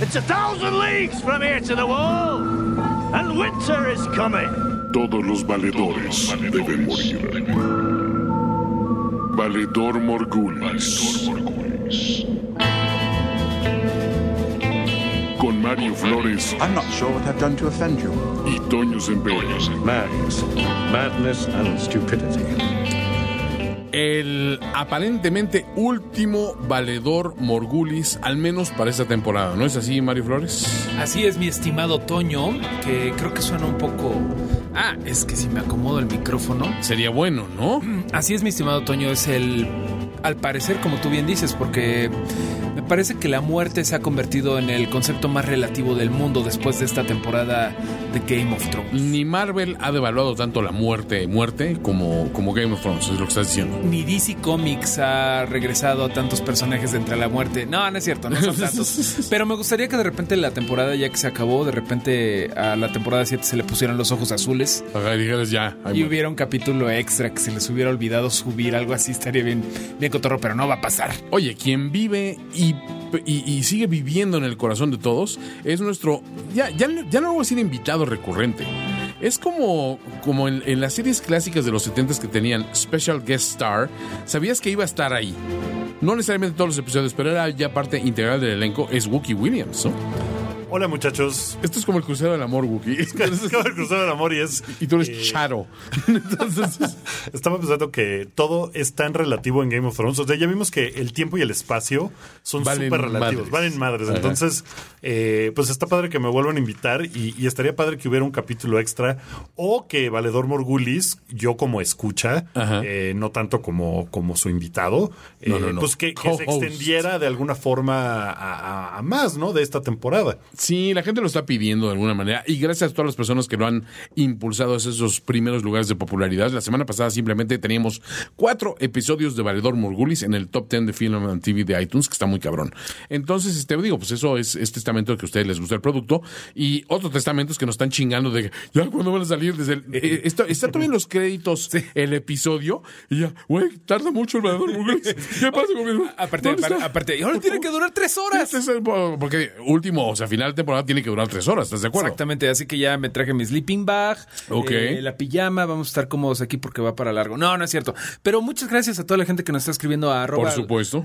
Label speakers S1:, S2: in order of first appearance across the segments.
S1: It's a thousand leagues from here to the wall, and winter is coming.
S2: Todos los valedores, deben morir. Valedor Morgulis. Con Mario Flores
S3: I'm not sure what I've done to offend you.
S2: y Toño Zembeiro.
S4: Madness. Madness and stupidity.
S5: El aparentemente último valedor Morgulis, al menos para esta temporada, ¿no es así, Mario Flores?
S6: Así es, mi estimado Toño, que creo que suena un poco... Ah, es que si me acomodo el micrófono.
S5: Sería bueno, ¿no?
S6: Así es, mi estimado Toño, es el... Al parecer, como tú bien dices, porque me parece que la muerte se ha convertido en el concepto más relativo del mundo después de esta temporada de Game of Thrones.
S5: Ni Marvel ha devaluado tanto la muerte, muerte, como, como Game of Thrones, es lo que estás diciendo.
S6: Ni DC Comics ha regresado a tantos personajes de entre la muerte. No, no es cierto, no son tantos. Pero me gustaría que de repente la temporada ya que se acabó, de repente a la temporada 7 se le pusieran los ojos azules
S5: Ajá, dijeras ya. ahí
S6: y
S5: muere.
S6: hubiera un capítulo extra que se les hubiera olvidado subir, algo así estaría bien, bien cotorro, pero no va a pasar.
S5: Oye, quien vive y, y- y sigue viviendo en el corazón de todos es nuestro, ya, ya, ya no lo voy a decir invitado recurrente. Es como, como en, en las series clásicas de los 70 que tenían Special Guest Star, sabías que iba a estar ahí. No necesariamente todos los episodios, pero era ya parte integral del elenco, es Wookie Williams, ¿no?
S7: Hola muchachos.
S5: Esto es como el crucero del amor, Wookie. Entonces,
S7: Acabo de cruzar el amor y es.
S5: y tú eres
S7: eh,
S5: Charo. Entonces,
S7: Estaba pensando que todo es tan relativo en Game of Thrones. O sea, ya vimos que el tiempo y el espacio son
S5: Valen
S7: súper relativos,
S5: madres.
S7: valen madres.
S5: Ajá.
S7: Entonces, eh, pues está padre que me vuelvan a invitar y, y estaría padre que hubiera un capítulo extra o que Valedor Morgulis, yo como escucha,
S5: Ajá.
S7: eh, no tanto como, como su invitado,
S5: No,
S7: eh,
S5: no, no.
S7: pues que, que se
S5: Co-host.
S7: extendiera de alguna forma a, a- a más, ¿no? De esta temporada.
S5: Sí, la gente lo está pidiendo de alguna manera y gracias a todas las personas que lo han impulsado hacia esos primeros lugares de popularidad. La semana pasada simplemente teníamos cuatro episodios de Valedor Morgulis en el top 10 de Film and TV de iTunes, que está muy cabrón. Entonces, este, digo, pues eso es, es testamento de que a ustedes les gusta el producto y otro testamento es que nos están chingando de que, ya cuando van a salir desde el... eh, está, está todavía en los créditos el episodio y ya, güey, tarda mucho el Valedor Morgulis. ¿Qué pasa con el-
S6: Aparte,
S5: ¿Dónde está?
S6: aparte, y ahora
S5: Por
S6: tiene
S5: favor.
S6: que durar tres horas.
S5: Este es el- Porque último, o sea, final de temporada tiene que durar tres horas, ¿estás de acuerdo?
S6: Exactamente, así que ya me traje mi sleeping bag,
S5: Ok.
S6: eh, la pijama, vamos a estar cómodos aquí porque va para largo. No, no es cierto. Pero muchas gracias a toda la gente que nos está escribiendo a arroba
S5: Por supuesto.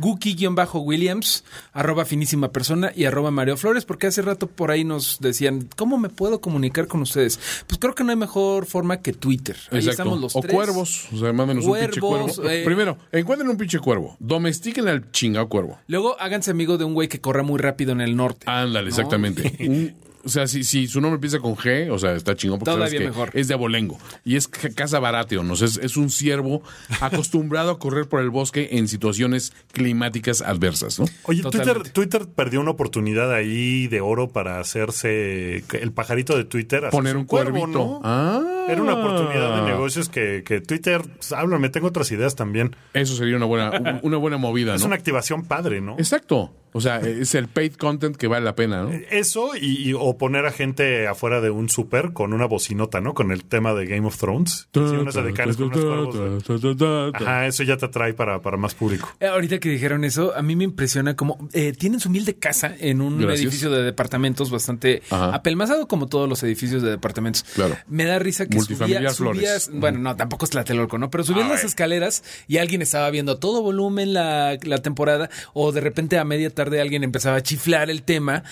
S6: Guki-Williams, arroba finísima persona y arroba Mario Flores, porque hace rato por ahí nos decían, ¿cómo me puedo comunicar con ustedes? Pues creo que no hay mejor forma que Twitter. Ahí
S5: Exacto.
S6: estamos los
S5: o
S6: tres.
S5: cuervos, o sea, mándenos un pinche
S6: Cuervos,
S5: cuervo.
S6: eh.
S5: Primero, encuentren un pinche cuervo, domestiquen al chingado cuervo.
S6: Luego háganse amigo de un güey que corra muy rápido en el norte.
S5: Ándale,
S6: ¿no?
S5: exactamente. Un- o sea, si, si su nombre empieza con G, o sea, está chingón porque
S6: Todavía
S5: sabes que
S6: mejor.
S5: es de abolengo y es ca- caza barateo, ¿no? O sea, es, es un ciervo acostumbrado a correr por el bosque en situaciones climáticas adversas, ¿no?
S7: Oye,
S6: Totalmente.
S7: Twitter, Twitter perdió una oportunidad ahí de oro para hacerse el pajarito de Twitter. hacerse
S5: Poner un
S7: cuervo,
S5: cuervito.
S7: ¿no?
S5: Ah.
S7: Era una oportunidad de negocios que, que Twitter, pues, háblame, tengo otras ideas también.
S5: Eso sería una buena, una buena movida, Ah, ¿no?
S7: Es una activación padre, ¿no?
S5: Exacto. O sea, es el paid content que vale la pena, ¿no?
S7: Eso y, y- o poner a gente afuera de un súper con una bocinota, ¿no? Con el tema de Game of Thrones. Sí, unas adecanas con unos cuervos. Ajá, eso ya te atrae para, para más público.
S6: Eh, Ahorita que dijeron eso, a mí me impresiona como eh, tienen su humilde casa en un
S5: Gracias.
S6: edificio de departamentos bastante
S5: Ajá.
S6: apelmazado como todos los edificios de departamentos.
S5: Claro.
S6: Me da risa que
S5: Multifamiliar
S6: subía, subías-
S5: Flores. Ah,
S6: bueno, no, tampoco es Tlatelolco, ¿no? Pero subías las escaleras y alguien estaba viendo a todo volumen la, la temporada o de repente a media tarde alguien empezaba a chiflar el tema,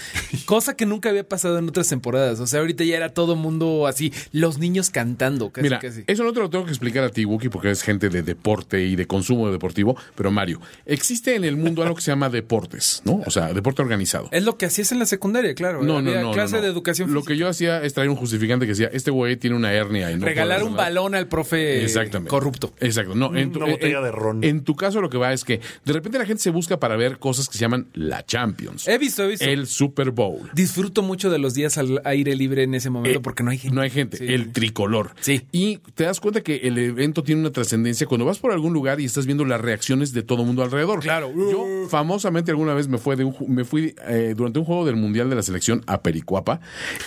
S6: cosa que nunca había pasado en otras temporadas. O sea, ahorita ya era todo mundo así, los niños cantando, casi,
S5: Mira,
S6: casi.
S5: eso no te lo tengo que explicar a ti, Wookie, porque eres gente de deporte y de consumo deportivo, pero Mario, existe en el mundo algo que se llama deportes, ¿no? O sea, deporte organizado.
S6: Es lo que hacías en la secundaria, claro.
S5: No, no,
S6: Eh, Había
S5: no.
S6: Clase
S5: no, no.
S6: de educación
S5: Lo que yo hacía es traer un justificante que decía, este güey tiene una hernia. Y no puede
S6: regalar
S5: hacer
S6: un
S5: nada.
S6: balón al profe
S5: Exactamente.
S6: corrupto.
S5: Exacto. No, en tu,
S7: Una botella
S5: en-
S7: de ron.
S5: En tu caso lo que va es que de repente la gente se busca para ver cosas que se llaman la Champions.
S6: He visto, he visto.
S5: El Super Bowl.
S6: Disfruto mucho de los días al aire libre en ese momento porque no hay gente.
S5: Eh, No hay gente,
S6: Sí.
S5: el tricolor.
S6: Sí.
S5: Y te das cuenta que el evento tiene una trascendencia cuando vas por algún lugar y estás viendo las reacciones de todo el mundo alrededor.
S6: Claro.
S5: Yo famosamente alguna vez me, fue de un ju- me fui eh, durante un juego del Mundial de la Selección a Pericuapa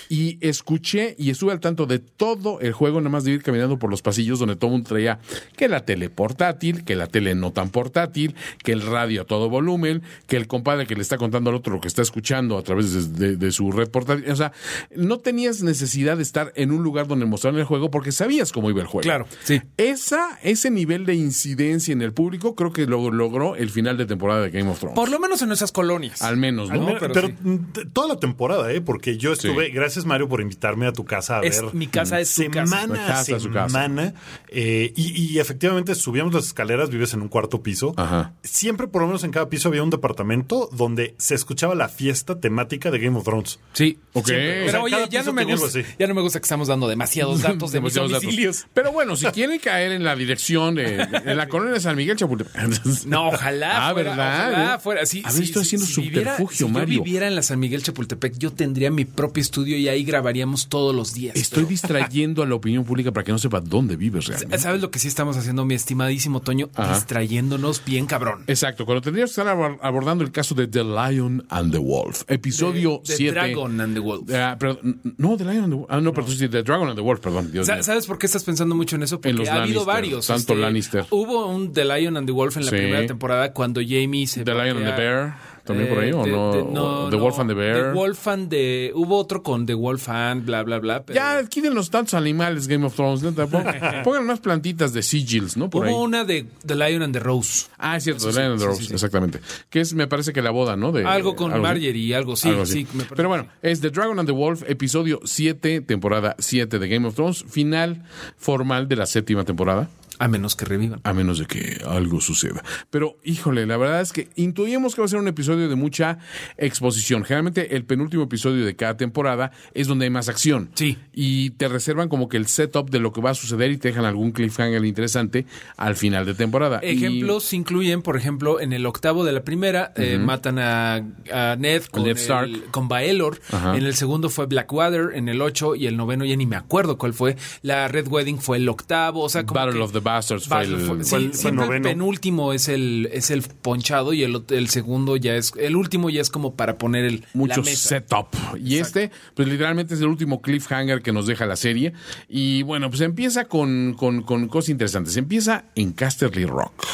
S5: y escuché y estuve al tanto de todo el juego, nada más de ir caminando por los pasillos donde todo el mundo traía que la tele portátil, que la tele no tan portátil, que el radio a todo volumen, que el compadre persona que le está contando al otro lo que está escuchando a través de, de- de su red portátil. O sea, no tenías necesidad de estar en un lugar donde mostraran el juego porque sabías cómo iba el juego.
S6: Claro, sí.
S5: Esa, ese nivel de incidencia en el público creo que lo logró el final de temporada de Game of Thrones.
S6: Por lo menos en nuestras colonias.
S5: Al menos, ¿no?
S6: Al menos-
S7: Pero,
S6: pero
S7: mm, t- toda la temporada, ¿eh? Porque yo estuve. Gracias, Mario, por invitarme a tu casa a
S6: Es-
S7: ver.
S6: mi casa es tu
S7: semana
S5: casa.
S7: a
S5: Su casa, su casa.
S7: semana. eh, y, y efectivamente subíamos las escaleras, vives en un cuarto piso.
S5: Ajá.
S7: Siempre, por lo menos en cada piso, había un departamento donde se escuchaba la fiesta temática de Game of Thrones.
S5: Sí, ok.
S7: Siempre.
S6: Pero
S7: O sea,
S6: oye,
S7: cada
S6: ya
S7: piso
S6: no, me
S7: tenía algo
S6: gusta,
S7: así.
S6: ya no me gusta que estamos dando demasiados datos de mis
S5: Demasiados datos.
S6: domicilios.
S5: Pero bueno, si quieren caer en la dirección de, en la colonia de San Miguel Chapultepec.
S6: No, ojalá.
S5: Ah,
S6: fuera,
S5: ¿verdad?
S6: Ojalá fuera. Sí,
S5: A ver,
S6: sí,
S5: estoy
S6: sí,
S5: haciendo
S6: si viviera-
S5: subterfugio,
S6: si
S5: Mario.
S6: yo viviera en la San Miguel Chapultepec, yo tendría mi propio estudio y ahí grabaríamos todos los días.
S5: Estoy
S6: pero-
S5: distrayendo a la opinión pública para que no sepa dónde vives realmente.
S6: ¿Sabes lo que sí estamos haciendo, mi estimadísimo Toño?
S5: Ajá. Eh,
S6: Distrayéndonos bien cabrón.
S5: Exacto, cuando tendríamos que estar abor- abordando el caso de The Lion and the Wolf, episodio
S6: The
S5: 7.
S6: Dragon and the Wolf.
S5: Ah, pero, no, The Lion and the Wolf. Ah, no, perdón, sí, The Dragon and the Wolf, perdón. Dios
S6: Sa-
S5: mío.
S6: ¿Sabes por qué estás pensando mucho en eso? Porque
S5: En los
S6: ha habido
S5: Lannister,
S6: varios. este,
S5: tanto Lannister.
S6: Hubo un The Lion and the Wolf en la
S5: Sí.
S6: primera temporada cuando Jamie se.
S5: The Lion and the
S6: voltea-
S5: Bear, también por ahí, ¿o
S6: Eh, de-
S5: no?
S6: de-
S5: O The Wolf and the Bear.
S6: The Wolf and the. Hubo otro con The Wolf and bla, bla, bla. pero-
S5: Ya, quiten los tantos animales, Game of Thrones. neta, pon- Pongan más plantitas de sigils, ¿no? Por ahí.
S6: Hubo una de The Lion and the Rose.
S5: Ah, es cierto, The Lion and the
S6: sí,
S5: Rose,
S6: sí, sí.
S5: exactamente. Que es, me parece que la boda, ¿no? De,
S6: Algo con
S5: así.
S6: Marjorie, algo sí,
S5: Algo así.
S6: sí, me parece
S5: Pero bueno, es The Dragon and the Wolf, episodio 7, temporada 7 de Game of Thrones, final formal de la séptima temporada,
S6: A menos que revivan.
S5: a menos de que algo suceda. Pero, híjole, la verdad es que intuimos que va a ser un episodio de mucha exposición. Generalmente el penúltimo episodio de cada temporada es donde hay más acción.
S6: Sí.
S5: Y te reservan como que el setup de lo que va a suceder y te dejan algún cliffhanger interesante al final de temporada. Y-
S6: Ejemplos incluyen, por ejemplo, en el octavo de la primera, eh, matan a, a Ned con,
S5: Ned
S6: el-
S5: Stark.
S6: con Baelor.
S5: Ajá.
S6: En el segundo fue Blackwater, en el ocho y el noveno ya ni me acuerdo cuál fue. La Red Wedding fue el octavo, o sea, como
S5: Battle
S6: que-
S5: of the Bastards fue
S6: Battle
S5: el-
S6: fue- sí,
S7: fue el- fue el
S6: siempre el
S7: noveno.
S6: penúltimo es el es el ponchado y el, ot- el segundo ya es el último ya es como para poner el la
S5: mucho
S6: mesa.
S5: setup. Y este, pues literalmente es el último cliffhanger que nos deja la serie. Y bueno, pues empieza con, con, con cosas interesantes. Empieza en Casterly Rock.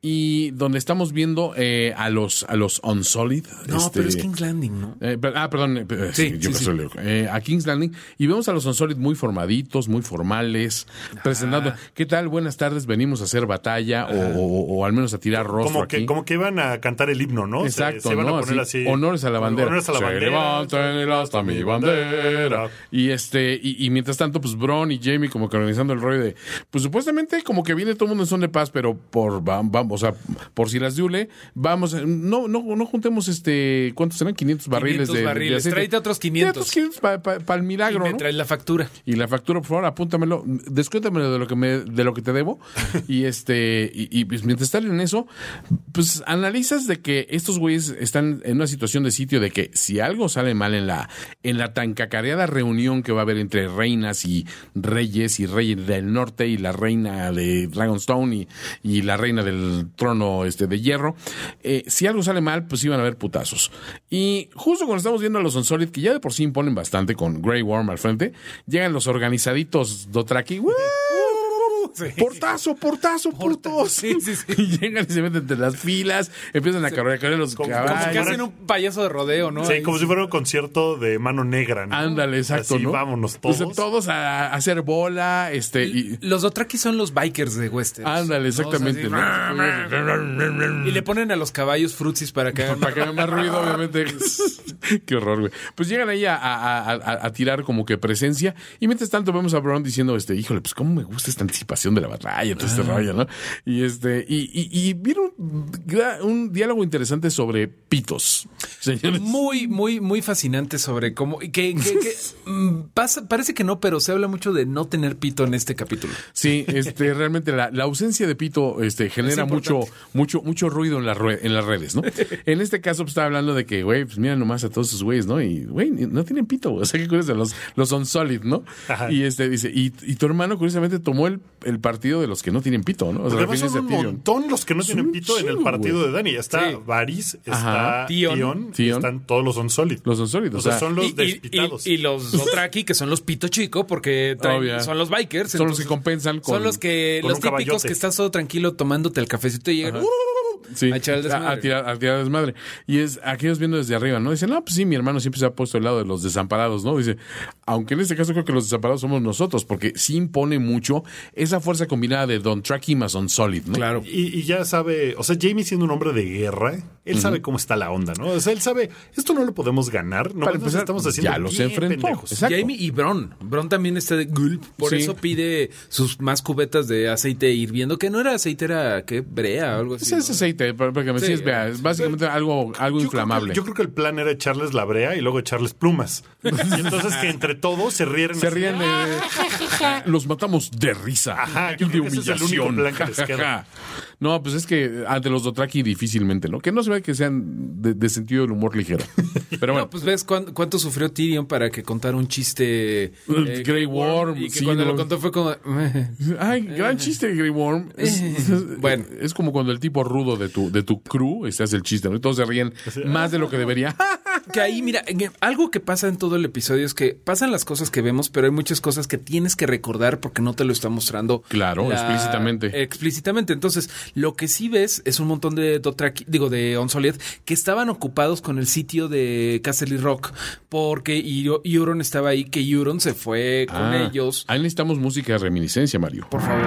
S5: Y donde estamos viendo eh, a los a los Unsolid.
S6: No,
S5: este,
S6: pero es King's Landing, ¿no?
S5: eh, per- ah, perdón. eh, eh,
S6: Sí,
S5: sí, yo
S6: sí,
S5: pasé el- eh, a King's Landing. Y vemos a los Unsolid muy formaditos, muy formales,
S6: Ah.
S5: presentando. ¿Qué tal? Buenas tardes, venimos a hacer batalla o, o- o al menos a tirar rostro.
S7: Como que,
S5: aquí.
S7: como que iban a cantar el himno, ¿no? Se-
S5: Exacto,
S7: se, iban
S5: ¿no?
S7: a poner
S5: Así,
S7: así,
S5: honores a la bandera.
S7: Honores a la
S5: Se
S7: bandera.
S5: levantan el hasta mi bandera. Y este, y, y mientras tanto, pues Bron y Jamie como que organizando el rollo de, pues supuestamente como que viene todo el mundo en son de paz, pero por vamos, o sea, por si las diule, vamos, a- no, no, no juntemos este, ¿cuántos eran? 500 barriles
S6: 500
S5: de, de
S6: barriles.
S5: aceite.
S6: Tráete otros 500.
S5: Tráete otros para el
S6: Y
S5: milagro,
S6: me
S5: ¿no?
S6: traes la factura.
S5: Y la factura, por favor, apúntamelo, descuéntamelo de lo que me, de lo que te debo. y este, y, y, pues, mientras están en eso, pues analizas de que estos güeyes están en una situación de sitio de que si algo sale mal en la, en la tan cacareada reunión que va a haber entre reinas y reyes y reyes del norte y la reina de Dragonstone y, y la reina del trono este de hierro, eh, si algo sale mal, pues iban a haber putazos. Y justo cuando estamos viendo a los Unsolid, que ya de por sí imponen bastante con Grey Worm al frente, llegan los organizaditos Dotraki. ¡Woo! Portazo, portazo, portazo.
S6: Sí, sí, sí.
S5: Y llegan y se meten entre las filas, empiezan a cargar cargar los
S7: Como-
S6: Como que
S5: caballos.
S6: hacen un payaso de rodeo, ¿no?
S7: Sí,
S6: Ahí.
S7: como si fuera un concierto de mano negra, ¿no?
S5: Ándale, exacto,
S7: Así,
S5: ¿no?
S7: vámonos
S5: O
S7: todos.
S5: sea, todos a, a hacer bola, este, y...
S6: Los Dothraki son los bikers de Westeros.
S5: Ándale,
S6: ¿no?
S5: exactamente.
S6: O sea, así, Y le ponen a los caballos frutsis para que hagan
S5: Para que haga más ruido, obviamente. Qué horror, güey. Pues llegan ahí a, a- a- a- a tirar como que presencia. Y mientras tanto vemos a Brown diciendo, este, híjole, pues cómo me gusta esta anticipación de la batalla, todo este rollo, ¿no? Y este, y, y, y vieron gra- un diálogo interesante sobre pitos. Señores.
S6: Muy, muy, muy fascinante sobre cómo. Que, que- que, mm, pasa, parece que no, pero se habla mucho de no tener pito en este capítulo.
S5: Sí, este, realmente la, la ausencia de pito este, genera mucho, mucho, mucho ruido en, las rue- en las redes, ¿no? En este caso, pues, estaba hablando de que, güey, pues miren nomás a todos esos güeyes, ¿no? Y, güey, no tienen pito, güey. o sea, qué curioso, los, los son solid, ¿no? Y este dice, y, y tu hermano, curiosamente, tomó el, el partido de los que no tienen pito, ¿no? O sea,
S7: Porque además son un
S5: refiriéndose a Tyrion.
S7: montón los que no tienen
S5: un
S7: pito en el
S5: chingo,
S7: partido
S5: güey.
S7: de Dani. Está
S6: Sí.
S7: Varys,
S5: Ajá.
S7: está
S6: Tion.
S7: Tion, y
S5: Tion.
S7: están todos los Unsolid.
S5: Los son sólidos,
S7: O
S5: o sea,
S7: sea, son
S6: Y-
S7: los
S6: y-
S7: despitados.
S6: Y, y los Dothraki, que son los pito chico, porque traen-
S5: Obvio.
S6: son los bikers.
S5: Son los que compensan con-
S6: Son los que,
S7: con
S6: los
S7: un
S6: típicos
S7: caballote.
S6: que estás todo tranquilo tomándote el cafecito y llegan. "Uh,
S5: Sí,
S6: a echar el desmadre.
S5: a- a tirar, a tirar desmadre. Y es aquellos viendo desde arriba, ¿no? Dicen, no, pues sí, mi hermano siempre se ha puesto al lado de los desamparados, ¿no? Dice, aunque en este caso creo que los desamparados somos nosotros, porque sí impone mucho esa fuerza combinada de Don Tracky más Don Solid, ¿no?
S6: Claro.
S7: Y, y ya sabe, o sea, Jamie siendo un hombre de guerra, él sabe cómo está la onda, ¿no? O sea, él sabe, esto no lo podemos ganar, no
S5: Para
S7: nos
S5: empezar,
S7: estamos haciendo
S5: ya los
S7: bien
S5: enfrentó.
S7: pendejos.
S5: Exacto.
S6: Jamie y Bron. Bron también está de gulp. Por
S5: Sí.
S6: eso pide sus más cubetas de aceite hirviendo, que no era aceite, era que brea o algo así.
S5: Ese es
S6: ¿no?
S5: aceite, prácticamente. Sí,
S6: Sí,
S5: es, vea, es básicamente algo, algo
S7: Yo creo,
S5: inflamable.
S7: que, yo creo que el plan era echarles la brea y luego echarles plumas. Y entonces que entre todos se rieran.
S5: Se
S7: así. "Ah,
S5: ríen de... Los matamos de risa
S7: Ajá,
S5: y
S7: yo
S5: de
S7: creo que ese es el único
S5: humillación.
S7: plan que les queda.
S5: Jajaja. no, pues es que ante los Dotraki difícilmente, ¿no? Que no se ve que sean de, de sentido del humor ligero. Pero bueno,
S6: No, pues ves cuán- cuánto sufrió Tyrion para que contara un chiste. eh,
S5: Grey Worm,
S6: Y que
S5: sí,
S6: cuando
S5: no.
S6: lo contó fue como. eh.
S5: ay, gran chiste de Grey Worm. Es, es-
S6: Bueno.
S5: es como cuando el tipo rudo de tu, de tu crew, este hace el chiste, ¿no? Y todos se ríen más de lo que debería.
S6: Que ahí, mira, en- algo que pasa en todo el episodio es que pasan las cosas que vemos, pero hay muchas cosas que tienes que recordar porque no te lo está mostrando.
S5: Claro, explícitamente.
S6: Explícitamente. Entonces, lo que sí ves es un montón de Dothraki, digo, de Onsolid, que estaban ocupados con el sitio de Castle Rock porque Iro- Euron estaba ahí, que Euron se fue con
S5: Ah,
S6: ellos.
S5: Ahí necesitamos música de reminiscencia, Mario.
S6: Por favor,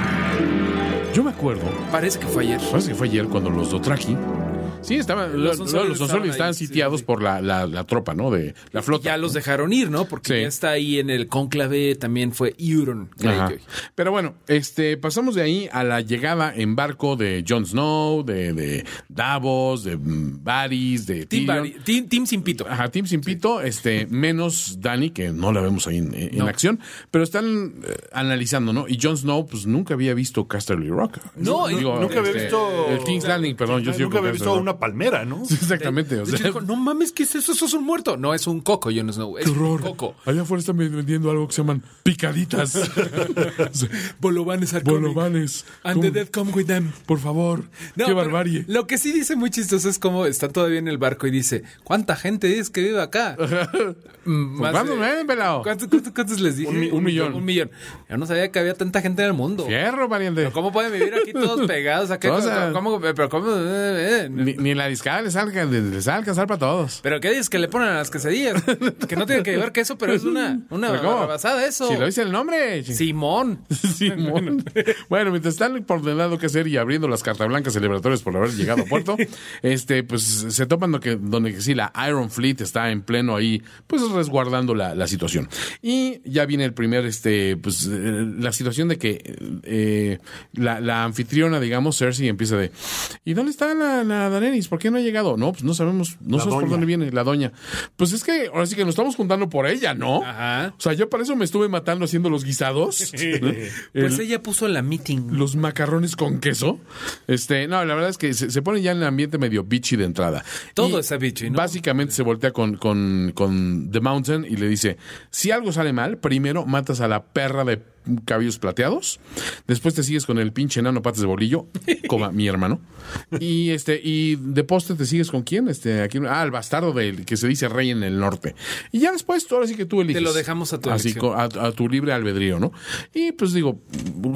S5: Yo me acuerdo
S6: parece que fue ayer.
S5: Parece que fue ayer cuando los Dotraki. Sí, estaban. lo- lo- Los,
S6: Los Sonsoles
S5: Sonsoles
S6: estaban ahí,
S5: estaban
S6: sí,
S5: sitiados
S6: sí.
S5: por la, la- la tropa, ¿no? De la flota.
S6: Ya los dejaron ir, ¿no? Porque
S5: Sí.
S6: ya está ahí en el cónclave también fue Euron.
S5: Ajá.
S6: Greyjoy.
S5: Pero bueno, este pasamos de ahí a la llegada en barco de Jon Snow, de, de Davos, de mm, Varys, de
S6: Team,
S5: Tyrion.
S6: Vari- Team- Team Sin Pito.
S5: Ajá, Team Sin Pito, este, menos Dani, que no la vemos ahí en, en
S6: No.
S5: acción, pero están eh, analizando, ¿no? Y Jon Snow, pues nunca había visto Casterly Rock. este,
S6: No,
S7: Nunca había visto.
S5: El King's Landing, perdón, yo
S6: ah,
S7: Ay,
S5: sigo
S7: Nunca
S5: con
S7: había
S5: Casterly
S7: visto
S5: Rock.
S7: una palmera, ¿no?
S5: Exactamente, o
S6: De hecho,
S5: sea.
S6: dijo, no mames, ¿qué es eso? Eso es un muerto. No, es un coco, Jon Snow. Es
S5: ¡Qué horror!
S6: un coco.
S5: Allá afuera están vendiendo algo que se llaman picaditas.
S6: Bolovanes are coming.
S5: Bolovanes.
S6: And
S5: ¿Cómo?
S6: the dead come with them.
S5: Por favor,
S6: No,
S5: qué
S6: pero
S5: barbarie.
S6: Lo que sí dice muy chistoso es como están todavía en el barco y dice, ¿cuánta gente es que vive acá?
S5: Pues
S6: Mm, más
S5: ¿Cuántos,
S6: de-
S5: eh, pelado?
S6: ¿Cuántos, cuántos- cuántos les dije?
S5: Un mi- un millón.
S6: Un millón. Yo no sabía que había tanta gente en el mundo.
S5: Fierro, pariente.
S6: Pero ¿Cómo pueden vivir aquí todos pegados? ¿A qué
S5: O
S6: cosa?
S5: sea-
S6: ¿Cómo, pero cómo, eh, eh,
S5: Ni, ni la discada les alcanza, les alcanzar para todos.
S6: ¿Pero qué dices que le ponen a las quesadillas? que no tiene que llevar queso, pero es una, una
S5: ¿Pero cómo?
S6: barrabasada eso.
S5: Si lo dice el nombre.
S6: Simón.
S5: Sí, bueno. bueno, mientras están por del lado que hacer y abriendo las cartas blancas celebratorias por haber llegado a puerto, este, pues se topan donde, que- donde que sí, la Iron Fleet está en pleno ahí, pues resguardando la, la situación. Y ya viene el primer, este, pues eh, la situación de que eh, la, la anfitriona, digamos, Cersei empieza de, ¿y dónde está la, la Daenerys? ¿Por qué no ha llegado? No, pues no sabemos, no
S7: La
S5: sabemos por
S7: doña.
S5: dónde viene la doña. Pues es que ahora sí que nos estamos juntando por ella, ¿no?
S6: Ajá.
S5: O sea, yo para eso me estuve matando haciendo los guisados. ¿no?
S6: Pues
S5: El-
S6: ella puso la meeting.
S5: los macarrones con queso. Este, no, la verdad es que se, se pone ya en el ambiente medio bitchy de entrada.
S6: Todo
S5: Y
S6: está bitchy, ¿no?
S5: Básicamente se voltea con, con, con The Mountain y le dice: Si algo sale mal, primero matas a la perra de cabellos plateados, después te sigues con el pinche enano patas de bolillo, coma mi hermano. Y este, y de poste te sigues con quién? Este, aquí, ah, el bastardo del que se dice rey en el norte. Y ya después, tú ahora sí que tú eliges.
S6: lo dejamos a tu
S5: Así,
S6: elección.
S5: co- a, a tu libre albedrío, ¿no? Y pues digo,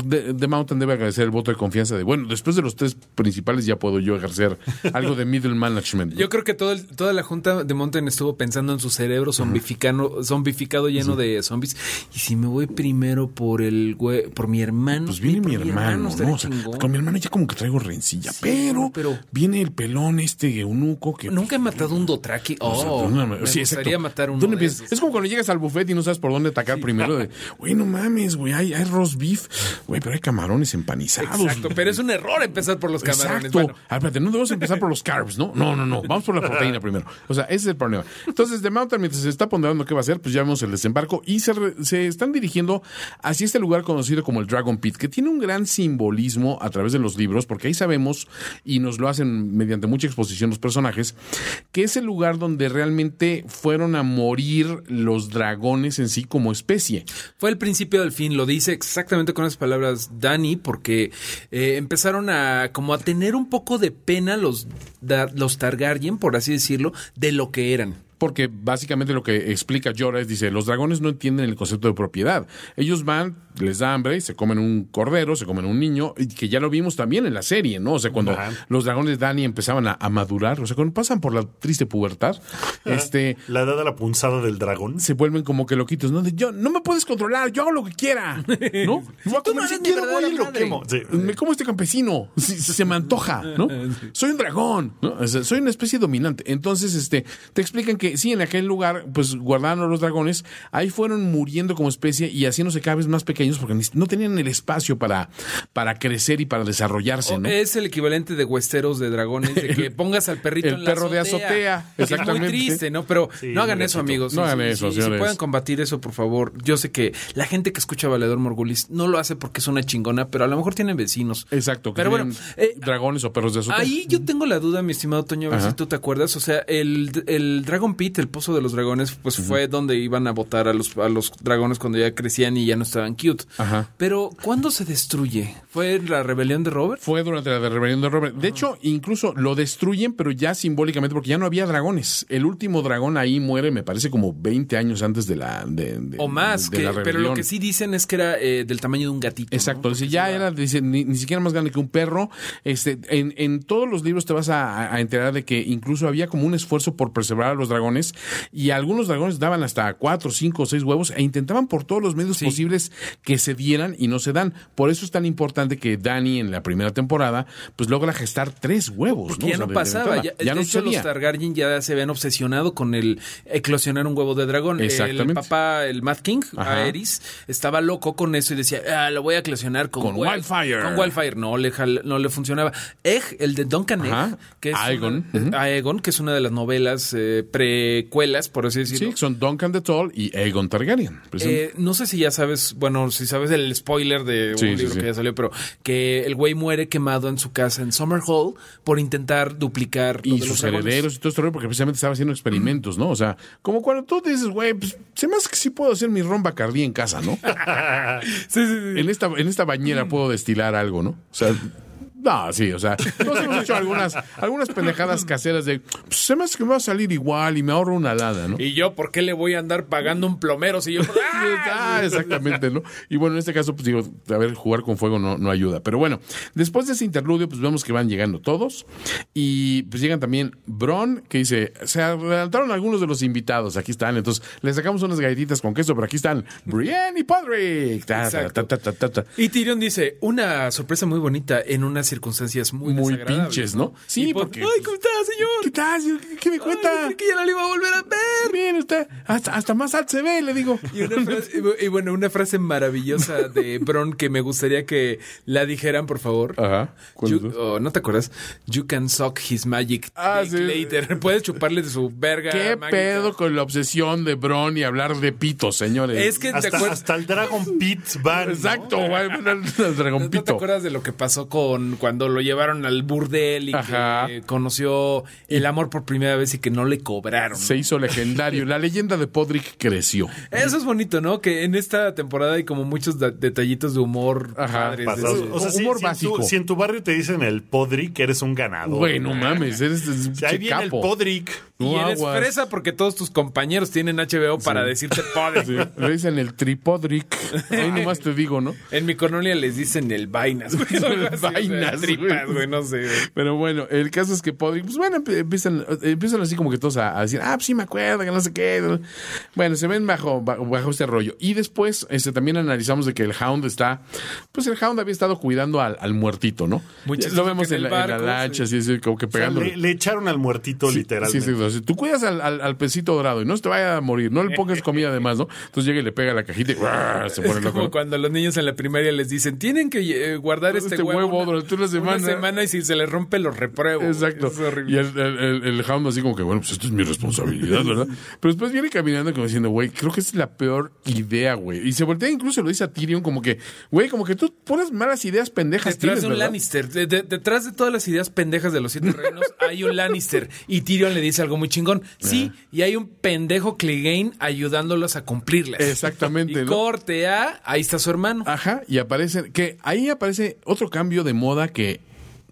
S5: The, The Mountain debe agradecer el voto de confianza de, bueno, después de los tres principales ya puedo yo ejercer algo de middle management. ¿no?
S6: Yo creo que todo el- toda la junta de Mountain estuvo pensando en su cerebro zombificano, zombificado lleno de zombies. Y si me voy primero por el güe- por mi hermano.
S5: pues viene
S6: Sí, por
S5: mi hermano,
S6: estaría
S5: ¿no? O sea,
S6: chingón.
S5: con mi hermano ya como que traigo rencilla, pero,
S6: pero-
S5: viene el pelón este eunuco que...
S6: Nunca he matado un dotraki. Oh,
S5: O sea, perdóname,
S6: me
S5: sí,
S6: gustaría
S5: exacto.
S6: matar uno
S5: ¿Dónde
S6: de
S5: empiezas?
S6: esos.
S5: Es como cuando llegas al buffet y no sabes por dónde atacar primero. De, güey, no mames, güey, hay, hay roast beef, güey, pero hay camarones empanizados.
S6: Exacto, pero es un error empezar por los camarones.
S5: Exacto.
S6: Bueno,
S5: Ah, espérate, no debemos empezar por los carbs, ¿no? No, no, no. Vamos por la proteína primero. O sea, ese es el problema. Entonces, The Mountain, mientras se está ponderando qué va a hacer, pues ya vemos el desembarco y se, re- se están dirigiendo hacia este lugar conocido como el Dragon Pit, que tiene un gran simbolismo a través de los libros, porque ahí sabemos, y nos lo hacen mediante mucha exposición los personajes, que es el lugar donde realmente fueron a morir los dragones en sí como especie.
S6: Fue el principio del fin, lo dice exactamente con esas palabras Dani, porque eh, empezaron a como a tener un poco de pena los, da- los Targaryen, por así decirlo, de lo que eran.
S5: porque básicamente lo que explica Jorah es, dice, los dragones no entienden el concepto de propiedad. Ellos van, les da hambre, se comen un cordero, se comen un niño, y que ya lo vimos también en la serie, ¿no? O sea, cuando
S7: Ajá.
S5: los dragones dan y empezaban a, a madurar, o sea, cuando pasan por la triste pubertad, este,
S7: La edad de la punzada del dragón.
S5: se vuelven como que loquitos, ¿no? De, yo, no me puedes controlar, yo hago lo que quiera, ¿no? Yo voy a
S7: tú no
S5: comer si
S7: eres mi
S5: quiero,
S7: verdadera
S5: voy y lo
S7: madre.
S5: quemo.
S7: Sí.
S5: Me como este campesino, si, si se me antoja, ¿no? Soy un dragón, ¿no? O sea, soy una especie dominante. Entonces, este, te explican que sí, en aquel lugar, pues guardaron a los dragones, ahí fueron muriendo como especie y haciéndose cada vez más pequeños porque ni- no tenían el espacio para, para crecer y para desarrollarse, ¿no?
S6: Es el equivalente de huesteros de dragones, de que pongas al perrito
S5: el
S6: en la
S5: perro de azotea,
S6: Que Es
S5: exactamente.
S6: muy triste, ¿no? Pero
S7: Sí,
S6: no hagan eso,
S7: pobrecito.
S6: amigos.
S5: No
S6: Sí,
S5: hagan
S6: sí,
S5: eso,
S6: sí, Si
S5: señores.
S6: pueden combatir eso, por favor. Yo sé que la gente que escucha a Valedor Morgulis no lo hace porque es una chingona, pero a lo mejor tienen vecinos.
S5: Exacto, que
S6: Pero bueno,
S5: tenían
S6: eh,
S5: dragones o perros de azotea.
S6: Ahí yo tengo la duda, mi estimado Toño, a ver
S5: Ajá.
S6: si tú te acuerdas. O sea, el, el Dragon Pit, el pozo de los dragones, pues fue donde iban a votar a los, a los dragones cuando ya crecían y ya no estaban cute.
S5: Ajá.
S6: Pero, ¿cuándo se destruye? ¿Fue en la rebelión de Robert?
S5: Fue durante la rebelión de Robert. De hecho, incluso lo destruyen, pero ya simbólicamente, porque ya no había dragones. El último dragón ahí muere, me parece, como 20 años antes de la. de- de-
S6: O más,
S5: de
S6: que,
S5: la
S6: pero lo
S5: rebelión.
S6: que sí dicen es que era eh, del tamaño de un gatito. ¿no?
S5: Exacto, dice, ya era, dice, ni, ni siquiera más grande que un perro. Este, en, en todos los libros te vas a, a enterar de que incluso había como un esfuerzo por preservar a los dragones y algunos dragones daban hasta cuatro, cinco o seis huevos e intentaban por todos los medios posibles que se dieran y no se dan. Por eso es tan importante que Dani en la primera temporada pues logra gestar tres huevos.
S6: Pues Que ya
S5: O sea,
S6: no
S5: de- de
S6: pasaba.
S5: entrada.
S6: Ya,
S5: Ya,
S6: de
S5: no
S6: hecho, los
S5: sucedía.
S6: Targaryen ya se habían obsesionado con el eclosionar un huevo de dragón. El
S5: Exactamente.
S6: papá, el Mad King,
S5: Ajá.
S6: Aerys, estaba loco con eso y decía, ah, lo voy a eclosionar con,
S5: Con
S6: wild-
S5: Wildfire.
S6: Con Wildfire. No le, jal- no le funcionaba. Egg, el de Duncan Egg,
S5: Ajá.
S6: que es una-
S5: Aegon.
S6: eh,
S5: Ujú.
S6: Aegon, que es una de las novelas eh, precuelas, por así decirlo.
S5: Sí, son Duncan the Tall y Aegon Targaryen. precisamente.
S6: Eh, no sé si ya sabes, bueno, si sabes el spoiler de un
S5: Sí, sí,
S6: libro
S5: sí.
S6: que ya salió, pero que el güey muere quemado en su casa en Summer Hall por intentar duplicar lo
S5: y
S6: de los
S5: sus
S6: dragones.
S5: herederos y todo esto, porque precisamente estaba haciendo experimentos, ¿no? O sea, como cuando tú dices, güey, pues se me hace que sí puedo hacer mi ron Bacardí en casa, ¿no?
S6: Sí, sí, sí.
S5: En esta, en esta bañera puedo destilar algo, ¿no? O sea, no, sí, o sea, todos hemos hecho algunas, algunas pendejadas caseras de, pues se me hace que me va a salir igual y me ahorro una lada, ¿no?
S6: Y yo, ¿por qué le voy a andar pagando un plomero si yo
S5: Ah, exactamente, ¿no? Y bueno, en este caso, pues digo, a ver, jugar con fuego no, no ayuda. Pero bueno, después de ese interludio, pues vemos que van llegando todos. Y pues llegan también Bron, que dice, se adelantaron algunos de los invitados, aquí están. Entonces, les sacamos unas galletitas con queso, pero aquí están Brienne y Podrick. Ta, ta, ta, ta, ta, ta, ta.
S6: Y Tyrion dice, una sorpresa muy bonita en unas circunstancias muy
S5: Muy
S6: desagradables,
S5: pinches, ¿no? Sí,
S6: Y Pod-
S5: porque- pues
S6: Ay, ¿cómo está, señor?
S5: ¿Qué tal? ¿Qué- ¿Qué me
S6: Ay,
S5: cuenta?
S6: pensé que ya no le iba a volver a ver.
S5: Bien, usted, hasta, hasta más alto se ve, le digo.
S6: Y, una frase- y bu- y bueno, una frase maravillosa de Bron que me gustaría que la dijeran, por favor.
S5: Ajá. ¿Cuál
S6: You-
S5: es?
S6: oh, ¿No te acuerdas? You can suck his magic
S5: Ah,
S6: dick
S5: sí.
S6: later. Puedes chuparle de su verga.
S5: ¿Qué
S6: mágica.
S5: pedo con la obsesión de Bron y hablar de pitos, señores?
S6: Es que te
S7: Hasta,
S6: acuerdas.
S7: hasta el Dragon Pit van. ¿no?
S5: Exacto, güey, bueno, el, el
S6: ¿No
S5: dragón
S6: no te
S5: pito.
S6: acuerdas de lo que pasó con cuando lo llevaron al burdel y
S5: Ajá.
S6: que conoció el amor por primera vez y que no le cobraron?
S5: Se hizo legendario. La leyenda de Podrick creció.
S6: Eso es bonito, ¿no? Que en esta temporada hay como muchos da- detallitos de humor
S5: Ajá.
S6: padres. de
S7: Pasados.
S6: esos.
S7: O sea, si,
S5: Humor
S7: si en tu-
S5: básico.
S7: si en tu barrio te dicen el podrick, eres un ganador.
S5: Güey, no mames, eres un
S7: Si ahí
S5: pinche
S7: viene el
S5: capo.
S7: podrick.
S5: No
S6: Y eres
S5: aguas.
S6: fresa porque todos tus compañeros tienen HBO para decirte padre.
S5: Le dicen el tripodrick. Ahí nomás te digo, ¿no?
S6: En mi colonia les dicen el vainas, güey. o algo así, o sea,
S5: Vainas,
S6: tripas,
S5: güey.
S6: güey, no sé. güey.
S5: Pero bueno, el caso es que Podrick, pues bueno, emp- empiezan, empiezan así como que todos a, a decir, ah, pues sí me acuerdo, que no sé qué. Bueno, se ven bajo, ba- bajo este rollo. Y después este, también analizamos de que el Hound está, pues el Hound había estado cuidando al, al muertito, ¿no?
S6: Muy chistoso
S5: Lo vemos
S6: que
S5: en la,
S6: en el
S5: en la
S6: barco,
S5: lancha, así, así, como que
S7: O sea,
S5: pegándole.
S7: le, le echaron al muertito
S5: Sí,
S7: literalmente.
S5: Sí, sí, sí. Tú cuidas al, al, al pesito dorado y no se te vaya a morir, no le pongas comida además, ¿no? Entonces llega y le pega la cajita y ¡guau! se pone
S6: Es
S5: loco.
S6: como
S5: ¿no?
S6: cuando a los niños en la primaria les dicen, tienen que eh, guardar este,
S5: Este
S6: huevo,
S5: huevo durante una semana".
S6: semana y si se les rompe los repruebo. güey.
S5: Exacto.
S6: Es horrible.
S5: Y el, el, el- el hound así como que, bueno, pues esto es mi responsabilidad, ¿verdad? Pero después viene caminando como diciendo, güey, creo que es la peor idea, güey. Y se voltea incluso lo dice a Tyrion como que, güey, como que tú pones malas ideas pendejas.
S6: Detrás
S5: tienes,
S6: de un
S5: ¿verdad?
S6: Lannister, de- de- detrás de todas las ideas pendejas de los siete reinos, hay un Lannister. Y Tyrion le dice algo muy chingón. Sí,
S5: Ah.
S6: y hay un pendejo Clegane ayudándolos a cumplirlas.
S5: Exactamente,
S6: Y
S5: ¿no? Ah,
S6: corte a, ahí está su hermano.
S5: Ajá, y aparecen, que ahí aparece otro cambio de moda que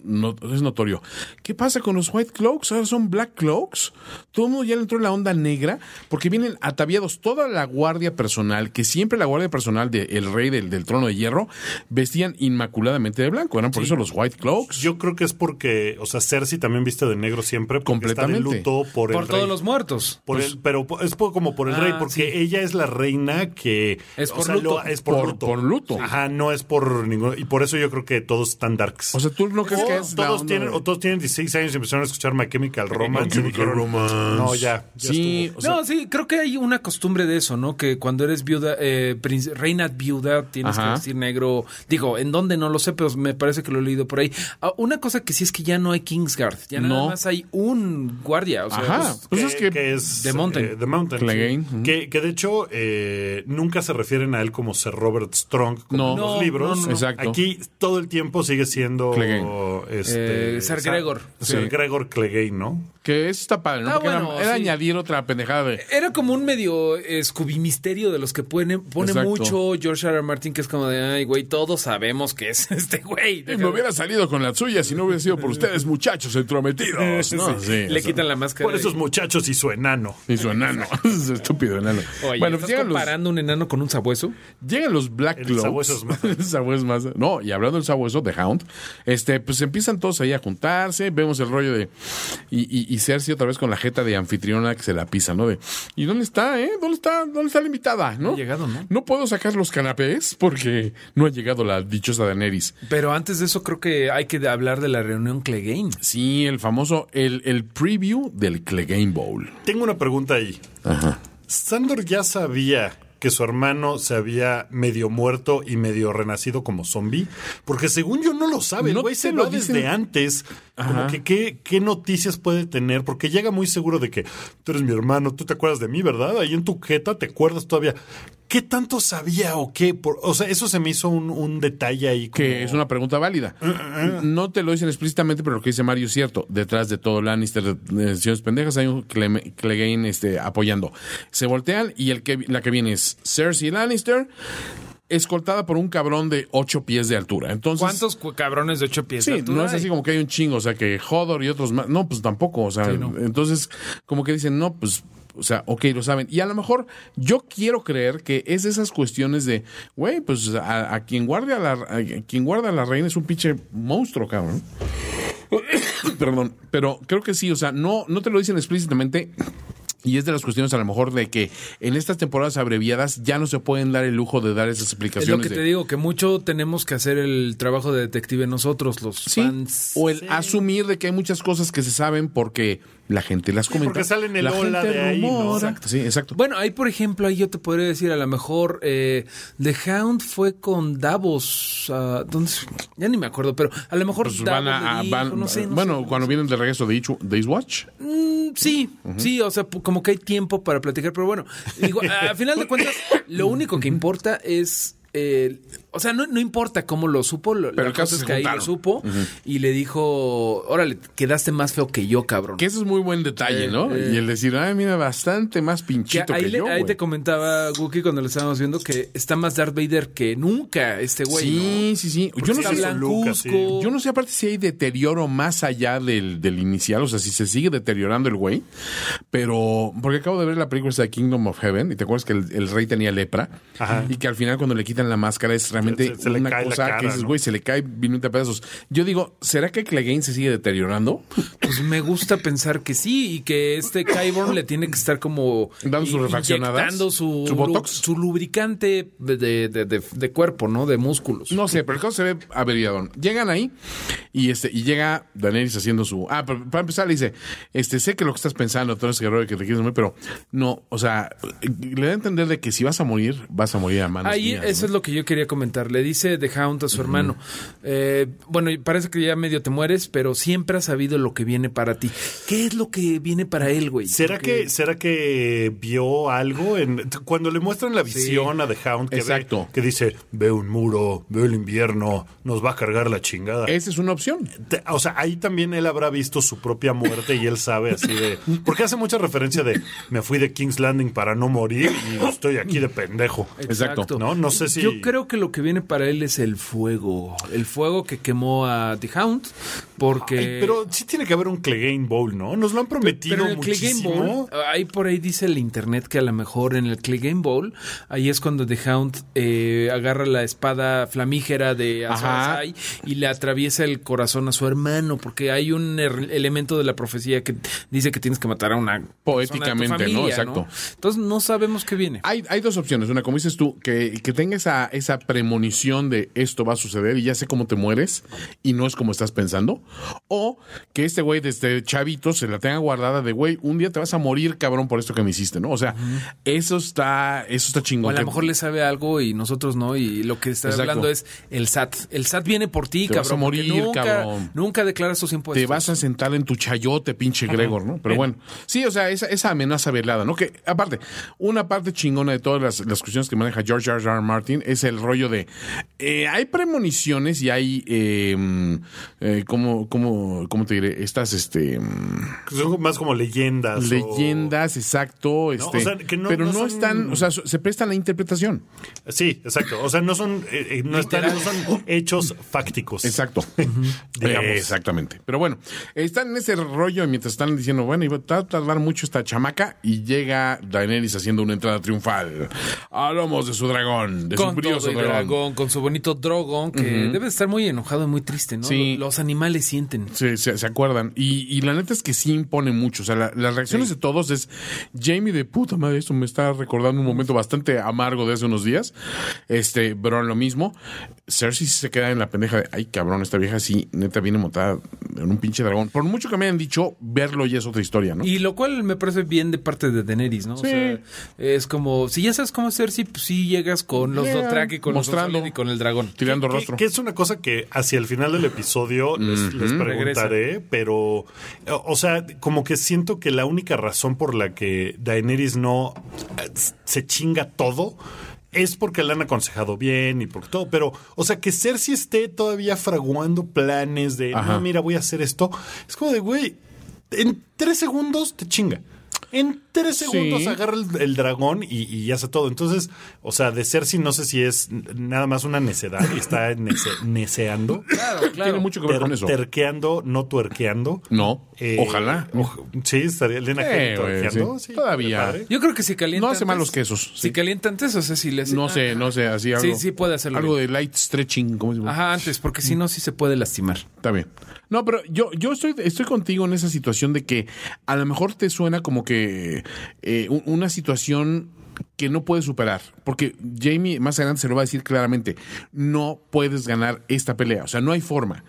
S5: no- es notorio. ¿Qué pasa con los White Cloaks? Ahora son Black Cloaks. Todo el mundo ya le entró en la onda negra porque vienen ataviados toda la guardia personal, que siempre la guardia personal del rey del, del trono de hierro vestían inmaculadamente de blanco. Eran por eso los White Cloaks.
S7: Yo creo que es porque, o sea, Cersei también viste de negro siempre. Porque Está de
S5: Completamente.
S7: luto por,
S6: Por
S7: el
S6: todos
S7: rey.
S6: los muertos. Pues,
S7: Por
S5: pues
S7: el- pero po- es po- como por el
S6: Ah,
S7: rey, porque
S6: sí.
S7: ella es la reina que.
S6: Es
S7: o
S6: por
S7: sea,
S6: luto.
S7: lo- es por,
S5: Por-
S7: luto.
S5: por luto.
S7: Ajá, no es por ningún. Y por eso yo creo que todos están darks.
S5: O sea, tú no crees
S7: O
S5: que es la
S7: Oh, todos
S5: onda-
S7: tienen, o todos tienen 16 años y empezaron a escuchar My Chemical Romance. y
S5: Chemical
S7: dijeron,
S5: Romance.
S7: No, ya. ya
S5: Sí,
S7: estuvo".
S5: o sea,
S6: no, sí, creo que hay una costumbre de eso, ¿no? Que cuando eres viuda, eh, princ- reina viuda, tienes
S5: Ajá.
S6: que vestir negro. Digo, en dónde no lo sé, pero me parece que lo he leído por ahí. Ah, una cosa que sí es que ya no hay Kingsguard, ya nada
S5: No.
S6: más hay un guardia. O sea,
S5: Ajá.
S6: pues,
S5: Pues es que,
S7: es
S6: The Mountain.
S7: eh, The Mountain,
S5: Clegane,
S7: sí.
S5: ujú.
S7: que, que de hecho eh, nunca se refieren a él como Sir Robert Strong como
S5: No.
S7: en los
S6: No,
S7: libros.
S6: no, no, no.
S5: Exacto.
S7: Aquí todo el tiempo sigue siendo
S5: Clegane.
S7: este,
S6: Eh, Sir
S7: Sa-
S6: Gregor.
S7: Sir
S5: Sí.
S7: Gregor Clegane, ¿no?
S5: que eso está padre, ¿no?
S6: Ah,
S5: Porque era-
S6: bueno,
S5: era,
S6: sí.
S5: añadir otra pendejada de.
S6: Era como un medio eh, Scooby misterio de los que pone, pone
S5: Exacto.
S6: mucho George R. R. Martin, que es como de, ay, güey, todos sabemos que es este güey.
S5: "Eh, Me hubiera salido con la suya si no hubiera sido por ustedes, muchachos entrometidos. ¿no? Sí,
S6: Le
S5: o sea.
S6: quitan la máscara.
S7: Por esos muchachos y su enano.
S5: Y su enano. Es estúpido enano.
S6: Oye,
S5: bueno, pues
S6: ¿estás
S5: llegan los,
S6: comparando un enano con un sabueso?
S5: llegan los Black
S7: El
S5: Cloaks.
S7: sabueso es más.
S5: El sabueso es más- No, y hablando del sabueso, The Hound, este, pues empiezan todos ahí a juntarse, vemos el rollo de. Y, y, y Cersei otra vez con la jeta de anfitriona que se la pisa, ¿no? De, ¿y dónde está, eh? ¿Dónde está, dónde está la invitada, no?
S6: ha llegado, ¿no?
S5: No puedo sacar los canapés porque no ha llegado la dichosa Daenerys.
S6: Pero antes de eso creo que hay que hablar de la reunión Clegane.
S5: Sí, el famoso, el, el preview del Clegane Bowl.
S7: Tengo una pregunta ahí. Sandor ya sabía que su hermano se había medio muerto y medio renacido como zombie, porque según yo no lo sabe, el
S5: No
S7: güey se
S5: te
S7: lo
S5: lo dicen.
S7: desde antes, como que qué, qué noticias puede tener, porque llega muy seguro de que tú eres mi hermano, tú te acuerdas de mí, ¿verdad? Ahí en tu jeta te acuerdas todavía. ¿Qué tanto sabía o qué? Por- o sea, eso se me hizo un, un detalle ahí. como- Eh,
S5: Que es una pregunta válida. No te lo dicen explícitamente, pero lo que dice Mario es cierto. Detrás de todo Lannister, de de decisiones pendejas, hay un Clem- Clegane este, apoyando. Se voltean y el que, la que viene es Cersei Lannister, escoltada por un cabrón de ocho pies de altura. Entonces,
S6: ¿Cuántos cu- cabrones de ocho pies?
S5: Sí,
S6: de altura
S5: no es
S6: hay?
S5: así como que hay un chingo, o sea, que Hodor y otros más. No, pues tampoco, o sea, entonces como que dicen, no, pues, o sea, ok, lo saben. Y a lo mejor yo quiero creer que es de esas cuestiones de, güey, pues a, a quien guarda la, a quien guarda la reina es un pinche monstruo, cabrón. Perdón, pero creo que sí, o sea, no, no te lo dicen explícitamente. Y es de las cuestiones a lo mejor de que en estas temporadas abreviadas ya no se pueden dar el lujo de dar esas
S6: Es
S5: explicaciones.
S6: lo que
S5: de-
S6: te digo, que mucho tenemos que hacer el trabajo de detective nosotros, los
S5: Sí,
S6: fans.
S5: o el asumir de que hay muchas cosas que se saben porque la gente las comenta.
S7: porque sale en el
S5: la
S7: ola
S5: gente
S7: de ahí, ¿no?
S5: rumora.
S7: Exacto.
S5: Sí, exacto.
S6: Bueno, ahí por ejemplo, ahí yo te podría decir, a lo mejor eh, The Hound fue con Davos, ah, ¿dónde se- ya ni me acuerdo, pero a lo mejor
S5: Pues
S6: Davos
S5: van a-
S6: le
S5: a-
S6: dijo,
S5: van-
S6: no sé, no
S5: bueno,
S6: sé.
S5: cuando vienen del regreso de Each- de Ace Watch,
S6: Mm, Sí, sí, o sea, pu- como que hay tiempo para platicar, pero bueno, digo, a final de cuentas, lo único que importa es... eh, o sea, no, no importa cómo lo supo, lo,
S5: Pero
S6: la
S5: el caso
S6: cosa
S5: es que
S6: es que ahí lo
S5: juntaron.
S6: supo y le dijo, órale, quedaste más feo que yo, cabrón.
S5: que ese es muy buen detalle,
S6: Eh,
S5: ¿no?
S6: eh.
S5: y el decir, ay, mira, bastante más
S6: Que
S5: pinchito que,
S6: ahí le-
S5: yo.
S6: ahí
S5: güey".
S6: te comentaba Wookie cuando lo estábamos viendo que está más Darth Vader que nunca este güey.
S5: sí, sí, sí. Yo no,
S6: está
S5: sé,
S7: su look así.
S6: blancuzco.
S5: yo no sé aparte si hay deterioro más allá del, del inicial, o sea, si se sigue deteriorando el güey, pero porque acabo de ver la película esa de Kingdom of Heaven, y te acuerdas que el, el rey tenía lepra,
S7: Ajá.
S5: y que al final cuando le quitan la máscara es realmente
S7: Se- se- se le
S5: una
S7: cae la
S5: cosa
S7: cara,
S5: que dices,
S7: ¿no?
S5: güey, se le cae vinita a pedazos. Yo digo, ¿será que Clegane se sigue deteriorando?
S6: Pues me gusta pensar que sí y que este Kyborn le tiene que estar como
S5: Dando sus
S6: in-
S5: refaccionadas,
S6: inyectando su,
S5: su botox.
S6: su lubricante de, de- de- de- de cuerpo, ¿no? De músculos.
S5: No sé, pero el caso se ve averiadón. Llegan ahí y este y llega Daenerys haciendo su. Ah, pero para empezar le dice: este Sé que lo que estás pensando, todo ese guerrero que te quieres morir, pero no, o sea, le da a entender de que si vas a morir, vas a morir a manos.
S6: Ahí
S5: mías,
S6: eso
S5: ¿no?
S6: es lo que yo quería comentar. Le dice The Hound a su hermano. eh, bueno, y parece que ya medio te mueres, pero siempre has sabido lo que viene para ti. ¿Qué es lo que viene para él, güey?
S7: ¿Será
S6: Porque-
S7: que, ¿Será que vio algo? En, cuando le muestran la visión a The Hound, que, ve-
S5: Exacto.
S7: que dice, ve un muro, ve el invierno, nos va a cargar la chingada.
S5: Esa es una opción.
S7: Te- O sea, ahí también él habrá visto su propia muerte y él sabe así de... Porque hace mucha referencia de, me fui de King's Landing para no morir y estoy aquí de pendejo.
S5: Exacto.
S7: No, no sé sí.
S6: Yo creo que lo que viene para él es el fuego. El fuego que quemó a The Hound. Porque.
S7: Ay, pero sí tiene que haber un Clegane Bowl, ¿no? Nos lo han prometido
S6: Pero en el Clay Game
S7: muchísimo.
S6: Bowl, ahí por ahí dice el internet que a lo mejor en el Clay Game Bowl, ahí es cuando The Hound eh, agarra la espada flamígera de
S5: Ajá.
S6: Azai y le atraviesa el corazón a su hermano, porque hay un er- elemento de la profecía que dice que tienes que matar a una. persona de tu
S5: Poéticamente, ¿no? Exacto.
S6: Entonces no sabemos qué viene.
S5: Hay, hay dos opciones. Una, como dices tú, que, que tenga esa, esa premonición de esto va a suceder y ya sé cómo te mueres y no es como estás pensando. O que este güey desde chavito se la tenga guardada de, güey, un día te vas a morir, cabrón, por esto que me hiciste, ¿no? O sea, eso está eso está
S6: O
S5: chingón.
S6: a lo
S5: Que
S6: mejor le sabe algo y nosotros no, y lo que está
S5: Exacto.
S6: hablando es el SAT. El SAT viene por ti,
S5: Te vas
S6: cabrón.
S5: a
S6: porque
S5: morir,
S6: nunca,
S5: cabrón.
S6: Nunca declaras tus impuestos.
S5: Te vas a sentar en tu chayote, pinche Gregor, ¿no? Pero bueno, sí, o sea, esa, esa amenaza velada, ¿no? Que aparte, una parte chingona de todas las, las cuestiones que maneja George R. R. Martin es el rollo de, eh, hay premoniciones y hay, eh, mm, eh, ¿cómo, cómo, ¿cómo te diré? Estas, este, mm,
S7: Que Son más como leyendas. o-
S5: leyendas, exacto, este,
S7: o sea, que no-
S5: pero
S7: no
S5: no,
S7: son-
S5: están, o sea, so- se prestan la interpretación.
S7: Sí, exacto. O sea, no son, eh, eh, no están- no son hechos fácticos.
S5: Exacto. Eh,
S7: Digamos.
S5: Exactamente. Pero bueno, están en ese rollo y mientras están diciendo, bueno, y va a tardar mucho esta chamaca y llega Daenerys haciendo una entrada triunfal. A lomos de su dragón, de su
S6: con
S5: brioso
S6: todo y
S5: dragón.
S6: dragón, con su bonito dragón, que debe estar muy enojado y muy triste, ¿no?
S5: Sí.
S6: Los animales sienten.
S5: Se, se- se acuerdan. Y, y la neta es que sí impone mucho. O sea, la- las reacciones de todos es Jamie de puta madre. Esto me está recordando un momento bastante amargo de hace unos días. Este, Bron lo mismo. Cersei sí se queda en la pendeja de ay cabrón, esta vieja sí, neta viene montada en un pinche dragón. Por mucho que me hayan dicho, verlo ya es otra historia, ¿no?
S6: Y lo cual me parece bien de parte de Daenerys, ¿no? O
S5: Sí.
S6: sea, es como, si ya sabes cómo hacer, si pues sí llegas con los
S5: Yeah.
S6: Dothraki, con los
S5: Mostrando.
S6: Dothraki y con el dragón.
S5: Tirando
S7: Que-
S5: rostro.
S7: Que, es una cosa que hacia el final del episodio les, les preguntaré, pero, o o sea, como que siento que la única razón por la que Daenerys no eh, se chinga todo es porque la han aconsejado bien y porque todo, pero, o sea, que Cersei esté todavía fraguando planes de,
S5: Ajá.
S7: no, mira, voy a hacer esto, es como de, güey, en tres segundos te chinga. En tres
S5: Sí.
S7: segundos agarra el, el dragón y, y hace todo. Entonces, o sea, de Cersei no sé si es n- nada más una necedad y está nece- neceando,
S6: Claro, claro.
S5: Tiene mucho que ver
S7: ter-
S5: con eso.
S7: terqueando, no tuerqueando.
S5: No,
S7: Eh,
S5: ojalá.
S7: oja- sí, estaría Elena
S5: Sí,
S7: Henry
S5: güey,
S7: tuerqueando,
S5: sí.
S7: sí,
S5: Todavía.
S7: padre.
S6: Yo creo que si calienta
S5: No hace
S6: antes-
S5: malos quesos,
S6: Si
S5: sí.
S6: calienta antes, o sea, si le hace-
S5: No sé, no sé, así algo.
S6: Sí, sí puede hacerlo
S5: Algo de light stretching, ¿cómo se llama?
S6: Ajá, antes, porque
S5: Mm.
S6: si no, sí se puede lastimar.
S5: Está bien. No, pero yo, yo estoy, estoy contigo en esa situación de que a lo mejor te suena como que eh, un- una situación que no puedes superar. Porque Jamie más adelante se lo va a decir claramente. No puedes ganar esta pelea. O sea, no hay forma.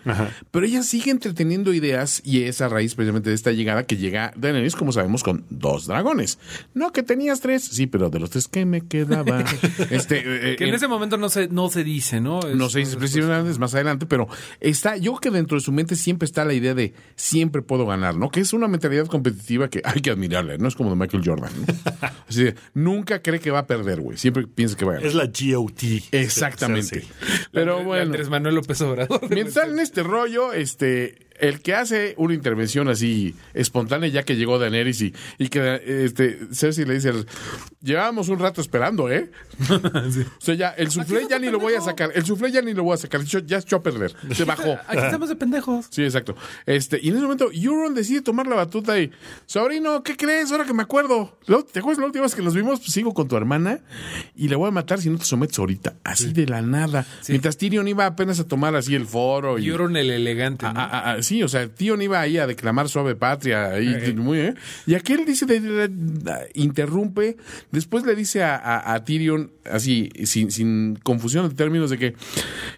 S5: Pero ella sigue entreteniendo ideas y es a raíz precisamente de esta llegada que llega Daenerys, como sabemos, con dos dragones. No, que tenías tres. Sí, pero de los tres que me quedaba. este, eh,
S6: Que en ese momento no se, no se dice, ¿no? Es- pues,
S5: no pues, sé si precisamente es más adelante, pero está, yo creo que dentro de su mente siempre está la idea de siempre puedo ganar, ¿no? Que es una mentalidad competitiva que hay que admirarle, no es como de Michael Jordan, ¿no? Así de, nunca cree que va a perder, güey, siempre piensa que va a ganar.
S7: Es la GOT.
S5: Exactamente.
S7: Cersei.
S5: Pero
S6: La-
S5: bueno,
S6: Andrés Manuel López Obrador.
S5: mientras están en este rollo, este, el que hace una intervención así espontánea ya que llegó Daenerys y, y que este, Cersei le dice, llevábamos un rato esperando, ¿eh? O sea, ya, el suflé ya ni lo voy a sacar. El suflé ya ni lo voy a sacar. Yo- ya echó a perder. Se bajó.
S6: Aquí estamos de pendejos.
S5: Sí, exacto. Este, y en ese momento, Euron decide tomar la batuta y, sobrino, ¿qué crees? Ahora que me acuerdo. La ult- ¿Te acuerdas la última vez que nos vimos? Pues, sigo con tu hermana y la voy a matar si no te sometes ahorita. Así de la nada. Mientras Tyrion iba apenas a tomar así el foro y.
S6: Lloron el elegante.
S5: Ah,
S6: ¿no?
S5: ah, ah, ah, sí, o sea, Tyrion iba ahí a declamar suave patria. ahí, muy, ¿eh? Y aquel dice, de- de- de- interrumpe, después le dice a, a- a Tyrion, así, sin, sin confusión de términos, de que,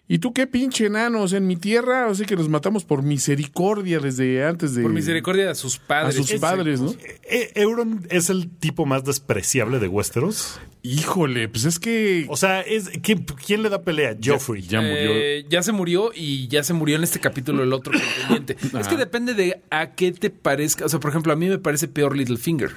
S5: ¿y tú qué pinche enanos en mi tierra? O sea, que nos matamos por misericordia desde antes de...
S6: Por misericordia de sus
S5: A
S6: padres.
S5: sus padres, ¿no?
S7: E- Euron es el tipo más despreciable de Westeros.
S5: Híjole, pues es que...
S7: O sea, es ¿quién, quién le da pelea? Joffrey.
S5: Ya murió.
S6: Eh, ya se murió y ya se murió en este capítulo el otro que tenía Exactamente. Es
S5: Ah.
S6: que depende de a qué te parezca. O sea, por ejemplo, a mí me parece peor Littlefinger.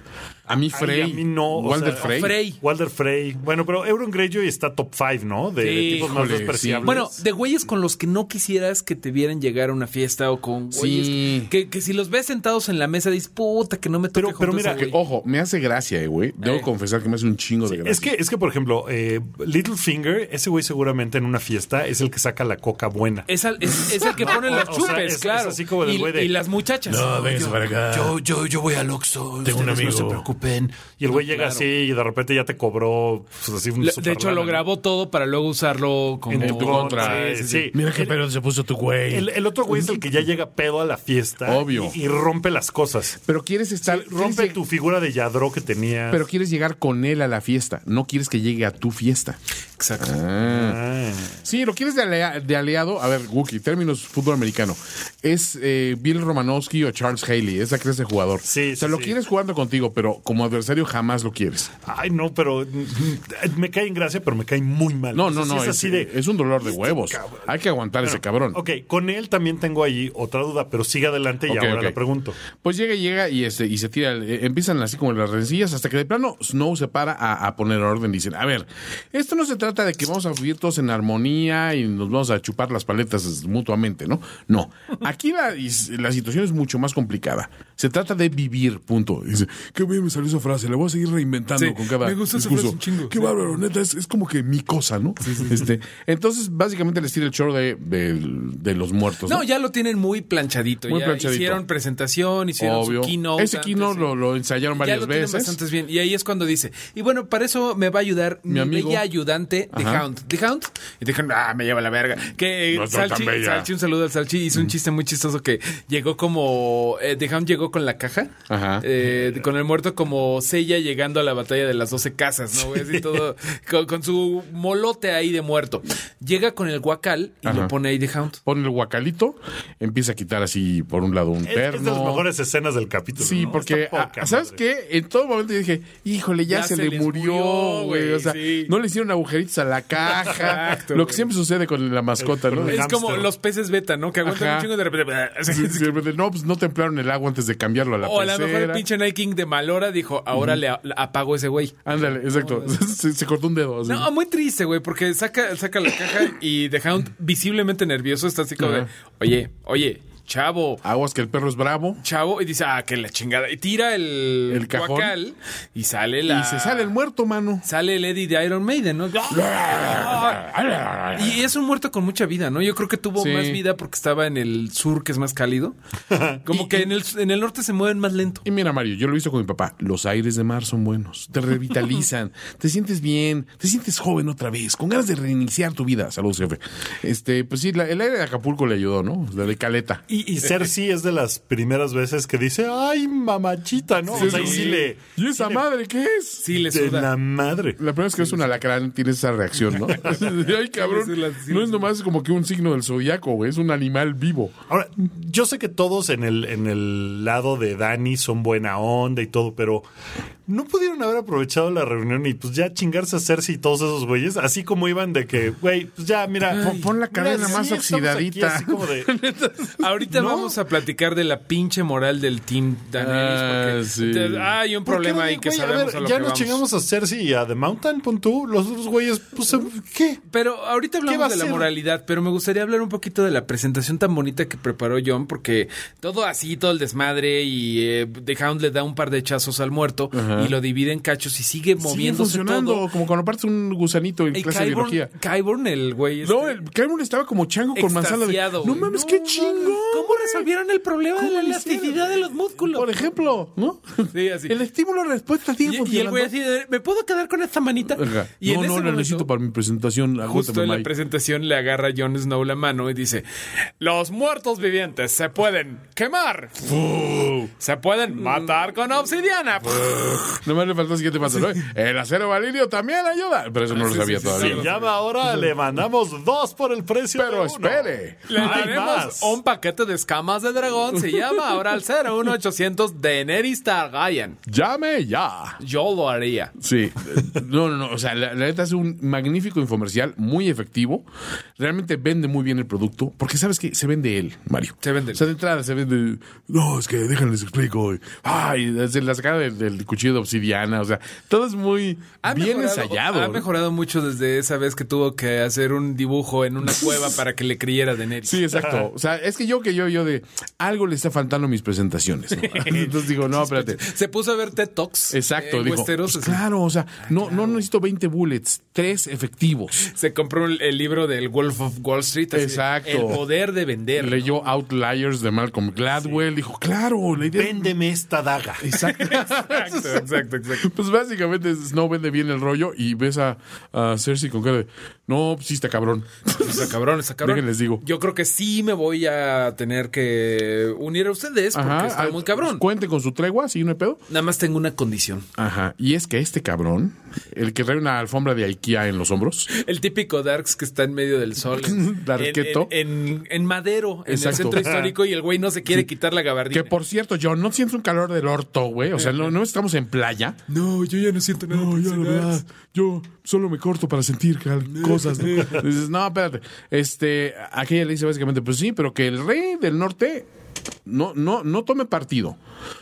S5: A mí
S7: Ay,
S5: Frey.
S7: a mí no. o
S5: Walder
S7: sea,
S5: Frey.
S6: Frey.
S7: Walder Frey. Bueno, pero Euron Greyjoy está top 5, ¿no? De, de
S6: Sí,
S7: tipos más
S5: híjole,
S7: despreciables.
S6: Bueno,
S5: Pues,
S6: de güeyes con los que no quisieras que te vieran llegar a una fiesta o con güeyes
S5: Sí.
S6: que, que si los ves sentados en la mesa dices, puta, que no me toque
S7: Pero- pero
S6: junto a
S7: mira,
S6: ese
S5: Que,
S6: güey".
S5: ojo, me hace gracia, eh, güey. Debo
S6: Eh.
S5: confesar que me hace un chingo de gracia.
S7: Es que, es que, por ejemplo, eh, Littlefinger, ese güey seguramente en una fiesta es el que saca la coca buena.
S6: es, al- es- es el que pone
S7: o-
S6: las
S7: o sea,
S6: chupes,
S7: es- es
S6: claro.
S7: así como del
S6: y,
S7: güey de-
S6: y las muchachas.
S5: vengas para acá.
S7: Yo, yo, yo voy al Oxxo. Tengo
S5: un amigo.
S7: No se preocupen. Y el güey llega así y de repente ya te cobró. pues, así un
S6: Le- de
S7: superlana,
S6: hecho, lo
S7: ¿no?
S6: grabó todo para luego usarlo como
S7: En tu contra.
S6: Sí, sí,
S7: Sí,
S6: sí.
S7: Mira
S5: qué pedo se puso tu güey.
S7: El, el otro güey es el que ya llega pedo a la fiesta.
S5: Obvio.
S7: Y, y rompe las cosas.
S5: Pero quieres estar. quieres
S7: Rompe
S5: lleg-
S7: tu figura de Yadro que tenías.
S5: Pero quieres llegar con él a la fiesta. No quieres que llegue a tu fiesta.
S6: Exacto.
S7: Ah.
S5: Sí, lo quieres de, alea- de aliado. A ver, Wookie, términos fútbol americano. Es eh, Bill Romanowski o Charles Haley, esa clase de jugador.
S7: Sí,
S5: o sea,
S7: sí,
S5: lo
S7: sí.
S5: quieres jugando contigo, pero como adversario jamás lo quieres.
S7: Ay, no, pero mm, me cae en gracia, pero me cae muy mal.
S5: No,
S7: O sea,
S5: no,
S7: sí
S5: no.
S7: Es
S5: Es,
S7: así de. este
S5: es un dolor de huevos. Hay que aguantar ese cabrón.
S7: Ok, con él también tengo ahí otra duda, pero sigue adelante y
S5: Ok,
S7: ahora
S5: ok.
S7: le pregunto.
S5: Pues llega y llega y, este, y se tira. eh, empiezan así como las rencillas hasta que de plano Snow se para a, a poner orden. Dicen, a ver, esto no se trata de que vamos a vivir todos en armonía y nos vamos a chupar las paletas mutuamente, ¿no? No. Aquí la, is- la situación es mucho más complicada. Se trata de vivir, punto. Dice, qué bien me salió esa frase, la voy a seguir reinventando
S6: Sí,
S5: con cada
S6: me gustó esa
S5: discurso.
S6: frase un chingo.
S5: Qué bárbaro, neta, es, es como que mi cosa, ¿no? Este, entonces, básicamente les tira el chorro de, de- de los muertos.
S6: No, ya lo tienen muy planchadito.
S5: Muy
S6: ya
S5: planchadito.
S6: Hicieron presentación, hicieron
S5: Obvio.
S6: su keynote.
S5: Ese
S6: antes,
S5: keynote
S6: sí.
S5: lo, lo ensayaron
S6: Ya
S5: varias
S6: lo tienen
S5: veces.
S6: bastante bien. Y ahí es cuando dice, y bueno, para eso me va a ayudar mi,
S5: amigo.
S6: bella ayudante, The
S5: Ajá.
S6: Hound. The Hound. Y The Hound, ah, me lleva la verga. Que eh,
S5: No es tan
S6: Salchi,
S5: bella. Mm.
S6: Salchi, un saludo al Salchi, hizo un chiste muy chistoso que llegó como, eh, The Hound llegó con la caja,
S5: Ajá.
S6: eh, con el muerto como sella llegando a la batalla de las 12 casas, ¿no? güey? Así todo, con, con su molote ahí de muerto. Llega con el guacal y
S5: Ajá.
S6: lo pone ahí The Hound.
S5: pone el guacalito, empieza a quitar así por un lado un
S7: Es, es
S5: perno.
S7: de las mejores escenas del capítulo.
S5: Sí,
S7: ¿no?
S5: porque,
S7: Está
S5: ah,
S7: poca
S5: ¿sabes
S7: madre.
S5: qué? En todo momento yo dije, híjole, ya,
S6: Ya
S5: se,
S6: se
S5: le
S6: les
S5: murió,
S6: murió,
S5: güey. O sea,
S6: sí.
S5: no le hicieron agujeritos a la caja.
S6: Exacto,
S5: lo que
S6: güey.
S5: siempre sucede con la mascota,
S7: El-
S5: ¿no?
S7: con el
S6: Es como
S7: hámster.
S6: los peces beta, ¿no? Que aguantan
S5: Ajá.
S6: un chingo y de repente...
S5: Sí, sí, de- no, pues no templaron el agua antes de cambiarlo a la
S6: O a lo mejor el
S5: pecera.
S6: pinche Night King de Malora dijo, ahora le a- le apago ese güey.
S5: Ándale, exacto. se, se cortó un dedo. así.
S6: No, muy triste, güey, porque saca, saca la caja y The Hound visiblemente nervioso está así como de,
S5: Ajá.
S6: oye, oye, chavo,
S5: Aguas que el perro es bravo.
S6: chavo, y dice, ah, que la chingada. Y tira el,
S5: El cajón.
S6: guacal y sale la...
S5: Y se sale el muerto, mano.
S6: Sale el Eddie de Iron Maiden, ¿no? Y es un muerto con mucha vida, ¿no? Yo creo que tuvo
S5: Sí.
S6: más vida porque estaba en el sur, que es más cálido. Como que en el, en el norte se mueven más lento.
S5: Y mira, Mario, yo lo he visto con mi papá. Los aires de mar son buenos. Te revitalizan. te sientes bien. Te sientes joven otra vez. Con ganas de reiniciar tu vida. Saludos, jefe. Este, pues sí, la- el aire de Acapulco le ayudó, ¿no? La de Caleta.
S7: Y, y Cersei es de las primeras veces que dice, ay, mamachita, ¿no? o sea, y sí le...
S5: ¿Y esa madre qué es?
S6: Sí, le
S7: de
S6: suda.
S7: la madre.
S5: La primera vez que ves un alacrán tienes esa reacción, ¿no? Ay, cabrón.
S6: Sí, sí, sí, sí.
S5: No es nomás como que un signo del zodiaco, güey. Es un animal vivo.
S7: Ahora, yo sé que todos en el, en el lado de Dani son buena onda y todo, pero no pudieron haber aprovechado la reunión y pues ya chingarse a Cersei y todos esos güeyes, así como iban de que, güey, pues ya, mira.
S5: Pon- pon la
S7: mira,
S5: cadena más
S7: estamos aquí,
S5: oxidadita.
S7: así como de,
S6: Ahorita
S7: ¿No?
S6: vamos a platicar de la pinche moral del team Daenerys.
S5: Ah, sí.
S6: porque te- hay un
S7: ¿por qué
S6: problema
S7: no?
S6: ahí que
S7: Güey, a
S6: sabemos
S7: ver,
S6: a lo
S7: ya
S6: que
S7: nos
S6: vamos.
S7: chingamos a Cersei y a The Mountain, pon tú, los otros güeyes, pues, ¿qué?
S6: Pero ahorita
S7: ¿Qué va a
S6: hablamos de la
S7: ser?
S6: moralidad, pero me gustaría hablar un poquito de la presentación tan bonita que preparó John, porque todo así, todo el desmadre y eh, The Hound le da un par de hechazos al muerto y lo divide en cachos y sigue
S5: Sigue
S6: moviéndose
S5: funcionando.
S6: todo.
S5: Como cuando partes un gusanito en
S6: Y
S5: clase de
S6: Qyburn-
S5: biología.
S6: Qyburn, el güey.
S5: No,
S6: este,
S5: el Cameron estaba como chango con manzana de...
S6: extasiado,
S5: No
S6: güey.
S5: mames, qué
S6: mames.
S5: chingón.
S6: ¿Cómo resolvieron el problema de la
S5: lo hicieron?
S6: elasticidad de los músculos?
S5: Por ejemplo, ¿no?
S6: Sí, así.
S5: El estímulo respuesta sigue
S6: Y, y el
S5: funcionando.
S6: güey así, de, ¿me puedo quedar con esta manita?
S5: Ajá. no,
S6: Y en
S5: no,
S6: ese
S5: la
S6: momento,
S5: necesito para mi presentación.
S6: Justo
S5: Aguántame,
S6: en la
S5: Mike.
S6: presentación le agarra Jon Snow la mano y dice, los muertos vivientes se pueden quemar, se pueden matar con obsidiana,
S5: Nomás le faltó el siguiente paso. ¿no? El acero valirio también ayuda. Pero eso no lo sabía
S7: Si
S5: todavía.
S7: llama ahora, le mandamos dos por el precio. de
S5: Pero
S7: uno.
S5: espere.
S6: Le
S7: Hay
S6: tenemos
S7: más.
S6: un paquete de escamas de dragón. Se llama ahora al 01800 Daenerys Targaryen.
S5: Llame ya.
S6: Yo lo haría.
S5: Sí. eh, No, no, no. O sea, la, la neta es un magnífico infomercial, muy efectivo. Realmente vende muy bien el producto, porque sabes que se vende él, Mario.
S6: Se vende él.
S5: O sea, de entrada se vende. No, es que déjenles explico. Ay, desde la sacada del, del cuchillo de obsidiana. O sea, todo es muy bien ensayado. ¿eh?
S6: Ha mejorado mucho desde esa vez que tuvo que hacer un dibujo en una cueva para que le creyera Daenerys.
S5: Sí, exacto. O sea, es que yo que yo, yo de algo le está faltando a mis presentaciones. ¿no? Entonces digo, no, espérate.
S6: Se puso a ver TED Talks.
S5: Exacto,
S6: eh,
S5: digo,
S6: Westeros, Ah,
S5: pues
S6: así.
S5: claro, o sea, no, no necesito 20 bullets, tres efectivos.
S6: Se compró el, el libro del Wolf of Wall Street. así de,
S5: Exacto.
S6: El poder de vender.
S5: Leyó Outliers de Malcolm Gladwell, dijo, claro, la idea...
S7: Véndeme esta daga.
S5: Exacto.
S6: Exacto, exacto, exacto.
S5: Pues básicamente Snow vende bien el rollo y ves a, a Cersei con cara de, no, pues sí está cabrón.
S6: Está cabrón, está cabrón.
S5: Déjenles digo.
S6: Yo creo que sí me voy a tener que unir a ustedes porque
S5: Ajá,
S6: está
S5: ah,
S6: muy cabrón.
S5: Cuente con su tregua, si no hay pedo.
S6: Nada más tengo una condición.
S5: Ajá. Y es que este cabrón, el que trae una alfombra de Ikea en los hombros,
S6: El típico Darks que está en medio del sol. en-
S5: Darketo.
S6: En, en- en madero, en el
S5: Exacto.
S6: centro histórico, y el güey no se quiere quitar la
S5: que
S6: gabardina.
S5: por cierto, John, no sientes un calor del orto, güey. O sea, no, no estamos en playa.
S6: No, yo ya no siento nada. por ese Darks.
S5: yo solo me corto para sentir cosas. Dices, no, espérate. Este, aquella le dice básicamente, pues sí, pero que el rey del norte no, no, no tome partido.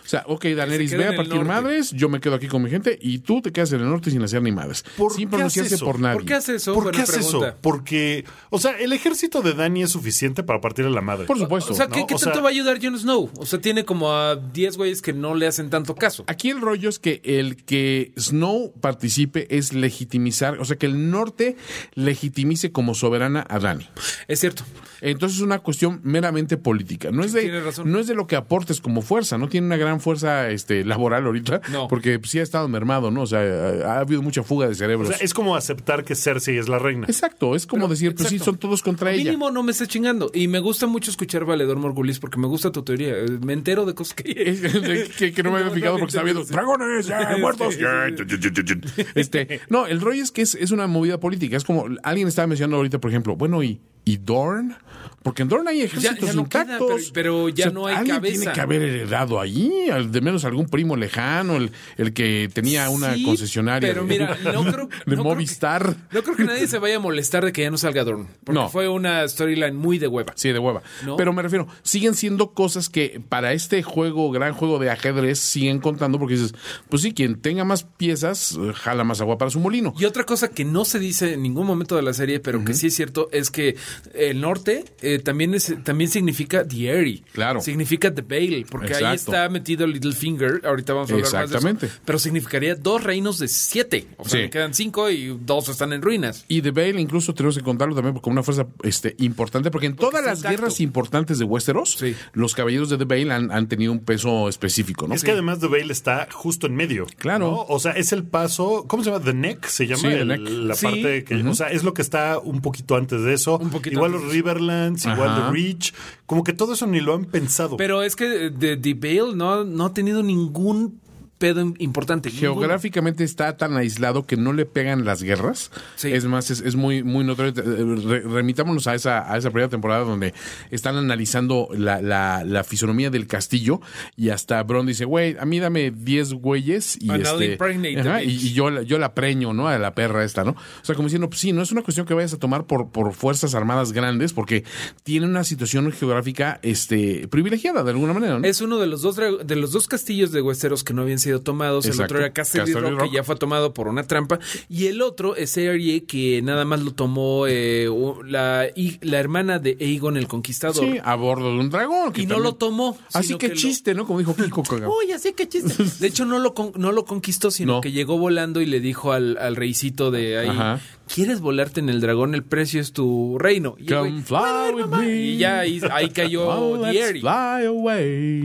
S5: O sea, ok, Daenerys,
S6: quede
S5: ve
S6: en
S5: a
S6: el
S5: partir
S6: norte.
S5: madres, yo me quedo aquí con mi gente y tú te quedas en el norte sin hacer ni madres.
S7: ¿Por
S5: sin
S7: qué
S5: pronunciarse
S7: hace eso?
S5: por nadie.
S6: ¿Por qué hace eso?
S7: ¿Por
S6: Buena
S7: qué hace
S6: pregunta.
S7: eso? Porque, o sea, el ejército de Dani es suficiente para partir a la madre.
S5: Por supuesto.
S6: O sea, ¿qué,
S7: No,
S6: qué
S7: o
S6: tanto
S7: sea-
S6: va a ayudar Jon Snow? O sea, tiene como a 10 güeyes que no le hacen tanto caso.
S5: Aquí el rollo es que el que Snow participe es legitimizar, o sea, que el norte legitimice como soberana a Dani.
S6: Es cierto.
S5: Entonces es una cuestión meramente política. No es de,
S6: Tienes razón.
S5: no es de lo que aportes como fuerza. No tiene una gran fuerza este, laboral ahorita.
S6: No.
S5: Porque pues, sí ha estado mermado, ¿no? O sea, ha, ha habido mucha fuga de
S7: O
S5: cerebros.
S7: sea, es como aceptar que Cersei es la reina.
S5: Exacto. Es como decir, pues sí,
S6: exacto.
S5: son todos contra ella.
S6: Mínimo no me esté chingando. Y me gusta mucho escuchar Valedor Morgulis porque me gusta tu teoría. Eh, Me entero de cosas que...
S5: Es- de- que, que no me había fijado porque estaba viendo dragones, ya, muertos. ya, ya, ya, ya, ya". Este, no, el rollo es que es, es una movida política. Es como alguien estaba mencionando ahorita, por ejemplo, bueno, y, y Dorn, porque en Dorn hay ejércitos
S6: ya no queda,
S5: intactos.
S6: pero- pero ya no hay
S5: alguien
S6: cabeza.
S5: Tiene que haber heredado ahí, al- de menos algún primo lejano, el, el que tenía una
S6: Sí,
S5: concesionaria.
S6: Pero
S5: de-
S6: mira, no
S5: de
S6: creo, no creo
S5: Movistar.
S6: que- no creo que nadie se vaya a molestar de que ya no salga Dorn. Porque
S5: No.
S6: fue una storyline muy de hueva.
S5: Sí, de hueva.
S6: ¿No?
S5: Pero me refiero, siguen siendo cosas que para este juego, gran juego de ajedrez, siguen contando porque dices, pues sí, quien tenga más piezas, eh, jala más agua para su molino.
S6: Y otra cosa que no se dice en ningún momento de la serie, pero que sí es cierto, es que el norte eh, también es también significa The Airy.
S5: Claro.
S6: Significa The Vale, porque ahí
S5: Exacto.
S6: está metido Littlefinger. Ahorita vamos a hablar más de
S5: Exactamente.
S6: eso. Pero significaría dos reinos de siete. O sea,
S5: Sí.
S6: me quedan cinco y dos están en ruinas.
S5: Y The Bale incluso tenemos que contarlo también como una fuerza este, importante, porque en todas
S6: está
S5: las
S6: intacto.
S5: guerras importantes de Westeros,
S6: Sí.
S5: los caballeros de The Bale han, han tenido un peso específico, ¿no?
S7: Es que además The Vale está justo en medio.
S5: Claro.
S7: ¿no? O sea, es el paso. ¿Cómo se llama? The Neck se llama.
S5: Sí, The
S7: el-
S5: Neck.
S7: La
S6: Sí.
S7: parte que. O sea, es lo que está un poquito antes de eso.
S6: Un poquito
S7: igual
S6: antes
S7: los Riverlands, igual
S5: Ajá.
S7: The Reach. Como que todo eso ni lo han pensado.
S6: Pero es que eh, The, The Vale no, no ha tenido ningún pedo im- importante. ninguno.
S5: Geográficamente está tan aislado que no le pegan las guerras.
S6: Sí.
S5: Es más, es, es muy, muy notorio. Eh, Re- Remitámonos a esa, a esa primera temporada donde están analizando la, la, la fisonomía del castillo y hasta Bron dice, güey, a mí dame 10 güeyes y,
S6: And I'll
S5: este,
S6: impregnate
S5: ajá,
S6: the
S5: y,
S6: bitch."
S5: y yo, la- yo la preño, ¿no? A la perra esta, ¿no? O sea, como diciendo, pues sí, no es una cuestión que vayas a tomar por, por fuerzas armadas grandes porque tiene una situación geográfica este, privilegiada de alguna manera, ¿no?
S6: Es uno de los dos dra- de los dos castillos de Westeros que no habían sido tomados. El
S5: Exacto.
S6: otro era Casterly,
S5: Casterly
S6: Rock,
S5: Rock.
S6: que ya fue tomado por una trampa. Y el otro es Aerye, que nada más lo tomó eh, u- la, hi- la hermana de Aegon el Conquistador.
S5: Sí, a bordo de un dragón. que
S6: Y no
S5: también-
S6: lo tomó.
S5: Así
S6: sino
S5: que,
S6: lo-
S5: chiste, ¿no? Como dijo Kiko Kaga.
S6: Uy, así que chiste. De hecho, no lo, con- no lo conquistó, sino
S5: No.
S6: que llegó volando y le dijo al, al reycito de ahí:
S5: Ajá.
S6: ¿Quieres volarte en el dragón? El precio es tu reino. Y, el
S5: Come
S6: güey,
S5: fly
S6: "Bueno,
S5: with
S6: mamá".
S5: me.
S6: Y ya ahí, ahí
S5: Oh,
S6: cayó
S5: let's
S6: Dieri.
S5: fly away.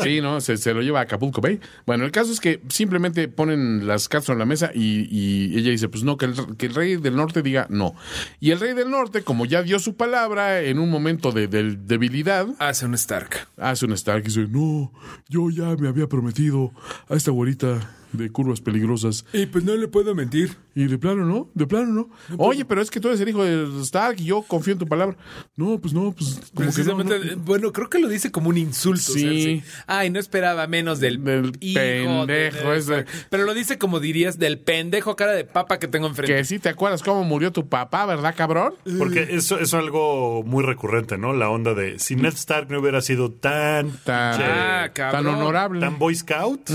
S5: Sí, no, se, se lo lleva a Acapulco Bay. Bueno, el caso es que simplemente ponen las cartas en la mesa y, y ella dice, pues no, que el, que el rey del norte diga no. Y el rey del norte, como ya dio su palabra en un momento de, de debilidad,
S6: Hace un Ah, Stark.
S5: hace un Stark y dice, no, yo ya me había prometido a esta güerita de curvas peligrosas.
S6: Y pues no le puedo mentir.
S5: Y de plano, ¿no? De plano, ¿no? Oye, pero es que tú eres el hijo de Stark y yo confío en tu palabra. No, pues no, pues como que no, no.
S6: Precisamente, bueno, creo que lo dice como un insulto.
S5: Sí.
S6: Cersei. Ay, no esperaba menos del,
S5: Del
S6: hijo de-
S5: pendejo ese.
S6: Pero lo dice como dirías del pendejo cara de papa que tengo enfrente.
S5: Que sí te acuerdas cómo murió tu papá, ¿verdad, cabrón?
S7: Porque eso eso es algo muy recurrente, ¿no? La onda de si Ned Stark no hubiera sido tan,
S5: Tan,
S6: Ah, cabrón.
S5: tan honorable.
S7: tan Boy Scout,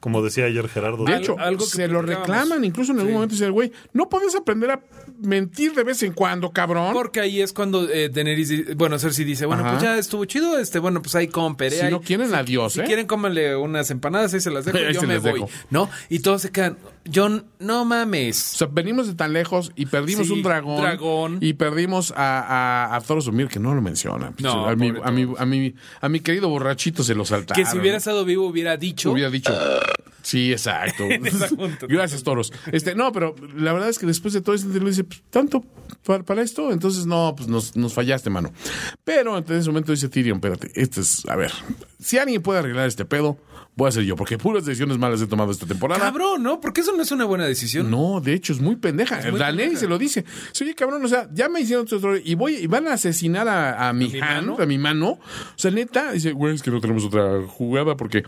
S7: como decía ayer Gerardo.
S5: De
S6: Al-
S5: hecho,
S6: algo que
S5: se lo
S6: platicábamos.
S5: reclaman, incluso en algún momento dice el güey, no puedes aprender a mentir de vez en cuando, cabrón.
S6: Porque ahí es cuando eh, Daenerys, di- bueno, Cersei dice, bueno,
S5: Ajá.
S6: pues ya estuvo chido, este, bueno, pues ahí compere.
S5: si no quieren, adiós,
S6: Si
S5: ¿eh?
S6: quieren, cómanle unas empanadas, ahí se las dejo,
S5: Ahí
S6: yo
S5: se
S6: me
S5: las
S6: voy.
S5: dejo.
S6: ¿No? Y todos se quedan, John, no mames.
S5: O sea, venimos de tan lejos y perdimos
S6: Sí,
S5: un dragón,
S6: dragón.
S5: y perdimos a, a, a Thor Sumir, que no lo menciona.
S6: No,
S5: a, mi,
S6: pobre
S5: a, mi, a, mi, a mi querido borrachito se lo saltaron.
S6: Que si hubiera estado vivo hubiera dicho.
S5: Hubiera dicho. Sí, exacto.
S6: esa junta.
S5: Gracias, toros. Este, no, pero la verdad es que después de todo ese le dice, pues, tanto pa- para, esto, entonces no, pues nos, nos fallaste, mano. Pero en ese momento dice Tyrion, espérate, este es, a ver, si alguien puede arreglar este pedo, voy a ser yo, porque puras decisiones malas he tomado esta temporada.
S6: Cabrón, ¿no? Porque eso no es una buena decisión.
S5: No, de hecho es muy pendeja.
S6: muy
S5: Daenerys
S6: pendeja.
S5: se lo dice. Dice, Oye, cabrón, o sea, ya me hicieron otro troll y voy y van a asesinar a, a mi,
S6: mi
S5: hand,
S6: mano?
S5: a mi mano. O sea, neta, dice, güey, es que no tenemos otra jugada porque,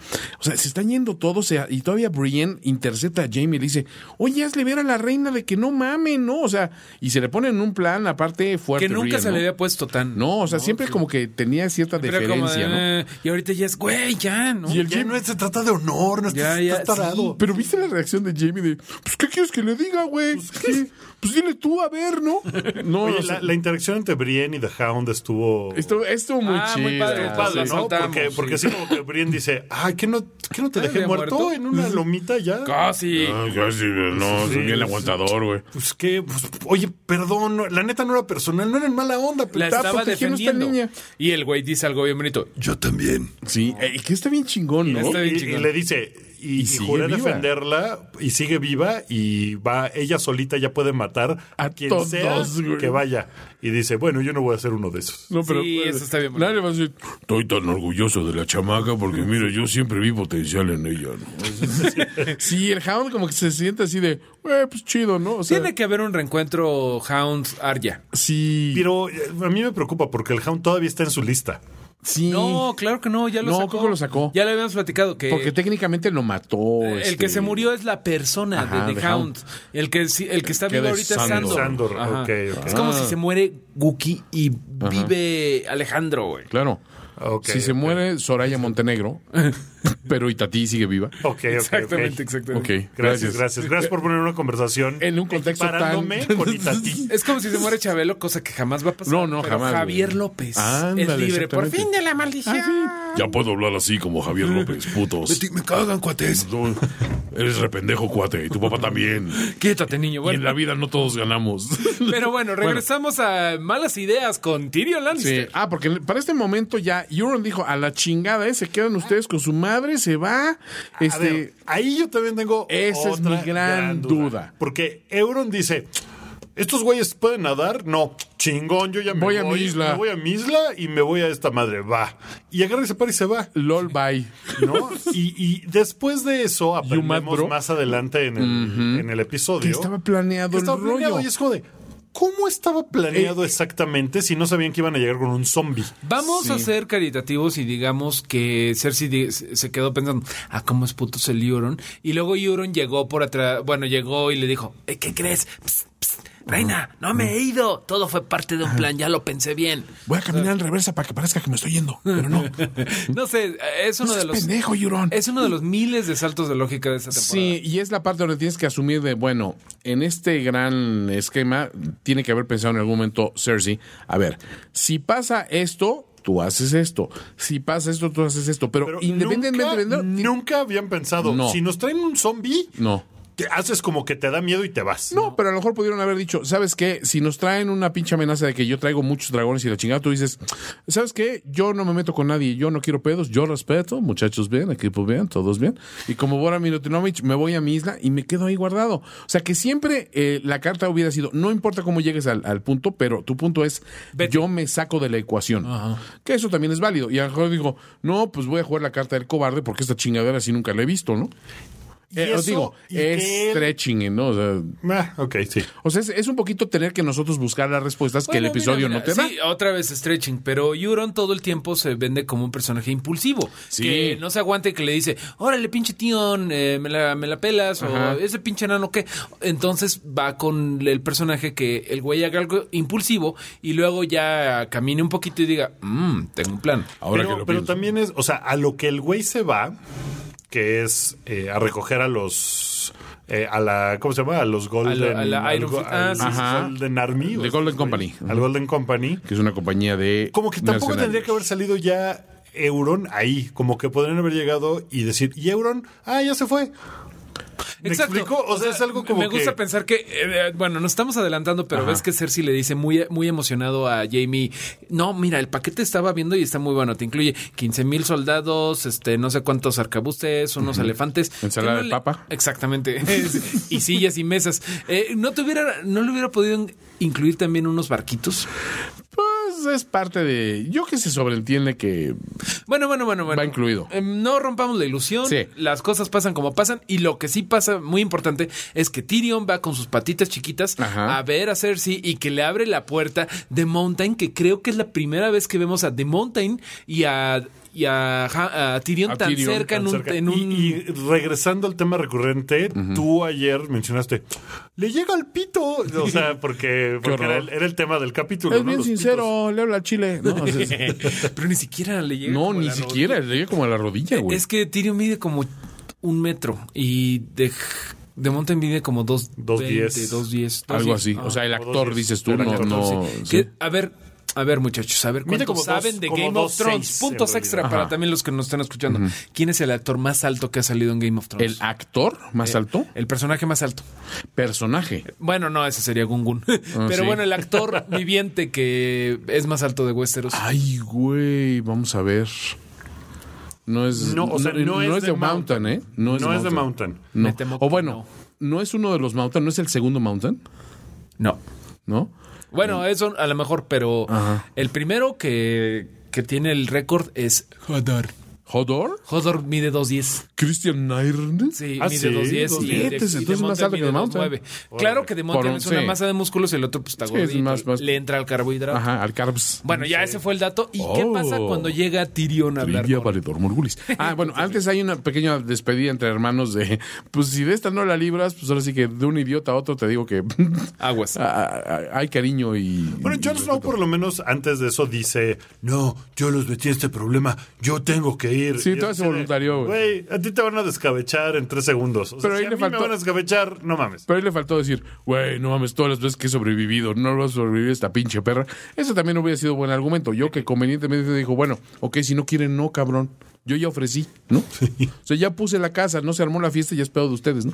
S5: o sea, se están yendo todos se- y todavía Brienne intercepta a Jamie y le dice, oye, hazle ver a la reina de que no mamen, ¿no? O sea, y se le pone en un plan aparte fuerte.
S6: que nunca
S5: Brienne,
S6: se le
S5: ¿no?
S6: había puesto tan.
S5: No, o sea, siempre como que tenía cierta
S6: Pero era como de,
S5: deferencia, ¿no?
S6: "Eh", Y ahorita ya es, güey, ya, ¿no?
S5: Y el
S7: Ya
S5: Jamie-
S7: no es- se trata de honor, no
S6: Ya,
S7: estás,
S6: ya,
S7: estás tarado.
S5: Pero viste la reacción de Jamie de, pues, ¿qué quieres que le diga, güey? Pues, pues dile tú, a ver, ¿no? No,
S7: Oye,
S5: o sea,
S7: la, la interacción entre Brienne y The Hound estuvo...
S5: estuvo, estuvo muy
S6: Ah,
S5: chido.
S6: muy padre,
S5: Sí.
S7: padre,
S6: sí,
S7: ¿no?
S6: saltamos,
S7: Porque, porque
S6: sí.
S7: así como que Brienne dice, ay, ¿qué no, qué no te
S6: Ay,
S7: dejé
S6: ¿había
S7: muerto?
S6: muerto?
S7: en una lomita ya?
S6: Casi.
S5: Ah, casi, no, soy bien aguantador, güey.
S7: Pues que, pues, oye, perdón, no- la neta no era personal, no era en mala onda. Pero
S6: La
S5: Está
S6: estaba
S5: protegiendo a esta
S6: defendiendo.
S5: niña.
S6: Y el güey dice algo bien bonito.
S7: Yo también.
S5: Sí, eh, y que está bien chingón, ¿no?
S6: Está
S7: Y,
S6: bien
S7: y
S6: chingón.
S7: le dice, y,
S5: Y
S7: y
S5: sigue
S7: juré
S5: viva.
S7: defenderla, y sigue viva, y va, ella solita ya puede matar a,
S5: A
S7: quien
S5: todos,
S7: sea
S5: güey.
S7: que vaya. Y dice, bueno, yo no voy a ser uno de esos.
S5: No, pero,
S6: Sí, eso está bien bonito.
S5: Nadie va a decir, estoy tan orgulloso de la chamaca porque, mira, yo siempre vi potencial en ella, ¿no? sí, el Hound como que se siente así de, güey, pues chido, ¿no? O sea,
S6: Tiene que haber un reencuentro Hound Arya.
S5: sí,
S7: Pero eh, a mí me preocupa porque el Hound todavía está en su lista.
S5: sí.
S6: No, claro que no, ya lo
S5: No,
S6: sacó.
S5: creo que lo sacó.
S6: Ya lo habíamos platicado que
S5: porque técnicamente lo mató.
S6: el
S5: este,
S6: que se murió es la persona
S5: Ajá,
S6: de The
S5: The
S6: Hound. El que sí- el que está
S5: Que
S6: vivo
S5: de
S6: ahorita es
S5: Sandor. Ah.
S6: Sandor.
S7: Sandor,
S6: Ajá.
S7: ok, ok.
S6: Es como si se muere Guki y vive Alejandro, güey.
S5: Claro.
S7: Ok,
S5: si se
S7: ok.
S5: muere Soraya Montenegro, pero Itatí sigue viva.
S7: Ok, ok, ok.
S6: Exactamente, exactamente.
S5: Ok,
S7: Gracias, gracias. Gracias por poner una conversación
S5: En un contexto tan-
S7: equiparándome con Itatí.
S6: Es como si se muere Chabelo, cosa que jamás va a pasar.
S5: No, no,
S6: pero
S5: jamás,
S6: Javier
S5: güey.
S6: López es
S5: Ándale,
S6: libre por
S5: exactamente.
S6: fin de la maldición.
S2: Ah,
S5: Ya puedo hablar así como Javier López, putos.
S6: Me cagan, cuates.
S5: No, Eres rependejo, cuate, y tu papá también.
S6: Quítate, niño.
S5: Y en la
S6: Bueno,
S5: vida no todos ganamos.
S6: pero bueno, regresamos a malas ideas con Tyrion
S5: Sí.
S6: Lannister.
S5: Ah, porque para este momento ya Euron dijo a la chingada, ¿eh? se quedan ustedes con su madre, se va.
S7: A
S5: Este,
S7: ver, ahí yo también tengo
S5: Esa es
S7: otra
S5: mi gran duda.
S7: Porque Euron dice, ¿estos güeyes pueden nadar? No, chingón, yo ya me
S5: Voy
S7: voy.
S5: a mi isla.
S7: Me voy a mi isla y me voy a esta madre, va. Y agarra ese par y se va.
S5: lol, bye.
S7: ¿no? y, y después de eso
S5: mad, bro?
S7: aprendemos más adelante en el, en el episodio.
S5: Que estaba planeado
S7: que
S5: el
S7: estaba planeado
S5: rollo.
S7: y es como de, ¿Cómo estaba planeado exactamente si no sabían que iban a llegar con un zombie?
S6: Vamos a ser caritativos y digamos que Cersei di- se quedó pensando, ah, cómo es puto el Euron. Y luego Euron llegó por atrás, bueno, llegó y le dijo, "Eh, ¿qué crees? Psst, psst, reina, no me he ido. Todo fue parte de un plan, ya lo pensé bien.
S5: Voy a caminar en reversa para que parezca que me estoy yendo, pero no.
S6: No sé, es uno de
S5: seas
S6: los...
S5: Pues pendejo, Euron.
S6: Es uno de los miles de saltos de lógica de esta temporada.
S5: Sí, y es la parte donde tienes que asumir de, bueno, en este gran esquema tiene que haber pensado en algún momento Cersei, a ver, si pasa esto, tú haces esto, si pasa esto, tú haces esto, pero,
S7: Pero
S5: independientemente
S7: nunca,
S5: de...
S7: nunca habían pensado,
S5: No.
S7: si nos traen un zombie,
S5: No.
S7: te haces como que te da miedo y te vas.
S5: No, pero a lo mejor pudieron haber dicho, ¿sabes qué? Si nos traen una pinche amenaza de que yo traigo muchos dragones y la chingada, tú dices, ¿sabes qué? Yo no me meto con nadie, yo no quiero pedos, yo respeto, muchachos bien, equipo bien, todos bien. Y como Bora Milutinovich, me voy a mi isla y me quedo ahí guardado. O sea, que siempre eh, la carta hubiera sido, no importa cómo llegues al, al punto, pero tu punto es,
S6: Vete.
S5: yo me saco de la ecuación. Que eso también es válido. Y a lo mejor digo, no, pues voy a jugar la carta del cobarde porque esta chingadera así nunca la he visto, ¿no?
S7: Y
S5: Eh, os
S7: eso,
S5: digo,
S7: y
S5: es
S7: que él-
S5: stretching, ¿no? O sea,
S7: Ah, ok, sí.
S5: o sea, es, es un poquito tener que nosotros buscar las respuestas que el
S6: Bueno, mira,
S5: episodio
S6: mira,
S5: no te da.
S6: Sí, otra vez stretching, pero Euron todo el tiempo se vende como un personaje impulsivo.
S5: Sí.
S6: Que no se aguante que le dice, órale, pinche tío, eh, me, la, me la pelas,
S5: Ajá.
S6: o ese pinche nano que. Entonces va con el personaje que el güey haga algo impulsivo y luego ya camine un poquito y diga, mmm, tengo un plan.
S5: Ahora
S7: pero,
S5: que lo
S7: pero
S5: pienso.
S7: también es, o sea, a lo que el güey se va, que es eh, a recoger a los. eh, a la, ¿cómo se llama? A los Golden.
S6: a la
S7: al
S6: Iron
S7: go-
S6: Fist. Ah,
S7: al
S6: sí, sí, sí.
S7: Golden Army. o
S5: The
S7: sea,
S5: Golden
S7: güey,
S5: Company.
S7: Al Golden Company.
S5: Que es una compañía de.
S7: Como que tampoco
S5: mercenarios.
S7: tendría que haber salido ya Euron ahí. Como que podrían haber llegado y decir, ¿y Euron? Ah, ya se fue. ¿Me explico? O, sea, es algo como
S6: Me gusta
S7: que-
S6: pensar que, eh, bueno, nos estamos adelantando, pero ves que Cersei le dice muy, muy emocionado a Jamie, no, mira, el paquete estaba viendo y está muy bueno, te incluye 15 mil soldados, este, no sé cuántos arcabustes, unos elefantes.
S5: Ensalada
S6: Que no
S5: de
S6: le-
S5: papa.
S6: Exactamente. Es- y sillas y mesas. Eh, no te hubiera, no le hubiera podido incluir también unos barquitos.
S5: Pues es parte de. Yo que se sobreentiende que.
S6: Bueno, bueno, bueno, bueno.
S5: Va incluido.
S6: Eh, no rompamos la ilusión.
S5: Sí.
S6: Las cosas pasan como pasan. Y lo que sí pasa, muy importante, es que Tyrion va con sus patitas chiquitas
S5: Ajá.
S6: a ver a Cersei y que le abre la puerta de Mountain, que creo que es la primera vez que vemos a The Mountain y a, y a, Ja- a Tyrion
S5: A
S6: tan
S5: Tyrion
S6: cerca en
S7: tan
S6: un.
S7: cerca.
S6: en
S7: Y-
S6: un-
S7: Y, regresando al tema recurrente, tú ayer mencionaste, le llega al pito. O sea, porque, porque era, el,
S5: horror.
S7: era el tema del capítulo.
S5: es
S7: ¿no?
S5: bien
S7: Los pitos.
S5: sincero, le habla al chile. No, o sea, es-
S6: Pero ni siquiera le llega.
S5: no,
S6: como
S5: ni
S6: la rodilla.
S5: siquiera. Le llega como a la rodilla, güey.
S6: Es que Tyrion mide como un metro y de, de Mountain mide como dos.
S7: Dos diez.
S6: veinte, Dos diez. dos
S5: Algo
S6: diez.
S5: así.
S6: Ah.
S5: O sea, el
S7: Como dos
S5: actor,
S7: diez.
S5: dices tú,
S7: El
S5: no.
S7: actor,
S5: no
S6: Que-
S5: sí.
S6: A ver, a ver, muchachos, a ver
S7: Mide
S6: cuánto
S7: como
S6: saben
S7: dos-
S6: de
S7: como
S6: Game
S7: dos
S6: of Thrones.
S7: seis,
S6: Puntos
S7: en
S6: extra
S7: realidad.
S6: para también los que nos están escuchando. ¿Quién es el actor más alto que ha salido en Game of Thrones? Eh,
S5: El actor más
S7: Eh.
S5: alto,
S6: El personaje más alto.
S5: personaje.
S6: Bueno, no, ese sería Gungun. Pero
S5: Ah, sí.
S6: bueno, el actor viviente que es más alto de Westeros.
S5: Ay, güey, vamos a ver. No es,
S7: No, o sea, no es
S5: de
S7: de
S5: Mountain, ¿eh?
S7: No es de Mountain.
S5: No.
S6: Me temo
S5: O
S6: que
S5: bueno, no. es uno de los Mountain, no es el segundo Mountain,
S6: No.
S5: ¿no?
S6: Bueno, eso a lo mejor, pero el primero que, que tiene el récord es Hodor.
S5: Hodor,
S6: Hodor mide 2'10".
S5: Christian Nairn.
S6: Sí,
S5: Ah,
S6: mide 2.10 y, de-
S5: Neta,
S6: y de
S5: entonces es más
S6: Mountain
S5: alto que
S6: mide
S5: el Mountain.
S6: 2.9. Claro que de Mountain
S5: Por-
S6: es una
S5: sí.
S6: masa de músculos, el otro pues está
S5: Sí, es
S6: gordito,
S5: más- más-
S6: le entra al carbohidrato.
S5: Ajá, al Carbs.
S6: Bueno, ya ese fue el dato. ¿Y qué
S5: Oh.
S6: pasa cuando llega Tyrion a hablar
S5: Trivia
S6: con-
S5: valedor Morgulis. Ah, bueno, antes hay una pequeña despedida entre hermanos de, pues si de esta no la libras, pues ahora sí que de un idiota a otro te digo que
S6: Aguas.
S5: a- a- a- hay cariño y...
S7: Bueno, Jon Snow por lo menos antes de eso dice, no, yo los metí en este problema, yo tengo que ir.
S5: Sí,
S7: Y
S5: todo
S7: es
S5: es
S7: así de,
S5: voluntario, güey.
S7: Güey, a ti te van a descabechar en tres segundos. O sea,
S5: Pero
S7: si
S5: ahí
S7: a
S5: le
S7: mí
S5: faltó-
S7: me van a descabechar, no mames.
S5: Pero ahí le faltó decir, güey, no mames, todas las veces que he sobrevivido, no lo vas a sobrevivir esta pinche perra. Eso también hubiera sido buen argumento. Yo que convenientemente dijo, bueno, ok, si no quieren, no, cabrón. Yo ya ofrecí, ¿no? O sea, ya puse la casa, no se armó la fiesta y ya es pedo de ustedes, ¿no?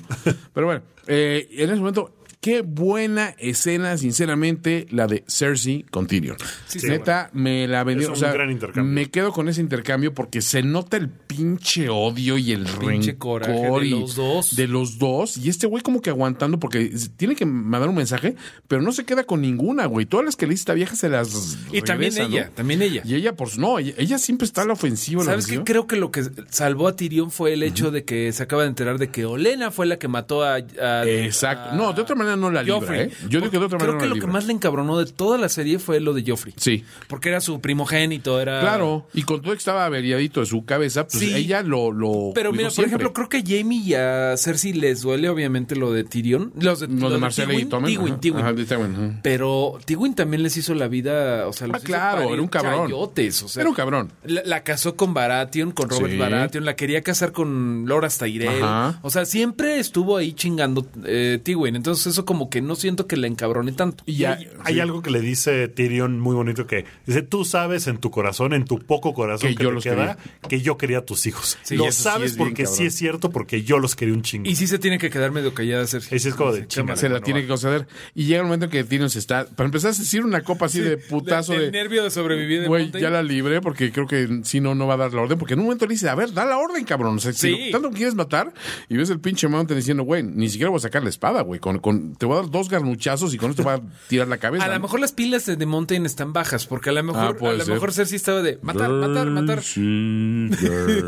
S5: Pero bueno, eh, en ese momento, qué buena escena, sinceramente, la de Cersei con Tyrion. Neta, me la vendió.
S7: Es un
S5: o sea,
S7: gran intercambio.
S5: me quedo con ese intercambio porque se nota el pinche odio y el
S6: pinche
S5: rencor
S6: coraje de
S5: y-
S6: los dos.
S5: de los dos. Y este güey como que aguantando porque tiene que mandar un mensaje, pero no se queda con ninguna, güey. Todas las que le dice esta vieja se las
S6: Y también
S5: regresa, ¿no?
S6: ella, también ella.
S5: Y ella, pues no, ella, ella siempre está a la ofensiva. a la
S6: ¿Sabes qué?
S5: ofensiva.
S6: Creo que lo que salvó a Tyrion fue el hecho de que se acaba de enterar de que Olena fue la que mató a. a-
S5: Exacto. No, de otra manera no la libra, ¿eh? Yo digo que de otra
S6: Creo
S5: manera
S6: que
S5: no la
S6: lo que
S5: libra.
S6: más le encabronó de toda la serie fue lo de Joffrey.
S5: Sí.
S6: Porque era su primogénito, era.
S5: Claro, y con todo que estaba averiadito de su cabeza, pues
S6: Sí.
S5: ella lo, lo
S6: Pero
S5: cuidó
S6: mira, por
S5: siempre.
S6: ejemplo, creo que a Jamie y a Cersei les duele obviamente lo de Tyrion. Los de,
S5: lo
S6: lo
S5: de Marcela y
S6: Tywin,
S5: Tommen.
S6: Tywin,
S5: ajá,
S6: Tywin.
S5: ajá, de Tywin, ajá.
S6: Pero Tywin también les hizo la vida, o sea, los
S5: Ah,
S6: hizo
S5: claro,
S6: parir
S5: era un cabrón.
S6: chayotes, o sea.
S5: Era un cabrón.
S6: La, la casó con Baratheon, con Robert
S5: Sí.
S6: Baratheon, la quería casar con Laura Tyrell.
S5: Ajá.
S6: O sea, siempre estuvo ahí chingando eh, Tywin. Entonces eso como que no siento que la encabrone tanto.
S5: Y ya-
S7: hay, hay algo que le dice Tyrion muy bonito que dice, tú sabes en tu corazón, en tu poco corazón
S5: Que
S7: que,
S5: yo
S7: te
S5: los
S7: queda, que yo quería a tus hijos.
S6: Sí,
S7: Lo
S6: eso sí
S7: sabes
S5: es bien
S7: porque sí
S5: cabrón.
S7: es cierto, porque yo los quería un chingo.
S6: Y sí se tiene que quedar medio callada Cersei.
S7: Y sí es como de
S5: se
S7: chinga.
S5: la tiene que conceder. Y llega el momento en que Tyrion se está. Para empezar a decir una copa así de putazo
S6: De-
S5: de.
S6: del nervio de sobrevivir de
S5: Güey,
S6: Mountain.
S5: ya la libré porque creo que si no, no va a dar la orden. Porque en un momento le dice, a ver, da la orden, cabrón. O sea, si
S6: Sí.
S5: lo- tanto quieres matar y ves el pinche Mountain diciendo, güey, ni siquiera voy a sacar la espada, güey. Con, con, te voy a dar dos garnuchazos y con esto va a tirar la cabeza.
S6: A lo
S5: ¿no?
S6: mejor las pilas de The Mountain están bajas, porque a lo mejor,
S5: Ah, puede
S6: a lo
S5: ser.
S6: mejor Cersei estaba de matar, matar, matar.
S5: Sí,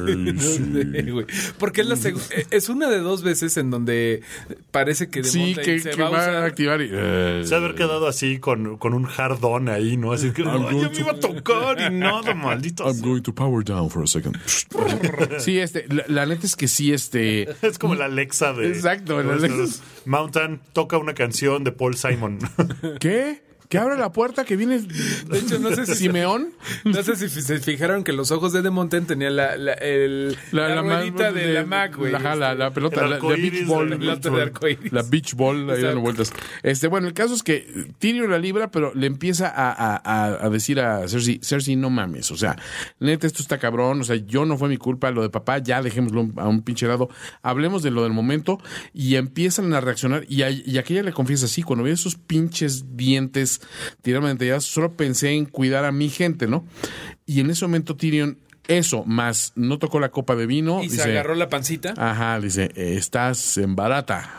S6: Sí, güey. Porque es, la seg- eh, es una de dos veces en donde parece que The
S5: Sí,
S6: Mountain
S5: que,
S6: se
S5: que
S6: va,
S5: va,
S6: a
S5: a
S6: usar.
S5: activar y, eh,
S7: Se ha de haber quedado así con, con un jardón ahí, ¿no? Así que "Ay, yo me iba a tocar y nada, maldito.
S5: I'm going to power down for a second. sí, este, la, la neta es que sí, este.
S7: Es como la Alexa de.
S5: Exacto,
S7: de
S5: la
S7: nuestros-
S5: Alexa.
S7: Mountain toca una canción de Paul Simon.
S5: ¿Qué? ¿Que abra la puerta que viene
S6: De hecho, no sé si
S5: Simeón?
S6: No sé si se fijaron que los ojos de The Mountain tenían la, la, el, la,
S5: ma-
S6: ruedita de, la Mac, güey. Este,
S5: La, ajá, la- la pelota,
S7: El
S5: la, la
S7: arcoíris
S5: beach
S7: de
S5: ball.
S7: la
S6: pelota de arcoíris.
S5: La beach ball, ahí
S6: Exacto.
S5: dando vueltas. Este, bueno, el caso es que Tyrion la libra, pero le empieza a, a- a- a decir a Cersei, Cersei, no mames, o sea, neta, esto está cabrón, o sea, yo no fue mi culpa, lo de papá, ya dejémoslo a un pinche lado, hablemos de lo del momento, y empiezan a reaccionar, y, a- y aquella le confiesa, sí, cuando vi esos pinches dientes tirando dentelladas, solo pensé en cuidar a mi gente, ¿no? Y en ese momento Tyrion... Eso, más no tocó la copa de vino.
S6: Y se
S5: dice,
S6: agarró la pancita.
S5: Ajá, dice, eh, estás en barata.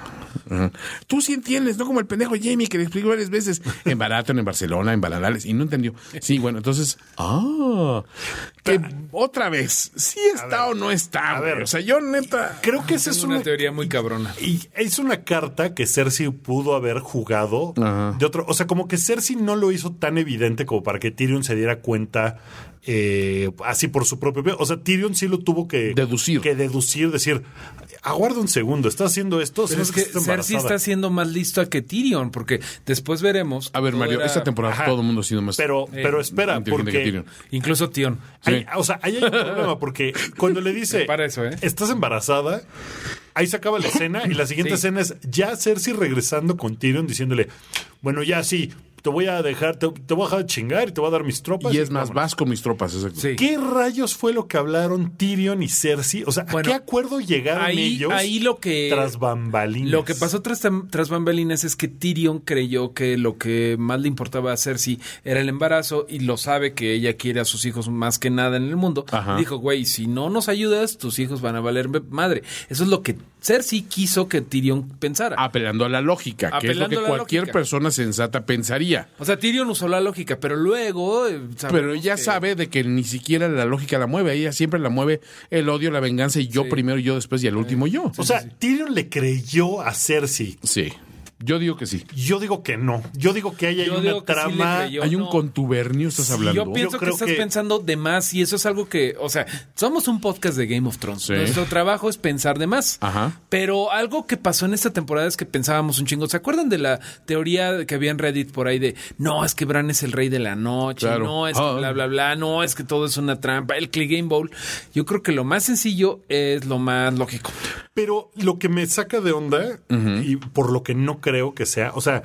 S5: Ajá. Tú sí entiendes, no como el pendejo Jamie que le explicó varias veces. En barato, en Barcelona, en Balanales. Y no entendió. Sí, bueno, entonces. Ah. Que otra vez, ¿sí está o no está?
S7: a
S5: güey?
S7: ver.
S5: O sea, yo neta.
S7: Creo que esa es
S6: es una
S7: una.
S6: teoría muy cabrona.
S7: Y es una carta que Cersei pudo haber jugado de otro. O sea, como que Cersei no lo hizo tan evidente como para que Tyrion se diera cuenta eh, así por su propio. pie. O sea, Tyrion sí lo tuvo que
S5: Deducir.
S7: Que deducir, decir, aguarda un segundo, está haciendo esto. Se
S6: Pero
S7: me
S6: es
S7: hace
S6: que
S7: está
S6: Cersei
S7: embarazada".
S6: está siendo más lista que Tyrion, porque después veremos.
S5: A ver,
S6: todo
S5: Mario,
S6: era-
S5: esta temporada
S7: Ajá.
S5: todo el mundo ha sido más.
S7: Pero, pero espera,
S5: inteligente que
S7: porque
S5: Tyrion.
S6: Incluso Tyrion.
S7: Hay-
S5: Sí.
S7: o sea, ahí hay un problema porque cuando le dice,
S6: Para eso, ¿eh?
S7: estás embarazada, ahí se acaba la escena y la siguiente
S6: Sí.
S7: escena es ya Cersei regresando con Tyrion diciéndole, bueno, ya sí, te voy a dejar, te, te voy a dejar de chingar y te voy a dar mis tropas.
S5: Y es más,
S7: vámonos".
S5: vas con mis tropas, exacto.
S6: Sí.
S7: ¿Qué rayos fue lo que hablaron Tyrion y Cersei? O sea, ¿a
S6: Bueno,
S7: qué acuerdo llegaron
S6: ahí-
S7: ellos
S6: ahí lo que-
S7: tras bambalinas?
S6: Lo que pasó tras, tras bambalinas es que Tyrion creyó que lo que más le importaba a Cersei era el embarazo y lo sabe que ella quiere a sus hijos más que nada en el mundo.
S5: Ajá.
S6: Dijo, güey, si no nos ayudas, tus hijos van a valer me- madre. Eso es lo que Cersei quiso que Tyrion pensara.
S5: Apelando a la lógica, que es lo
S6: Apelando a
S5: que
S6: la
S5: cualquier
S6: lógica.
S5: persona sensata pensaría.
S6: O sea, Tyrion usó la lógica, pero luego... eh, sabemos
S5: Pero ella
S6: que-
S5: sabe de que ni siquiera la lógica la mueve. Ella siempre la mueve el odio, la venganza y yo primero, yo después y al último yo.
S7: O sea, Tyrion le creyó a Cersei.
S5: Sí. Yo digo que sí.
S7: Yo digo que no. Yo digo que ahí hay
S6: Yo
S7: una
S6: digo que sí le
S7: trama.
S6: creyó. Yo
S5: Hay un
S6: no.
S5: contubernio, estás hablando.
S6: Yo pienso que
S7: creo
S6: estás
S7: que-
S6: pensando de más y eso es algo que, o sea, somos un podcast de Game of Thrones.
S5: Sí.
S6: Nuestro trabajo es pensar de más.
S5: Ajá.
S6: Pero algo que pasó en esta temporada es que pensábamos un chingo. ¿Se acuerdan de la teoría que había en Reddit por ahí de no, es que Bran es el rey de la noche,
S5: Claro.
S6: no, es que
S5: Ah.
S6: bla, bla, bla, no, es que todo es una trampa, el Click Game Bowl? Yo creo que lo más sencillo es lo más lógico.
S7: Pero lo que me saca de onda y por lo que no creo que sea, o sea,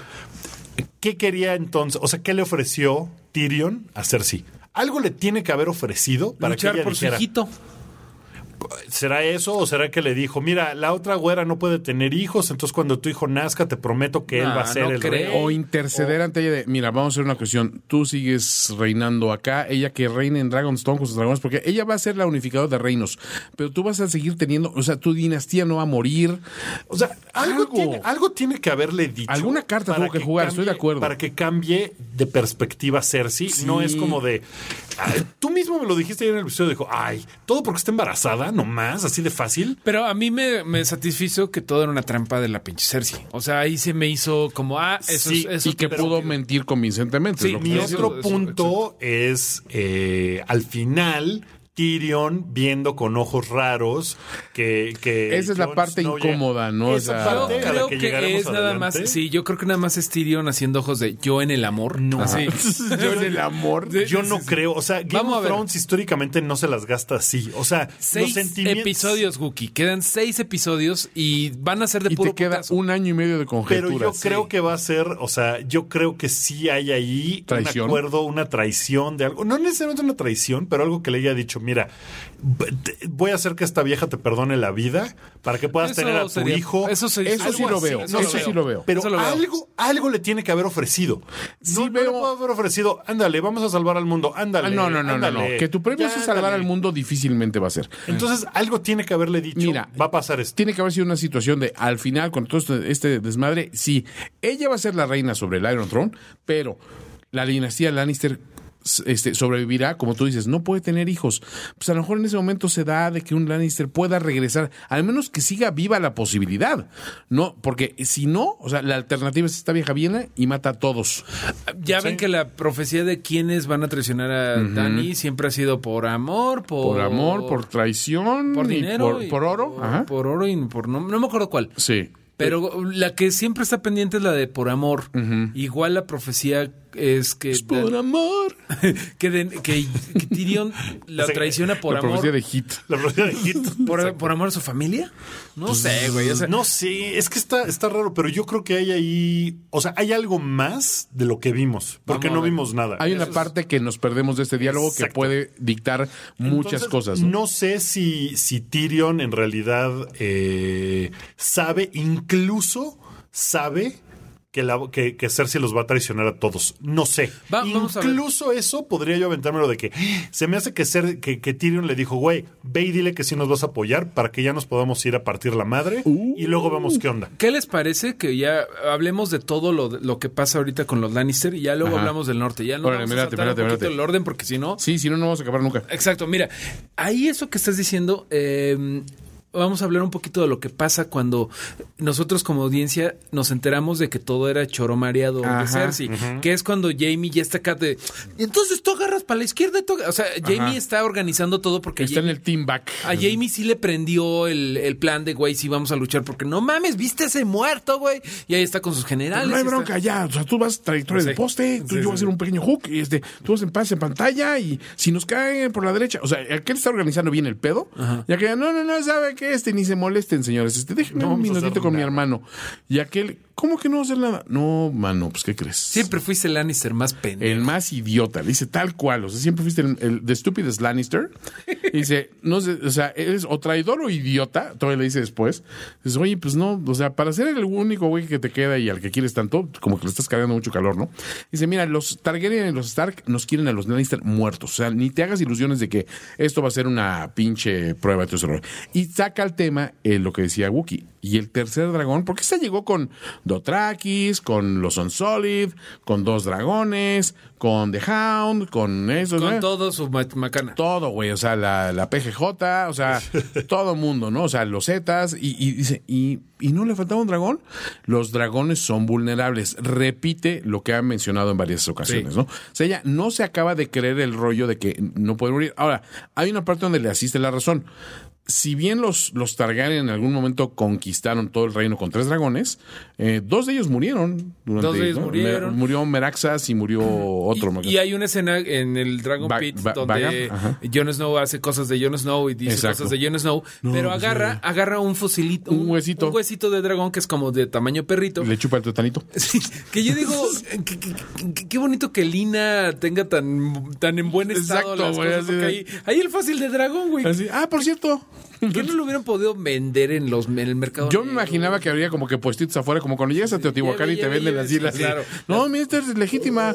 S7: ¿qué quería entonces? O sea, ¿qué le ofreció Tyrion a Cersei? Algo le tiene que haber ofrecido para
S6: Luchar
S7: que ella
S6: por
S7: dijera,
S6: su hijito.
S7: ¿será eso o será que le dijo, mira, la otra güera no puede tener hijos, entonces cuando tu hijo nazca te prometo que él
S6: No,
S7: va a ser
S6: no
S7: el
S6: creo.
S7: rey?
S5: O interceder ante ella de, mira, vamos a hacer una cuestión, tú sigues reinando acá, ella que reine en Dragonstone con sus dragones, porque ella va a ser la unificadora de reinos, pero tú vas a seguir teniendo, o sea, tu dinastía no va a morir.
S7: O sea, algo,
S5: Algo.
S7: Tiene, algo tiene que haberle dicho.
S5: Alguna carta
S7: para
S5: tuvo que jugar, estoy de acuerdo.
S7: Para que cambie de perspectiva Cersei. No es como de. "Ay, tú mismo me lo dijiste ayer en el episodio. Dijo, ay, todo porque está embarazada, nomás, así de fácil.
S6: Pero a mí me, me satisfizo que todo era una trampa de la pinche Cersei. O sea, ahí se me hizo como, ah, eso
S7: Sí,
S6: es- eso
S5: y que
S6: es-
S5: pudo mentir convincentemente. es lo que
S7: Mi
S5: estoy diciendo.
S7: otro punto es eh, al final. Tyrion viendo con ojos raros que, que
S5: Esa es la
S7: Jon
S5: parte
S7: Snow llega-
S5: es- ¿no?
S7: Esa
S5: Esa-
S6: Yo
S7: parte a la
S6: creo
S7: que
S6: que,
S7: llegaremos
S6: es nada más.
S7: adelante.
S6: Sí, yo creo que nada más es Tyrion haciendo ojos de yo en el amor. No.
S5: Yo en el amor.
S7: Yo no creo, o sea, Game
S6: Vamos a
S7: of
S6: ver.
S7: Thrones históricamente no se las gasta así. O sea,
S6: Seis
S7: los sentimientos.
S6: episodios, Guki. Quedan seis episodios y van a ser de
S5: Y
S6: puro
S5: te queda
S6: putazo.
S5: un año y medio de conjetura.
S7: Pero yo creo que va a ser, o sea, yo creo que sí hay ahí
S5: Traición.
S7: un acuerdo, una traición de algo. No necesariamente una traición, pero algo que le haya dicho, mira, b- te- voy a hacer que esta vieja te perdone la vida para que puedas
S6: Eso
S7: tener a tu
S6: sería-
S7: hijo.
S6: eso sería-
S5: Eso sí
S7: Algo
S5: lo
S7: así.
S5: veo,
S6: eso sí lo veo.
S7: Pero
S6: Eso lo veo.
S7: algo, algo le tiene que haber ofrecido. no, no le
S5: veo-
S7: puede haber ofrecido, ándale, vamos a salvar al mundo, ándale.
S5: Ah, no, no, no, no, no.
S7: ándale,
S5: Que tu premio
S7: ya,
S5: sea salvar
S7: ándale".
S5: al mundo difícilmente va a ser.
S7: Entonces, algo tiene que haberle dicho.
S5: Mira,
S7: va a pasar esto.
S5: Tiene que haber sido una situación de, al final, con todo este, este desmadre, sí, ella va a ser la reina sobre el Iron Throne, pero la dinastía Lannister s- este, sobrevivirá, como tú dices, no puede tener hijos. Pues a lo mejor en ese momento se da de que un Lannister pueda regresar, al menos que siga viva la posibilidad. No, porque si no, o sea, la alternativa es esta vieja viene y mata a todos.
S6: Ya ven que la profecía de quienes van a traicionar a Dani siempre ha sido por amor, por,
S5: Por amor, por traición,
S6: por
S5: y
S6: dinero,
S5: por,
S6: y
S5: por oro.
S6: por,
S5: Ajá.
S6: por oro y por no, no me acuerdo cuál.
S5: Sí.
S6: Pero la que siempre está pendiente es la de por amor. Igual la profecía es que
S5: Por amor.
S6: que, de- que- que Tyrion la
S7: O sea,
S6: traiciona por
S5: la
S6: amor.
S5: profecía de Hit.
S7: La verdad, hijito.
S6: Por, por amor a su familia? No
S5: Pues,
S6: sé, güey. o sea,
S7: No sé, es que está, está raro, pero yo creo que hay ahí. O sea, hay algo más de lo que vimos, porque
S6: Vamos a
S7: no
S6: ver.
S7: vimos nada.
S5: Hay una parte que nos perdemos de este diálogo que
S7: Exacto.
S5: puede dictar muchas
S7: Entonces,
S5: cosas.
S7: No,
S5: ¿no?
S7: sé si, si Tyrion en realidad eh, sabe, incluso sabe. Que, la, que, que Cersei los va a traicionar a todos. No sé.
S6: Va- vamos a ver.
S7: Incluso eso podría yo aventármelo de que ¡eh! se me hace que, Cer- que, que Tyrion le dijo, güey, ve y dile que sí nos vas a apoyar para que ya nos podamos ir a partir la madre y luego vemos qué onda.
S6: ¿Qué les parece que ya hablemos de todo lo, lo que pasa ahorita con los Lannister y ya luego
S5: Ajá.
S6: hablamos del norte? Ya no
S5: Órale,
S6: vamos
S5: espérate,
S6: a saltar un
S5: espérate,
S6: poquito
S5: espérate.
S6: el orden porque si no...
S5: Sí, si no, no vamos a acabar nunca.
S6: Exacto, mira, ahí eso que estás diciendo, eh, vamos a hablar un poquito de lo que pasa cuando nosotros como audiencia nos enteramos de que todo era choro mareado de
S5: Ajá,
S6: Cersei, que es cuando Jamie ya está acá de... Entonces tú agarras para la izquierda y tú... agarras-". O sea, Jamie está organizando todo porque...
S5: Está en el team back.
S7: Ah,
S6: A Jamie sí le prendió el, el plan de, güey, sí vamos a luchar porque no mames, viste ese muerto, güey. Y ahí está con sus generales.
S5: No hay
S6: y está-
S5: bronca ya, o sea, tú vas trayectoria
S6: Sí.
S5: de poste, tú
S6: Sí,
S5: yo
S6: sí,
S5: voy a hacer
S6: sí.
S5: un pequeño hook, y este, tú vas en paz en pantalla y si nos caen por la derecha, o sea, aquel está organizando bien el pedo, y aquel, no, no, no, sabe que este, ni se molesten, señores, este, déjenme
S7: No
S5: un
S7: vamos a hacer
S5: minutito con mi
S7: nada.
S5: hermano, y aquel, ¿cómo que no va a hacer nada? No, mano, pues, ¿qué crees?
S6: Siempre fuiste el Lannister más pendejo.
S5: El más idiota, le dice tal cual. O sea, siempre fuiste el, el The Stupidest Lannister. Y dice, no sé, o sea, eres o traidor o idiota. Todavía le dice después. Dice, oye, pues no, o sea, para ser el único güey que te queda y al que quieres tanto, como que le estás cargando mucho calor, ¿no? Dice, mira, los Targaryen y los Stark nos quieren a los Lannister muertos. O sea, ni te hagas ilusiones de que esto va a ser una pinche prueba de tu error. Y saca el tema eh, lo que decía Wookiee. Y el tercer dragón, porque esta llegó con Dothrakis, con los Unsolid, con dos dragones, con The Hound, con eso.
S6: Con
S5: ¿no?
S6: todo su ma- macana.
S5: Todo, güey. O sea, la, la PGJ, o sea, todo mundo, ¿no? O sea, los Zetas. Y, y dice, ¿y, ¿y no le faltaba un dragón? Los dragones son vulnerables. Repite lo que ha mencionado en varias ocasiones,
S6: Sí.
S5: ¿no? O sea, ella no se acaba de creer el rollo de que no puede morir. Ahora, hay una parte donde le asiste la razón. Si bien los, los Targaryen en algún momento conquistaron todo el reino con tres dragones, eh, dos de ellos murieron. Durante,
S6: Dos de ellos
S5: ¿no?
S6: murieron.
S5: Me- Murió Meraxas y murió otro.
S6: Y, y hay una escena en el Dragon
S5: Ba-
S6: Pit
S5: ba-
S6: donde
S5: Baga, ajá.
S6: Jon Snow hace cosas de Jon Snow y dice
S5: Exacto.
S6: cosas de Jon Snow, pero
S5: pues,
S6: agarra, agarra un fusilito,
S5: Un huesito.
S6: un huesito de dragón que es como de tamaño perrito.
S5: le chupa el tutanito.
S6: Sí, que yo digo, que- que- que- qué bonito que Lina tenga tan, tan en buen estado
S5: Exacto,
S6: las
S5: güey,
S6: cosas,
S5: así
S6: porque
S5: de-
S6: ahí, ahí el fácil de dragón, güey.
S5: Así, ah, por cierto.
S6: Que no lo hubieran podido vender en los en el mercado.
S5: Yo me
S6: negro?
S5: imaginaba que habría como que puestitos afuera, como cuando llegas a Teotihuacán y
S6: Ya,
S5: te
S6: ya,
S5: venden
S6: ya,
S5: las
S6: sí,
S5: islas.
S6: claro.
S5: No, mira, esta es legítima.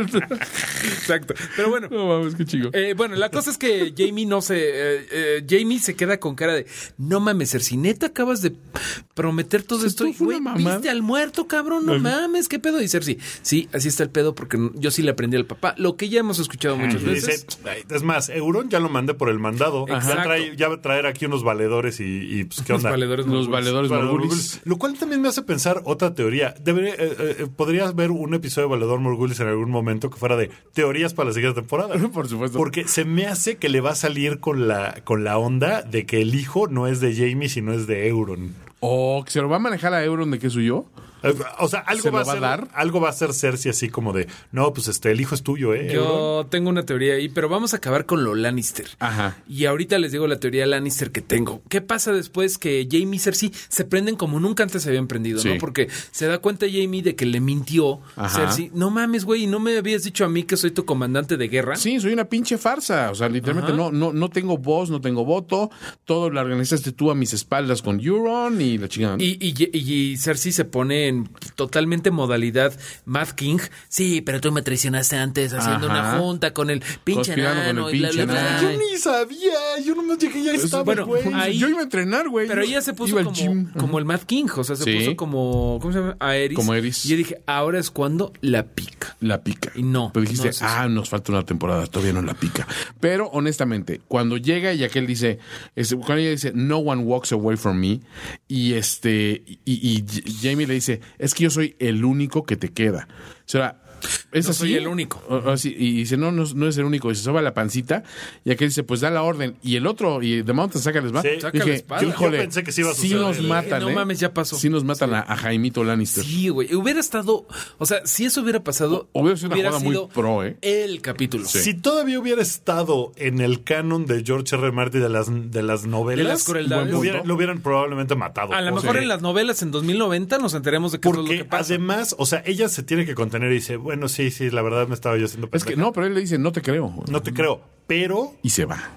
S6: Exacto. Pero bueno,
S5: No mames, qué chico.
S6: Eh, bueno, la cosa es que Jamie no se. eh, eh, Jamie se queda con cara de. No mames, Cersei, neta acabas de prometer todo esto. Y,
S5: fue una
S6: güey,
S5: mamada.
S6: viste al muerto, cabrón. No mames, qué pedo. Y Cersei, sí, así está el pedo porque yo sí le aprendí al papá. Lo que ya hemos
S5: Ah,
S6: escuchado muchas
S7: Y dice,
S6: veces.
S7: "Ay, es más, Euron ya lo mandé por el mandado.
S6: Pues Exacto.
S7: Ya, trae- ya va a traer aquí unos valedores y, y, pues, ¿qué
S6: Los
S7: onda?
S6: valedores
S5: Los
S6: morgulis.
S5: valedores
S7: Valedor
S5: morgulis.
S7: Morgulis. Lo cual también me hace pensar otra teoría. Debería, eh, eh, podrías ver un episodio de Valedor Morgulis en algún momento que fuera de teorías para la siguiente temporada.
S5: Por supuesto.
S7: Porque se me hace que le va a salir con la, con la onda de que el hijo no es de Jamie, sino es de Euron.
S5: O que se lo va a manejar a Euron de que soy yo.
S7: Eh, O sea, algo
S5: ¿Se
S7: va,
S5: lo va a
S7: a ser,
S5: dar?
S7: algo va a ser Cersei así como de, no, pues este, el hijo es tuyo, ¿eh?
S6: Yo tengo una teoría ahí, pero vamos a acabar con lo Lannister.
S5: Ajá.
S6: Y ahorita les digo la teoría Lannister que tengo. ¿Qué pasa después que Jamie y Cersei se prenden como nunca antes se habían prendido,
S5: Sí.
S6: no? Porque se da cuenta Jamie de que le mintió
S5: Ajá.
S6: Cersei. No mames, güey, ¿y ¿no me habías dicho a mí que soy tu comandante de guerra?
S5: Sí, soy una pinche farsa. O sea, literalmente no, no, no tengo voz, no tengo voto. Todo lo organizaste tú a mis espaldas con Euron y la chingada.
S6: Y, y- y- y Cersei se pone en totalmente modalidad Mad King. Sí, pero tú me traicionaste antes haciendo
S5: Ajá.
S6: una junta con el pinche
S5: Conspirando con
S6: enano
S5: el
S6: y bla,
S5: pinche
S6: bla, bla. Pues,
S5: enano.
S7: Yo ni sabía, yo nomás llegué y ya estaba,
S6: bueno,
S7: güey.
S6: ahí-
S5: pues, Yo iba a entrenar, güey.
S6: Pero
S5: Yo
S6: ella se puso
S5: iba al
S6: como,
S5: gym.
S6: como el Mad King, o sea, se
S5: Sí.
S6: puso como, ¿cómo se llama? Aeris.
S5: Como Aerys.
S6: Y yo dije, ahora es cuando la pica.
S5: La pica.
S6: Y no,
S5: Pero dijiste,
S6: no es eso.
S5: ah, nos falta una temporada, todavía no la pica. Pero honestamente, cuando llega y aquel dice, este, cuando ella dice, no one walks away from me, y este, y, y Jamie le dice, es que yo soy el único que te queda. O sea, es
S6: No
S5: así.
S6: soy el único.
S5: O- o así, y dice, no, no, no es el único. Y se soba la pancita, y aquel dice, pues da la orden. Y el otro, y The Mountain saca les va.
S7: Sí.
S6: Saca la espada.
S7: Yo- yo pensé que sí iba a
S5: Sí
S7: suceder,
S5: nos
S7: ¿eh?
S5: matan,
S6: No
S5: ¿eh?
S6: mames, ya pasó.
S5: Sí nos matan a, a Jaimito Lannister.
S6: Sí, güey. Hubiera estado, o sea, si eso hubiera pasado,
S5: O- hubiera sido una jugada muy pro, ¿eh?
S6: El capítulo.
S7: Si todavía hubiera estado en el canon de George R. R. Martin de las, de las novelas,
S6: De las crueldades.
S7: lo hubieran- lo hubieran probablemente matado.
S6: A lo
S7: O
S6: mejor
S7: sea,
S6: en las novelas en 2090 nos enteremos de que eso es lo
S7: Porque
S6: que pasa.
S7: además, o sea, ella se tiene que contener y dice, bueno, sí, sí, la verdad me estaba yo haciendo
S5: Es que
S7: pendeja.
S5: no, pero él le dice, no te creo.
S7: No te creo, pero
S5: Y se va.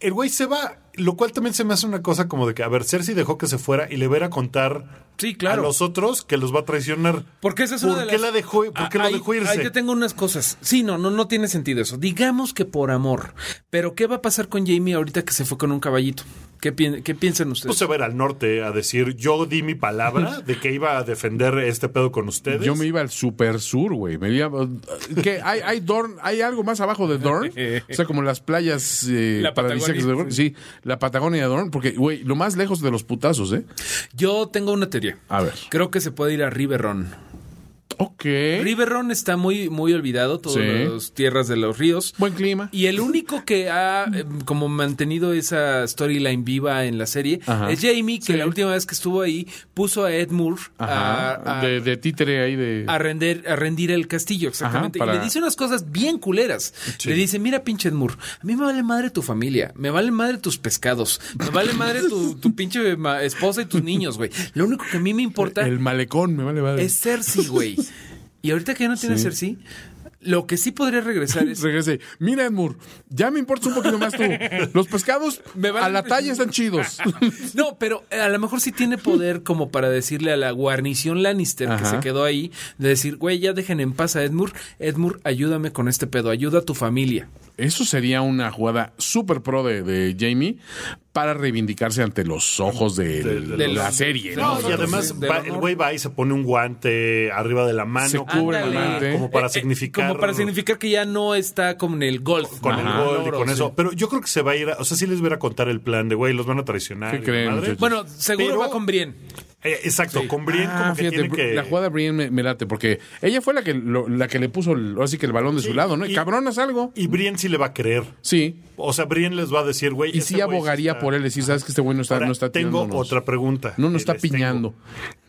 S7: el güey se va, lo cual también se me hace una cosa como de que, a ver, Cersei dejó que se fuera y le va a ir a contar
S6: Sí, claro.
S7: a los otros que los va a traicionar.
S6: Porque esa es
S7: ¿Por
S6: una de
S7: qué
S6: las-
S7: la dejó, ¿Por qué
S6: Ah,
S7: lo
S6: ahí-
S7: dejó irse?
S6: Ahí te tengo unas cosas. Sí, no, no, no tiene sentido eso. Digamos que por amor. Pero ¿qué va a pasar con Jamie ahorita que se fue con un caballito? ¿Qué, pi- qué piensan ustedes?
S7: Pues se va a ir al norte a decir, yo di mi palabra de que iba a defender este pedo con ustedes.
S5: Yo me iba al super sur, güey. Me iba- uh, ¿Qué? ¿Hay, hay, Dorn, ¿Hay algo más abajo de Dorn? O sea, como las playas eh,
S6: La
S5: paradisíacas de Dorn.
S6: Patagonia.
S5: Sí, la Patagonia de Dorn. Porque, güey, lo más lejos de los putazos, ¿eh?
S6: Yo tengo una teoría.
S5: A ver.
S6: Creo que se puede ir a Riverrun.
S5: Ok.
S6: Riverrun está muy, muy olvidado, todas
S5: ¿Eh? Sí.
S6: las tierras de los ríos.
S5: Buen clima.
S6: Y el único que ha eh, como mantenido esa storyline viva en la serie
S5: Ajá.
S6: es Jamie, que
S5: Sí.
S6: la última vez que estuvo ahí puso a Ed Moore a,
S5: Ajá.
S6: a-
S5: de, de títere ahí de...
S6: a render, a rendir el castillo, exactamente.
S5: Ajá, para-
S6: Y le dice unas cosas bien culeras. Le dice, mira, pinche Edmur, a mí me vale madre tu familia, me vale madre tus pescados, me vale madre tu, tu pinche ma- esposa y tus niños, güey. Lo único que a mí me importa
S5: El malecón, me vale, vale.
S6: es Cersei, güey. Y ahorita que ya no tiene Cersei, lo que sí podría regresar es...
S5: Regresé. Mira, Edmur, ya me importas un poquito más tú. Los pescados
S6: Me vale-
S5: a la talla están chidos.
S6: No, pero eh, a lo mejor sí tiene poder como para decirle a la guarnición Lannister que
S5: Ajá.
S6: se quedó ahí, de decir, güey, ya dejen en paz a Edmure, Edmure, ayúdame con este pedo, ayuda a tu familia.
S5: Eso sería una jugada súper pro de, de Jamie para reivindicarse ante los ojos de,
S6: de
S5: la
S6: los-
S5: serie.
S7: No,
S5: ¿no?
S7: y además
S6: del
S7: va-
S6: honor.
S7: el güey va y se pone un guante arriba de la mano.
S5: Se
S7: como
S5: cubre la
S7: para-
S5: mano.
S7: Como para
S6: Eh, eh,
S7: significar.
S6: Como para significar que ya no está con el golf.
S7: Con
S5: Ajá.
S7: el gol y
S6: Oro,
S7: con
S6: sí.
S7: eso. Pero yo creo que se va a ir. a- o sea, sí les voy a contar el plan de güey, los van a traicionar.
S5: ¿Qué
S7: y la
S5: creen,
S7: madre.
S5: muchachos?
S6: Bueno, seguro
S7: Pero-
S6: va con Brienne.
S7: Eh, exacto, con Brienne
S5: Ah,
S7: como que
S5: fíjate,
S7: tiene que.
S5: la jugada de Brienne me, me late porque ella fue la que lo- la que le puso el, ahora sí que el balón de su
S7: Sí,
S5: lado, ¿no?
S7: y-
S5: Cabrón, haz algo.
S7: Y Brienne sí le va a creer.
S5: Sí.
S7: O sea, Brienne les va a decir, güey.
S5: Y
S7: ese
S5: sí
S7: güey
S5: abogaría
S7: está-
S5: por él, decir, sabes que este güey no está,
S7: Ahora,
S5: no está
S7: tengo
S5: tirándonos.
S7: otra pregunta.
S5: No, no
S7: que
S5: está
S7: les tengo.
S5: piñando.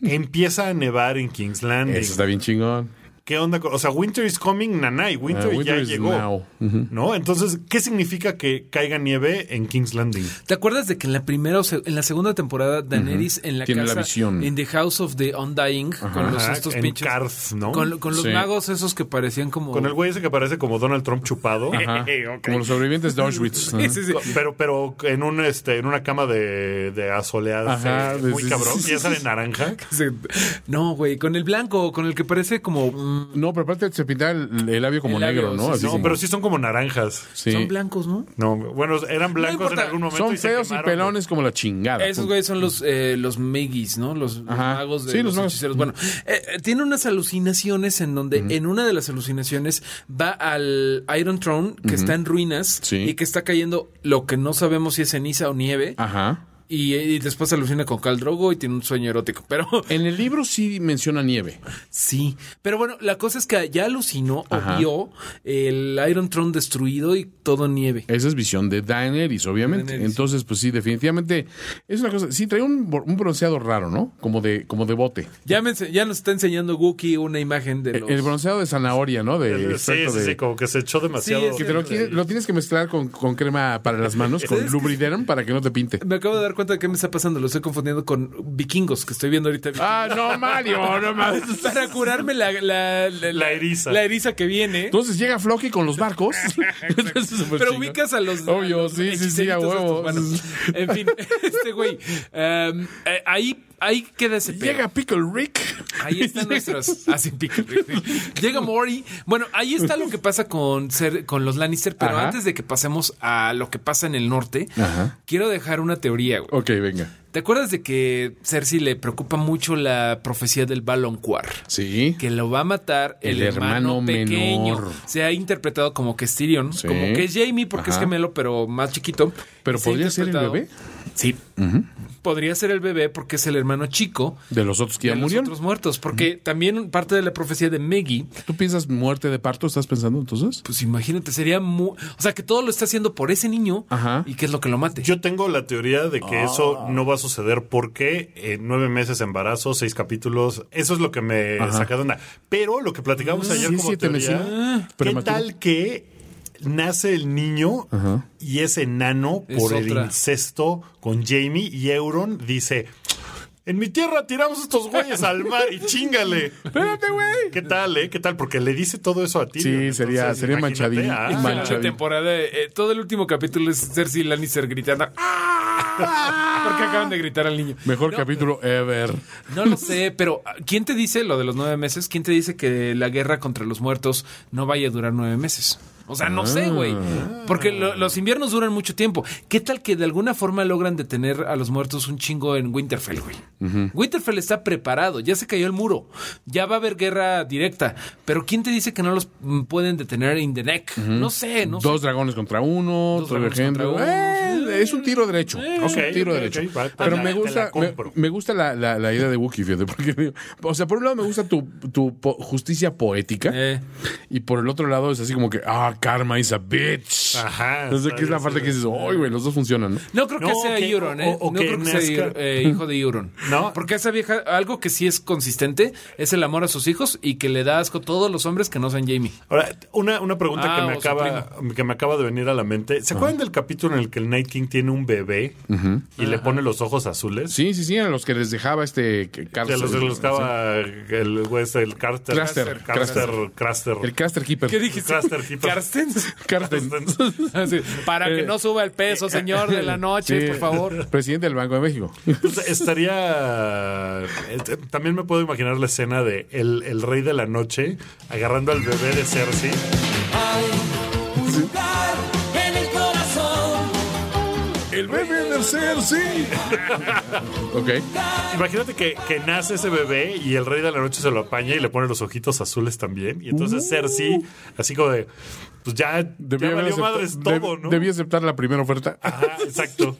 S7: Empieza a nevar en King's Landing.
S5: Eso está bien chingón.
S7: ¿Qué onda? con- O sea, Winter is coming, nanay. Winter,
S5: Ah, winter
S7: ya
S5: is
S7: llegó.
S5: now.
S7: ¿No? Entonces, ¿qué significa que caiga nieve en King's Landing?
S6: ¿Te acuerdas de que en la primera o se- en la segunda temporada Daenerys en la
S5: Tiene la
S6: casa
S5: visión.
S6: en The House of the Undying con los
S7: Ajá,
S6: estos
S7: en
S6: pinches
S7: Carth, ¿no?
S6: con, con los
S5: Sí.
S6: magos esos que parecían como
S7: Con el güey ese que parece como Donald Trump chupado.
S5: Ajá.
S7: Ok.
S5: Como los sobrevivientes de Auschwitz.
S6: Sí,
S5: Ajá.
S6: sí, sí.
S7: Pero, pero en un este, en una cama de, de asoleadas,
S5: Ajá,
S7: eh,
S5: de-
S7: muy cabrón. Y esa de naranja.
S6: Se- No, güey, con el blanco, con el que parece como mm,
S5: No, pero aparte se pintaba el, el labio como
S6: El labio,
S5: negro, ¿no?
S6: sí,
S5: Así
S6: sí.
S7: No,
S5: como-
S7: pero sí son como naranjas.
S5: sí.
S6: son blancos, ¿no?
S7: No, bueno, eran blancos en
S6: importa,
S7: algún momento.
S5: Son
S7: se
S5: feos y
S7: quemaron.
S5: pelones como la chingada.
S6: Esos güeyes son los, eh, los Megis, ¿no? Los,
S5: Ah, pues,
S6: los
S5: mm. Ajá.
S6: magos de
S5: Sí, los
S6: los,
S5: magos.
S6: hechiceros. Bueno, eh, eh, tiene unas alucinaciones en donde en una de las alucinaciones va al Iron Throne que está en ruinas
S5: Sí.
S6: y que está cayendo lo que no sabemos si es ceniza o nieve.
S5: Ajá.
S6: Y, y después se alucina con Cal Drogo y tiene un sueño erótico. Pero
S5: En el libro sí menciona nieve.
S6: sí. Pero bueno, la cosa es que ya alucinó
S5: Ajá.
S6: o vio el Iron Throne destruido y todo nieve.
S5: Esa es visión de Daenerys, obviamente.
S6: Daenerys.
S5: Entonces, pues sí, definitivamente es una cosa. Sí, trae un, bor- un bronceado raro, ¿no? Como de, como de bote.
S6: Ya, me ense- ya nos está enseñando Wookiee una imagen de los.
S5: El bronceado de zanahoria, ¿no? De,
S7: sí,
S5: extracto
S7: sí,
S5: de-
S7: sí, como que se echó demasiado.
S6: es
S5: que te lo, quie- lo tienes que mezclar con, con crema para las manos, con lubriderm, para que no te pinte.
S6: Me acabo de dar cuenta de qué me está pasando. Lo estoy confundiendo con vikingos que estoy viendo ahorita.
S5: Ah, no, Mario, no mames.
S6: Para curarme la, la,
S7: La eriza.
S6: La eriza que viene.
S5: Entonces llega Floki con los barcos. Entonces, pues,
S6: Pero
S5: chingón.
S6: ubicas a los.
S5: Obvio,
S6: a los
S5: sí, sí, sí,
S6: hechiceritos
S5: a huevo.
S6: estos, bueno. en fin, este güey. em, eh, ahí, ahí queda ese pedo.
S5: Llega Pickle Rick.
S6: Ahí están nuestros. Ah, sí, pique, pique. Llega Mori. Bueno, ahí está lo que pasa con, ser, con los Lannister. Pero
S5: Ajá.
S6: antes de que pasemos a lo que pasa en el norte,
S5: Ajá.
S6: quiero dejar una teoría, güey.
S5: Ok, venga.
S6: ¿Te acuerdas de que Cersei le preocupa mucho la profecía del Balonquar?
S5: Sí.
S6: Que lo va a matar el,
S5: El
S6: hermano,
S5: hermano
S6: pequeño.
S5: menor.
S6: Se ha interpretado como que es Tyrion,
S5: Sí.
S6: como que es Jamie porque es
S5: Ajá.
S6: gemelo, pero más chiquito.
S5: Pero
S6: Se ha
S5: podría ser el
S6: interpretado-
S5: bebé.
S6: Sí. Podría ser el bebé porque es el hermano chico
S5: De los otros que ya
S6: de los
S5: murieron.
S6: otros muertos. Porque también parte de la profecía de Maggie,
S5: ¿Tú piensas muerte de parto? ¿Estás pensando entonces?
S6: pues imagínate, sería muy. O sea, que todo lo está haciendo por ese niño
S5: Ajá.
S6: y que es lo que lo mate.
S7: Yo tengo la teoría de
S5: Ah.
S7: que eso no va a suceder porque eh, nueve meses de embarazo, seis capítulos, eso es lo que me saca de onda. Pero lo que platicamos ayer
S5: Ah, sí,
S7: como
S5: siete
S7: teoría,
S5: meses.
S7: ¿qué
S5: Prematuro.
S7: tal que nace el niño y es enano
S6: Es
S7: por el
S6: otra.
S7: incesto con Jamie y Euron dice... En mi tierra tiramos estos güeyes al mar y chingale.
S5: Espérate, güey.
S7: ¿Qué tal, eh? ¿Qué tal? Porque le dice todo eso a ti. ah,
S5: Sí, sería- sería manchadín-
S6: Final de
S5: manchadín.
S6: Ah, temporada, eh, todo el último capítulo es Cersei Lannister gritando. ¡Ah! Porque acaban de gritar al niño.
S5: Mejor
S6: No,
S5: capítulo ever.
S6: No lo sé, pero ah, ¿quién te dice lo de los nueve meses? ¿Quién te dice que la guerra contra los muertos no vaya a durar nueve meses? O sea, no sé, güey. Porque lo- los inviernos duran mucho tiempo. ¿Qué tal que de alguna forma logran detener a los muertos un chingo en Winterfell, güey? Winterfell está preparado, ya se cayó el muro, ya va a haber guerra directa. Pero ¿quién te dice que no los mm, pueden detener en the neck? No sé, no sé.
S5: Dos dragones contra uno,
S6: Dos
S5: por
S6: dragones
S5: ejemplo.
S6: contra uno.
S5: Eh, es un tiro derecho. es
S7: Ok,
S5: un tiro
S7: ok,
S5: derecho.
S7: ok, va, te
S5: Pero
S7: la-
S5: me
S7: te
S5: gusta,
S7: la
S5: me,
S7: compro.
S5: me gusta la, la- la idea de Wookiee, fíjate. Porque, digo, o sea, por un lado me gusta tu, tu po- justicia poética.
S6: Eh.
S5: Y por el otro lado es así como que, ah, karma is a bitch.
S7: Ajá,
S5: Entonces,
S7: está
S5: que es la
S7: bien,
S5: parte
S7: sí.
S5: que dices, ay, güey, los dos funcionan, ¿no?
S6: No creo que
S7: No,
S6: sea
S7: que-
S6: Euron, ¿eh?
S7: o- o
S6: no
S7: que
S6: creo que sea
S7: nazca.
S6: Eur- eh, hijo de Euron.
S7: No.
S6: Porque esa vieja, algo que sí es consistente es el amor a sus hijos y que le da asco a todos los hombres que no sean Jamie.
S7: Ahora, una, una pregunta
S6: Ah,
S7: que, me
S6: o su
S7: acaba, que me acaba de venir a la mente. ¿Se
S5: Ah.
S7: acuerdan del capítulo en el que el Night King tiene un bebé y le pone los ojos azules?
S5: Sí, sí, sí, a los que les dejaba este que-
S7: De
S5: Carlos-
S7: los de los que estaba el güey este, el Carter.
S5: Craster,
S7: Carter. Craster.
S5: El Caster Keeper.
S6: ¿Qué dijiste?
S7: Craster, tipo.
S6: ¿Carstens?
S5: Carsten.
S6: Así, Ah, Para que no suba el peso, señor, de la noche,
S5: Sí.
S6: por favor.
S5: Presidente del Banco de México.
S7: Pues estaría. este, También me puedo imaginar la escena de el, el rey de la noche agarrando al bebé de Cersei.
S5: El bebé del ser, sí. ok.
S7: Imagínate que, que nace ese bebé y el rey de la noche se lo apaña y le pone los ojitos azules también. Y entonces Cersei, así como de. Pues ya,
S5: Debí
S7: ya
S5: haber
S7: valió
S5: acepta-
S7: madres
S5: deb-
S7: todo, ¿no?
S5: debí aceptar la primera oferta.
S7: Ajá, exacto.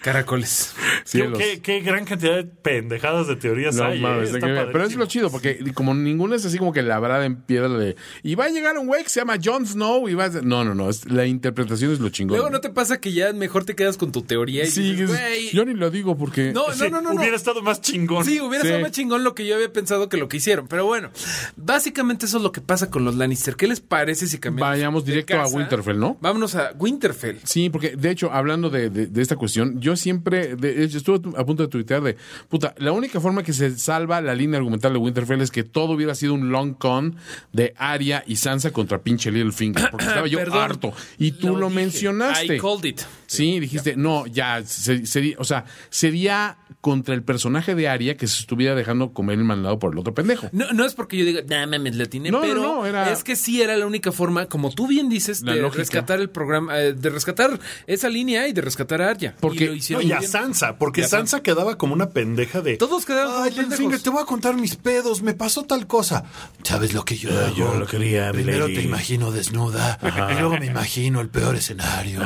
S6: Caracoles.
S7: Qué,
S5: Cielos.
S7: qué- qué gran cantidad de pendejadas de teorías
S5: No
S7: hay. ¿eh?
S5: mames,
S7: Está
S5: de que- pero es
S7: padrísimo.
S5: lo chido, porque como ninguna es así como que labrada en piedra de. Y va a llegar un güey que se llama Jon Snow y va a ser-". No, no, no. es- la interpretación es lo chingón.
S6: Luego, ¿no te pasa que ya mejor te quedas con tu teoría y
S5: Sí, es-
S6: dices, "Güey,
S5: yo ni lo digo porque.
S6: No,
S7: Sí,
S6: no, no, no, no.
S7: Hubiera estado más chingón.
S6: Sí, hubiera
S5: Sí.
S6: sido más chingón lo que yo había pensado que lo que hicieron. Pero bueno, básicamente eso es lo que pasa con los Lannister. ¿Qué les parece si cambiamos?
S5: Vayamos
S6: de
S5: directo a
S6: casa?
S5: Winterfell, ¿no?
S6: Vámonos a Winterfell.
S5: Sí, porque de hecho, hablando de, de- de esta cuestión, yo siempre de hecho, estuve a punto de tuitear de, puta, la única forma que se salva la línea argumental de Winterfell es que todo hubiera sido un long con de Arya y Sansa contra pinche Littlefinger, porque estaba yo
S6: Ah, Perdón.
S5: harto. Y tú lo,
S6: dije.
S5: mencionaste.
S6: I called it.
S5: Sí, dijiste, no, ya, se- sería, o sea, sería contra el personaje personaje de Aria que se estuviera dejando comer el mandado por el otro pendejo.
S6: No, no es porque yo diga, nah, mames, le atiné",
S5: No, no,
S6: pero
S5: no, era-
S6: es que sí era la única forma, como tú bien dices,
S5: La
S6: de
S5: lógica.
S6: rescatar el programa, eh, de rescatar esa línea y de rescatar a Arya.
S5: Porque-
S6: y lo
S7: No,
S6: hicieron
S7: y a
S6: bien.
S7: Sansa, porque
S6: Y a
S7: Sansa quedaba como una pendeja de.
S6: Todos quedaban como
S7: Ay, Littlefinger,
S6: pendejos".
S7: te voy a contar mis pedos, me pasó tal cosa. ¿Sabes lo que yo
S8: Eh,
S7: hago? Yo lo quería, Primero te imagino desnuda, y luego me imagino el peor escenario.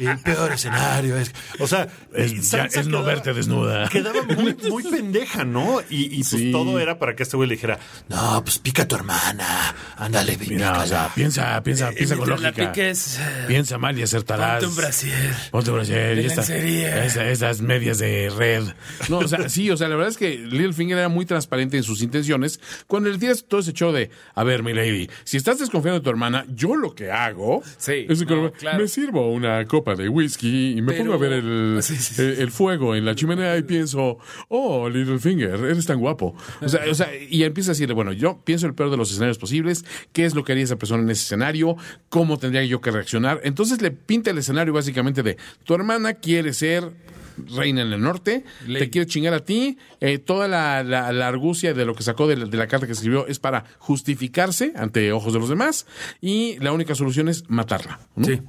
S7: Y el peor escenario es. O sea, Sansa quedaba-
S8: desnuda.
S7: Quedaba muy, muy pendeja, ¿no? Y, y pues todo era para que este güey le dijera, no, pues pica a tu hermana, ándale, ven,
S8: Mira, o sea, piensa, piensa, piensa con
S6: eh, Mientras la
S8: lógica.
S6: piques, eh,
S8: Piensa mal y acertarás.
S6: ponte un brasier.
S8: Ponte un brasier.
S6: De
S8: Y esta-
S6: lencería.
S8: esa- esas medias de red.
S5: No, o sea, sí, o sea, la verdad es que Littlefinger era muy transparente en sus intenciones. Cuando el día todo ese show de, a ver, mi lady, si estás desconfiando de tu hermana, yo lo que hago
S6: Sí,
S5: es que
S6: no, claro.
S5: me sirvo una copa de whisky y me
S6: Pero-
S5: pongo a ver el,
S6: Sí, sí, sí.
S5: el- el fuego en la chimenea y pienso, oh, Littlefinger, eres tan guapo. O sea, o sea, y empieza a decirle, bueno, yo pienso el peor de los escenarios posibles, qué es lo que haría esa persona en ese escenario, cómo tendría yo que reaccionar. Entonces le pinta el escenario básicamente de, tu hermana quiere ser reina en el norte, te quiere chingar a ti. eh, toda la, la- la argucia de lo que sacó de la, de la carta que escribió es para justificarse ante ojos de los demás y la única solución es matarla. ¿no?
S6: Sí.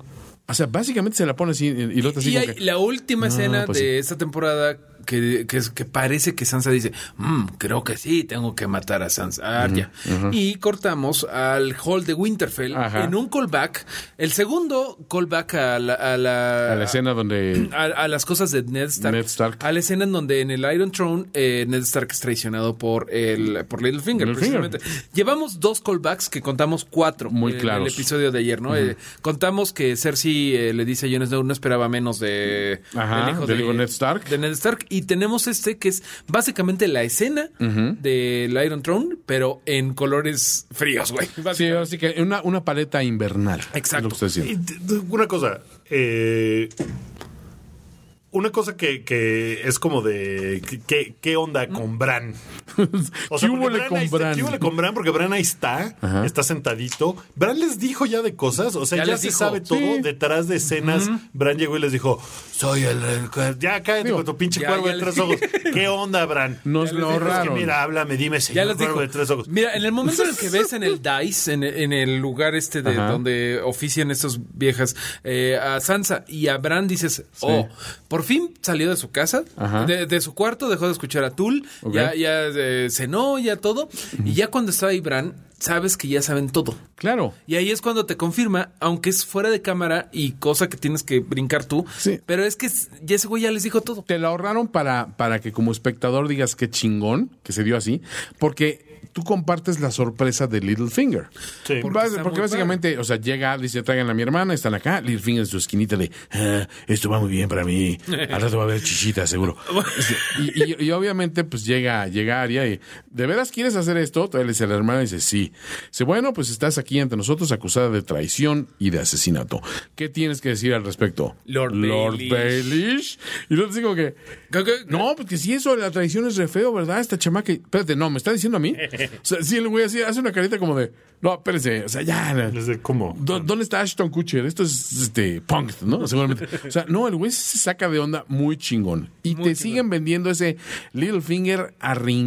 S5: O sea, básicamente se la pone así y lo otra así
S6: Y
S5: como
S6: hay
S5: que-
S6: la última
S5: No,
S6: escena
S5: pues
S6: de esta temporada que, que, es- que parece que Sansa dice, "Mm, creo que sí, tengo que matar a Sansa a Arya". Y cortamos al hall de Winterfell
S5: Ajá.
S6: en un callback, el segundo callback a la, a la,
S5: a la escena donde...
S6: a, a las cosas de Ned Stark,
S5: Ned Stark.
S6: A la escena en donde en el Iron Throne eh, Ned Stark es traicionado por el por Littlefinger,
S5: Littlefinger.
S6: precisamente. Llevamos dos callbacks que contamos cuatro
S5: Muy
S6: en
S5: claros.
S6: el episodio de ayer, ¿no? Eh, contamos que Cersei eh, le dice a Jon Snow no esperaba menos de
S5: Ajá, del hijo Ned Stark.
S6: de Ned Stark y tenemos este que es básicamente la escena del Iron Throne, pero en colores fríos, güey.
S5: Sí, así que una, una paleta invernal.
S6: Exacto.
S5: Es lo que está diciendo.
S7: Y t- t- Una cosa, eh, una cosa que, que es como de que- que- qué onda con Bran. O
S5: ¿Qué
S7: porque
S5: hubo le con
S7: ahí está-
S5: Bran?
S7: ¿Qué hubo le con Bran? Porque Bran ahí está, está sentadito. Bran les dijo ya de cosas, o sea,
S6: Ya
S7: ya,
S6: les
S7: se
S6: dijo.
S7: sabe todo
S5: Sí.
S7: detrás de escenas. Bran llegó y les dijo, soy el, el cuer- ya cállate
S5: Digo,
S7: con tu pinche
S6: ya-
S7: cuervo
S6: ya
S7: de
S6: les-
S7: tres ojos. ¿Qué onda, Bran?
S5: Nos lo
S7: Ya les dijo, "Es que
S5: ahorraron".
S7: mira, háblame, dime,
S6: Ya
S7: señor
S6: les
S7: cuervo
S6: dijo.
S7: de tres ojos.
S6: Mira, en el momento en el que ves en el Dice, en, en el lugar este de
S5: Ajá.
S6: donde ofician estas viejas eh, a Sansa y a Bran, dices, oh, por fin salió de su casa,
S5: Ajá.
S6: de, de su cuarto, dejó de escuchar a Tul,
S5: Ok.
S6: ya, ya eh, cenó, ya todo. Y ya cuando está ahí Bran, sabes que ya saben todo.
S5: Claro.
S6: Y ahí es cuando te confirma, aunque es fuera de cámara y cosa que tienes que brincar tú,
S5: Sí.
S6: pero es que es- ya ese güey ya les dijo todo.
S5: Te la ahorraron para, para que como espectador digas qué chingón que se dio así, porque tú compartes la sorpresa de Littlefinger.
S7: Sí.
S5: Porque,
S6: Porque está
S5: porque
S6: muy
S5: básicamente, o sea, llega, dice, traigan a mi hermana, están acá, Littlefinger en su esquinita de, "Ah, esto va muy bien para mí, al rato va a haber chichita, seguro. Este, y, y- y obviamente, pues llega, llega Aria y, ¿de veras quieres hacer esto? Todavía le dice a la hermana, dice, sí. Dice, bueno, pues estás aquí ante nosotros acusada de traición y de asesinato. ¿Qué tienes que decir al respecto?
S6: Lord
S5: Lord
S6: Baelish.
S5: Baelish. Y entonces digo que, no, porque si eso de la traición es re feo, ¿verdad? Esta chamaca. Espérate, no, ¿me está diciendo a mí? O sea, sí, el güey así hace una carita como de. No, espérense, o sea, ya. la-
S7: Les de, ¿Cómo?
S5: ¿Dó- ¿Dónde está Ashton Kutcher? Esto es este, punk, ¿no? Seguramente. O sea, no, el güey se saca de onda muy chingón. Y te siguen vendiendo ese Littlefinger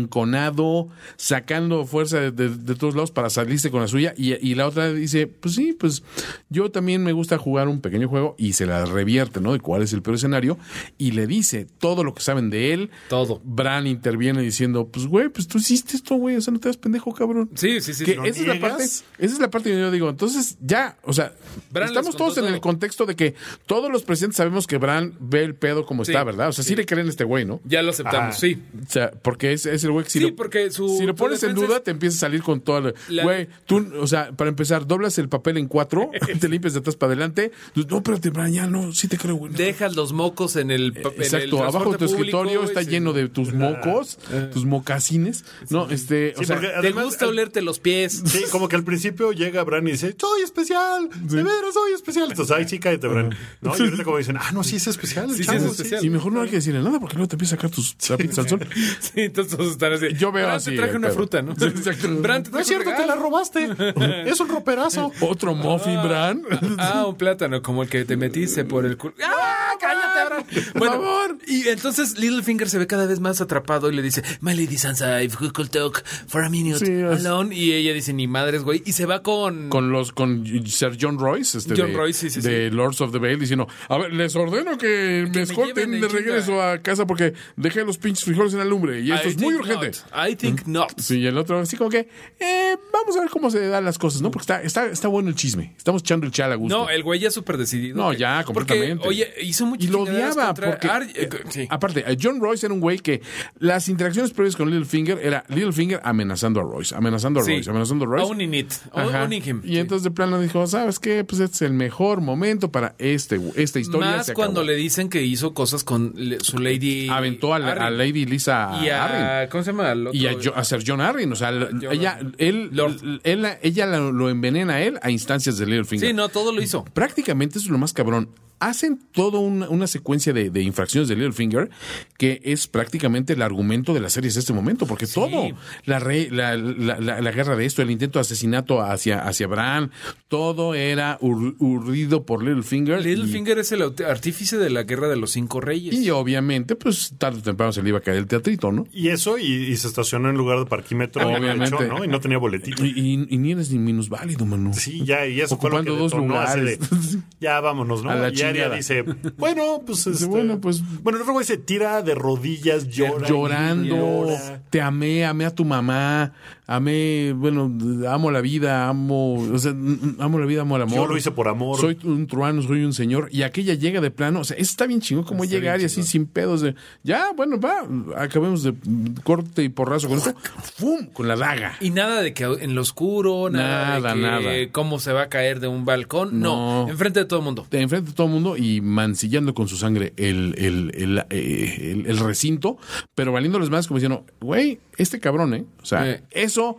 S5: arrinconado, sacando fuerza de, de- de todos lados para salirse con la suya. Y, y la otra dice, pues sí, pues yo también me gusta jugar un pequeño juego y se la revierte, ¿no? De cuál es el peor escenario. Y le dice todo lo que saben de él.
S6: Todo.
S5: Bran interviene diciendo, pues güey, pues tú hiciste esto, güey. O sea, no te das pendejo, cabrón.
S6: Sí, sí, sí.
S5: Que
S6: sí.
S5: esa es la
S7: niegas?
S5: parte, esa es la parte que yo digo, entonces ya, o sea,
S6: Bran les
S5: estamos
S6: contó
S5: todos en
S6: todo.
S5: el contexto de que todos los presentes sabemos que Bran ve el pedo como
S6: Sí,
S5: está, ¿verdad? O sea, sí, le creen a este güey, ¿no?
S6: Ya lo aceptamos,
S5: Ah.
S7: Ajá.
S6: sí.
S5: O sea, porque es, es el güey que si,
S6: Sí,
S5: lo,
S6: porque su-
S5: si lo
S6: su
S5: pones en
S6: defensa
S5: duda,
S6: es-
S5: te empieza a salir con toda la-
S6: La-
S5: Güey, tú, o sea, para empezar, doblas el papel en cuatro, te limpias de atrás para adelante. No, espérate, Bran, ya no, sí te creo, güey. no.
S6: Dejas los mocos en el. pa- en el
S5: Exacto,
S6: transporte
S5: abajo de tu
S6: público,
S5: escritorio
S6: güey,
S5: está
S6: sí.
S5: lleno de tus mocos, tus mocasines. No, este, o
S7: Ah. Sí,
S5: sea,
S7: porque
S6: Te
S7: además- eh,
S6: gusta olerte los pies.
S7: Sí, como que al principio llega Bran y dice, soy especial, de veras soy especial. Entonces, ay, sí, cállate, Bran. ¿No? Y ahorita como dicen, ah, no, sí es especial. el
S6: Sí, sí
S7: chavo,
S6: es especial.
S5: y mejor no hay que decirle nada porque luego te empieza a sacar tus trapitos al sol.
S6: Sí, entonces todos están así.
S5: Yo veo
S6: Bran,
S5: así
S6: te traje
S5: el
S6: una
S5: pedo.
S6: fruta, ¿no?
S5: Sí, exacto.
S6: Bran, te
S7: No es
S6: traje un
S7: cierto, te la
S6: regalo.
S7: robaste. Es un roperazo.
S5: Otro muffin, Bran.
S6: Ah, un plátano como el que te metiste por el culo. ¡Ah! cállate, Abraham. Bueno, Y entonces Littlefinger se ve cada vez más atrapado y le dice, My lady Sansa, if we could talk for a minute
S5: Sí, es-
S6: alone. Y ella dice, ni madres, güey. Y se va con...
S5: con los con Sir John Royce, este
S6: John
S5: de,
S6: Royce, sí, sí,
S5: de Lords of the Vale, diciendo, a ver, les ordeno que, me escolten
S6: lleven en
S5: de regreso
S6: chinga.
S5: a casa porque dejé los pinches frijoles en la lumbre y esto
S6: I
S5: es muy
S6: think
S5: urgente.
S6: not. I think not.
S5: Sí, y el otro así como que, eh, vamos a ver cómo se dan las cosas, ¿no? Porque está, está, está bueno el chisme. Estamos echando el chal a gusto.
S6: No, el güey ya súper decidido.
S5: No,
S6: que-
S5: ya, completamente.
S6: Porque, oye, hizo mucho
S5: y lo odiaba porque eh,
S6: sí.
S5: aparte eh, John Royce era un güey que las interacciones previas con Littlefinger era Littlefinger amenazando a Royce amenazando a
S6: Sí.
S5: Royce amenazando a Royce
S6: Owning it.
S5: Ajá.
S6: Owning him.
S5: Y
S6: Sí.
S5: entonces de plano dijo, ¿sabes qué? Pues este es el mejor momento para este, esta historia.
S6: Más
S5: se acabó".
S6: cuando le dicen que hizo cosas con le- su lady.
S5: aventó a, la- a
S6: Arryn.
S5: Lady Lisa
S6: Y
S5: Arryn.
S6: a. ¿Cómo se llama? Al otro?
S5: Y a, Jo- a Sir John Arryn, o sea, la-
S6: John
S5: ella,
S6: Arryn.
S5: él,
S6: Lord.
S5: l- él- ella lo, lo envenena a él a instancias de Littlefinger.
S6: Sí, no, todo lo hizo.
S5: Prácticamente eso es lo más cabrón. Hacen toda una, una secuencia de, de infracciones de Littlefinger que es prácticamente el argumento de las series de este momento, porque todo, la, re- la, la- la- la guerra de esto, el intento de asesinato hacia, hacia Bran, todo era ur- urdido por Littlefinger. y-
S6: Littlefinger es el aut- artífice de la guerra de los cinco reyes.
S5: Y, obviamente, pues tarde o temprano se le iba a caer el teatrito, ¿no?
S7: Y eso, y, y se estacionó en lugar de parquímetro. en el
S5: Obviamente.
S7: colchón, ¿no? Y no tenía boletito.
S5: Y, y- y ni eres ni minusválido, Manu.
S7: Sí, ya, y eso fue lo que
S5: Ocupando dos
S7: detonó así
S5: lugares.
S7: de, ya vámonos, ¿no?
S5: A la
S7: y Arya
S5: chingada.
S7: dice, bueno, pues este,
S5: bueno, pues-
S7: Bueno, el otro güey se tira de rodillas, llora.
S5: llorando,
S7: llora.
S5: te amé, amé a tu mamá, amé, bueno, amo la vida, amo, o sea, mm, mm, amo la vida, amo el amor.
S7: Yo lo hice por amor.
S5: Soy un truano, soy un señor, y aquella llega de plano, o sea, está bien chingón como llegar y así sin pedos de, ya, bueno, va, acabemos de mm, corte y porrazo con esto, ¡fum! con la daga.
S6: Y nada de que en lo oscuro, nada,
S5: Nada,
S6: de que
S5: nada.
S6: cómo se va a caer de un balcón. No,
S5: No.
S6: enfrente de todo el mundo.
S5: de enfrente de todo el mundo y mancillando con su sangre el, el, el, eh, el- el recinto, pero valiéndoles más como diciendo, güey, este cabrón, ¿eh? O sea,
S6: Eh.
S5: eso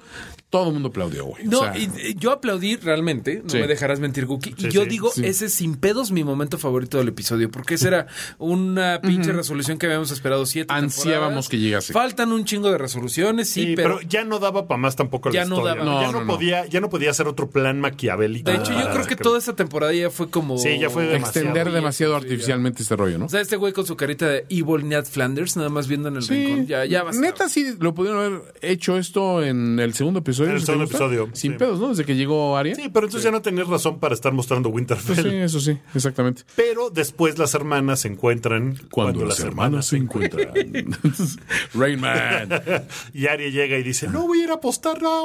S5: todo el mundo aplaudió, güey. O
S6: No,
S5: sea,
S6: y- y yo aplaudí realmente, no
S5: Sí.
S6: me dejarás mentir, Guki.
S7: Sí,
S6: y yo
S7: sí,
S6: digo, ese es sin pedos mi momento favorito del episodio, porque esa era una pinche resolución que habíamos esperado siete.
S5: Ansiábamos
S6: temporadas.
S5: que llegase.
S6: Faltan un chingo de resoluciones, sí,
S7: Sí,
S6: pero,
S7: pero, ya no daba para más tampoco la
S6: Ya no
S7: historia.
S6: daba.
S7: ya
S5: No,
S7: no,
S5: no, no.
S7: podía, ya no podía hacer otro plan maquiavélico.
S5: Ah,
S6: de hecho yo
S7: para
S6: creo que
S7: que-
S6: toda esta temporada ya fue como...
S7: Sí, ya fue demasiado.
S5: extender demasiado artificialmente este rollo, ¿no?
S6: O sea, este güey con su carita de Evil Nat Flanders, nada más viendo en el rincón, ya, ya basta.
S5: Neta, sí, lo pudieron haber hecho esto en el segundo episodio.
S7: En el
S5: ¿te
S7: segundo
S5: gusta?
S7: episodio,
S5: Sin
S7: sí.
S5: pedos, ¿no? Desde que llegó Aria.
S7: Sí, pero entonces ya no tenías razón para estar mostrando Winterfell.
S5: sí, eso sí, exactamente.
S7: Pero después las hermanas se encuentran
S5: Cuando, las hermanas se encuentran. Rainman.
S7: Y Arya llega y dice, no voy a ir a apostar a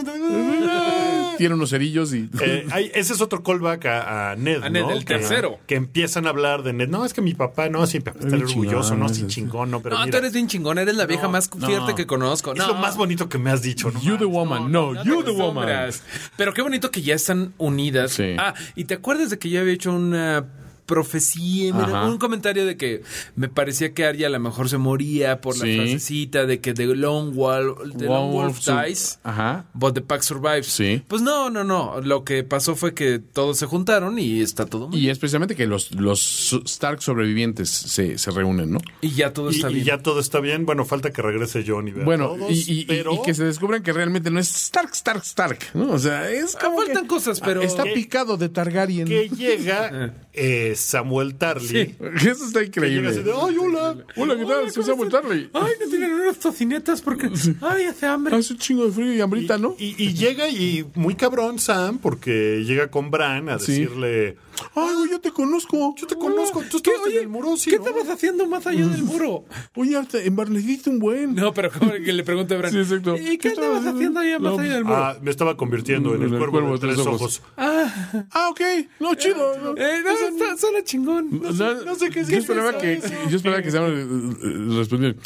S7: 8590.
S5: Tiene unos cerillos y.
S7: Eh, hay- ese es otro callback a, a Ned,
S6: A Ned,
S7: ¿no?
S6: el
S7: que,
S6: tercero.
S7: Que empiezan a hablar de Ned. No, es que mi papá, no, sí, mi papá está
S5: Ay,
S7: orgulloso,
S5: chingón,
S7: no,
S5: es
S7: sí,
S5: ese.
S7: chingón, no, pero
S6: No,
S7: mira,
S6: tú eres bien chingón, eres la vieja más fuerte que conozco.
S7: es
S6: No.
S7: lo más bonito que me has dicho, ¿no?
S5: You the
S7: mames".
S5: woman. No,
S6: No te
S5: you the woman.
S6: acostumbras. Pero qué bonito que ya están unidas.
S5: Sí.
S6: Ah, y te acuerdas de que yo había hecho una profecía, mira,
S5: Ajá.
S6: un comentario de que me parecía que Arya a lo mejor se moría por la
S5: Sí.
S6: frasecita de que The Lone Wolf, the lone wolf
S5: sur-
S6: Dies.
S5: Ajá.
S6: But the pack survives.
S5: Sí.
S6: Pues no, no, no. Lo que pasó fue que todos se juntaron y está todo muy
S5: Y es precisamente que los, los Stark sobrevivientes se, se reúnen, ¿no?
S6: Y ya todo
S7: Y,
S6: está
S7: y
S6: bien.
S7: ya todo está bien. Bueno, falta que regrese John y vea a
S5: Bueno,
S7: todos,
S5: y, y- y-
S7: pero...
S5: y que se descubran que realmente no es Stark, Stark, Stark, ¿no? O sea, es como que-
S6: Ah,
S5: ah,
S6: faltan cosas, pero-
S5: Está
S6: Que-
S5: picado de Targaryen.
S7: que llega eh, Samuel Tarly.
S5: Eso está
S7: Que llega así de,
S5: increíble.
S7: ay, hola.
S5: Hola, ¿qué tal? Soy Samuel Tarly.
S6: Ay, no tienen unas tocinetas porque. Ay, hace hambre.
S5: Hace un chingo de frío y hambrita, ¿no?
S7: Y, y llega y muy cabrón Sam porque llega con Bran a
S5: Sí.
S7: decirle,
S5: Ay, güey, yo te conozco.
S7: Ah, yo te conozco, tú
S6: ¿Qué,
S7: estabas en
S6: oye,
S7: el muro, sí,
S6: ¿Qué
S7: ¿no?".
S6: estabas haciendo más allá del muro?
S5: Oye, Arte, embarneciste un buen.
S6: No, pero como que le pregunte a Bran.
S5: Sí, exacto.
S6: ¿Y
S5: ¿Qué
S6: qué estabas
S5: estabas
S6: haciendo ahí en
S5: haciendo?
S6: Batalla del Muro?
S7: Ah, me estaba convirtiendo en el, cuervo, de tres, ojos.
S5: Ah, ok. No, chido. no.
S6: eh, no,
S5: Pues,
S6: está, suena chingón. Pues,
S5: O sea, yo esperaba que Yo esperaba que Samuel eh, eh, respondiera.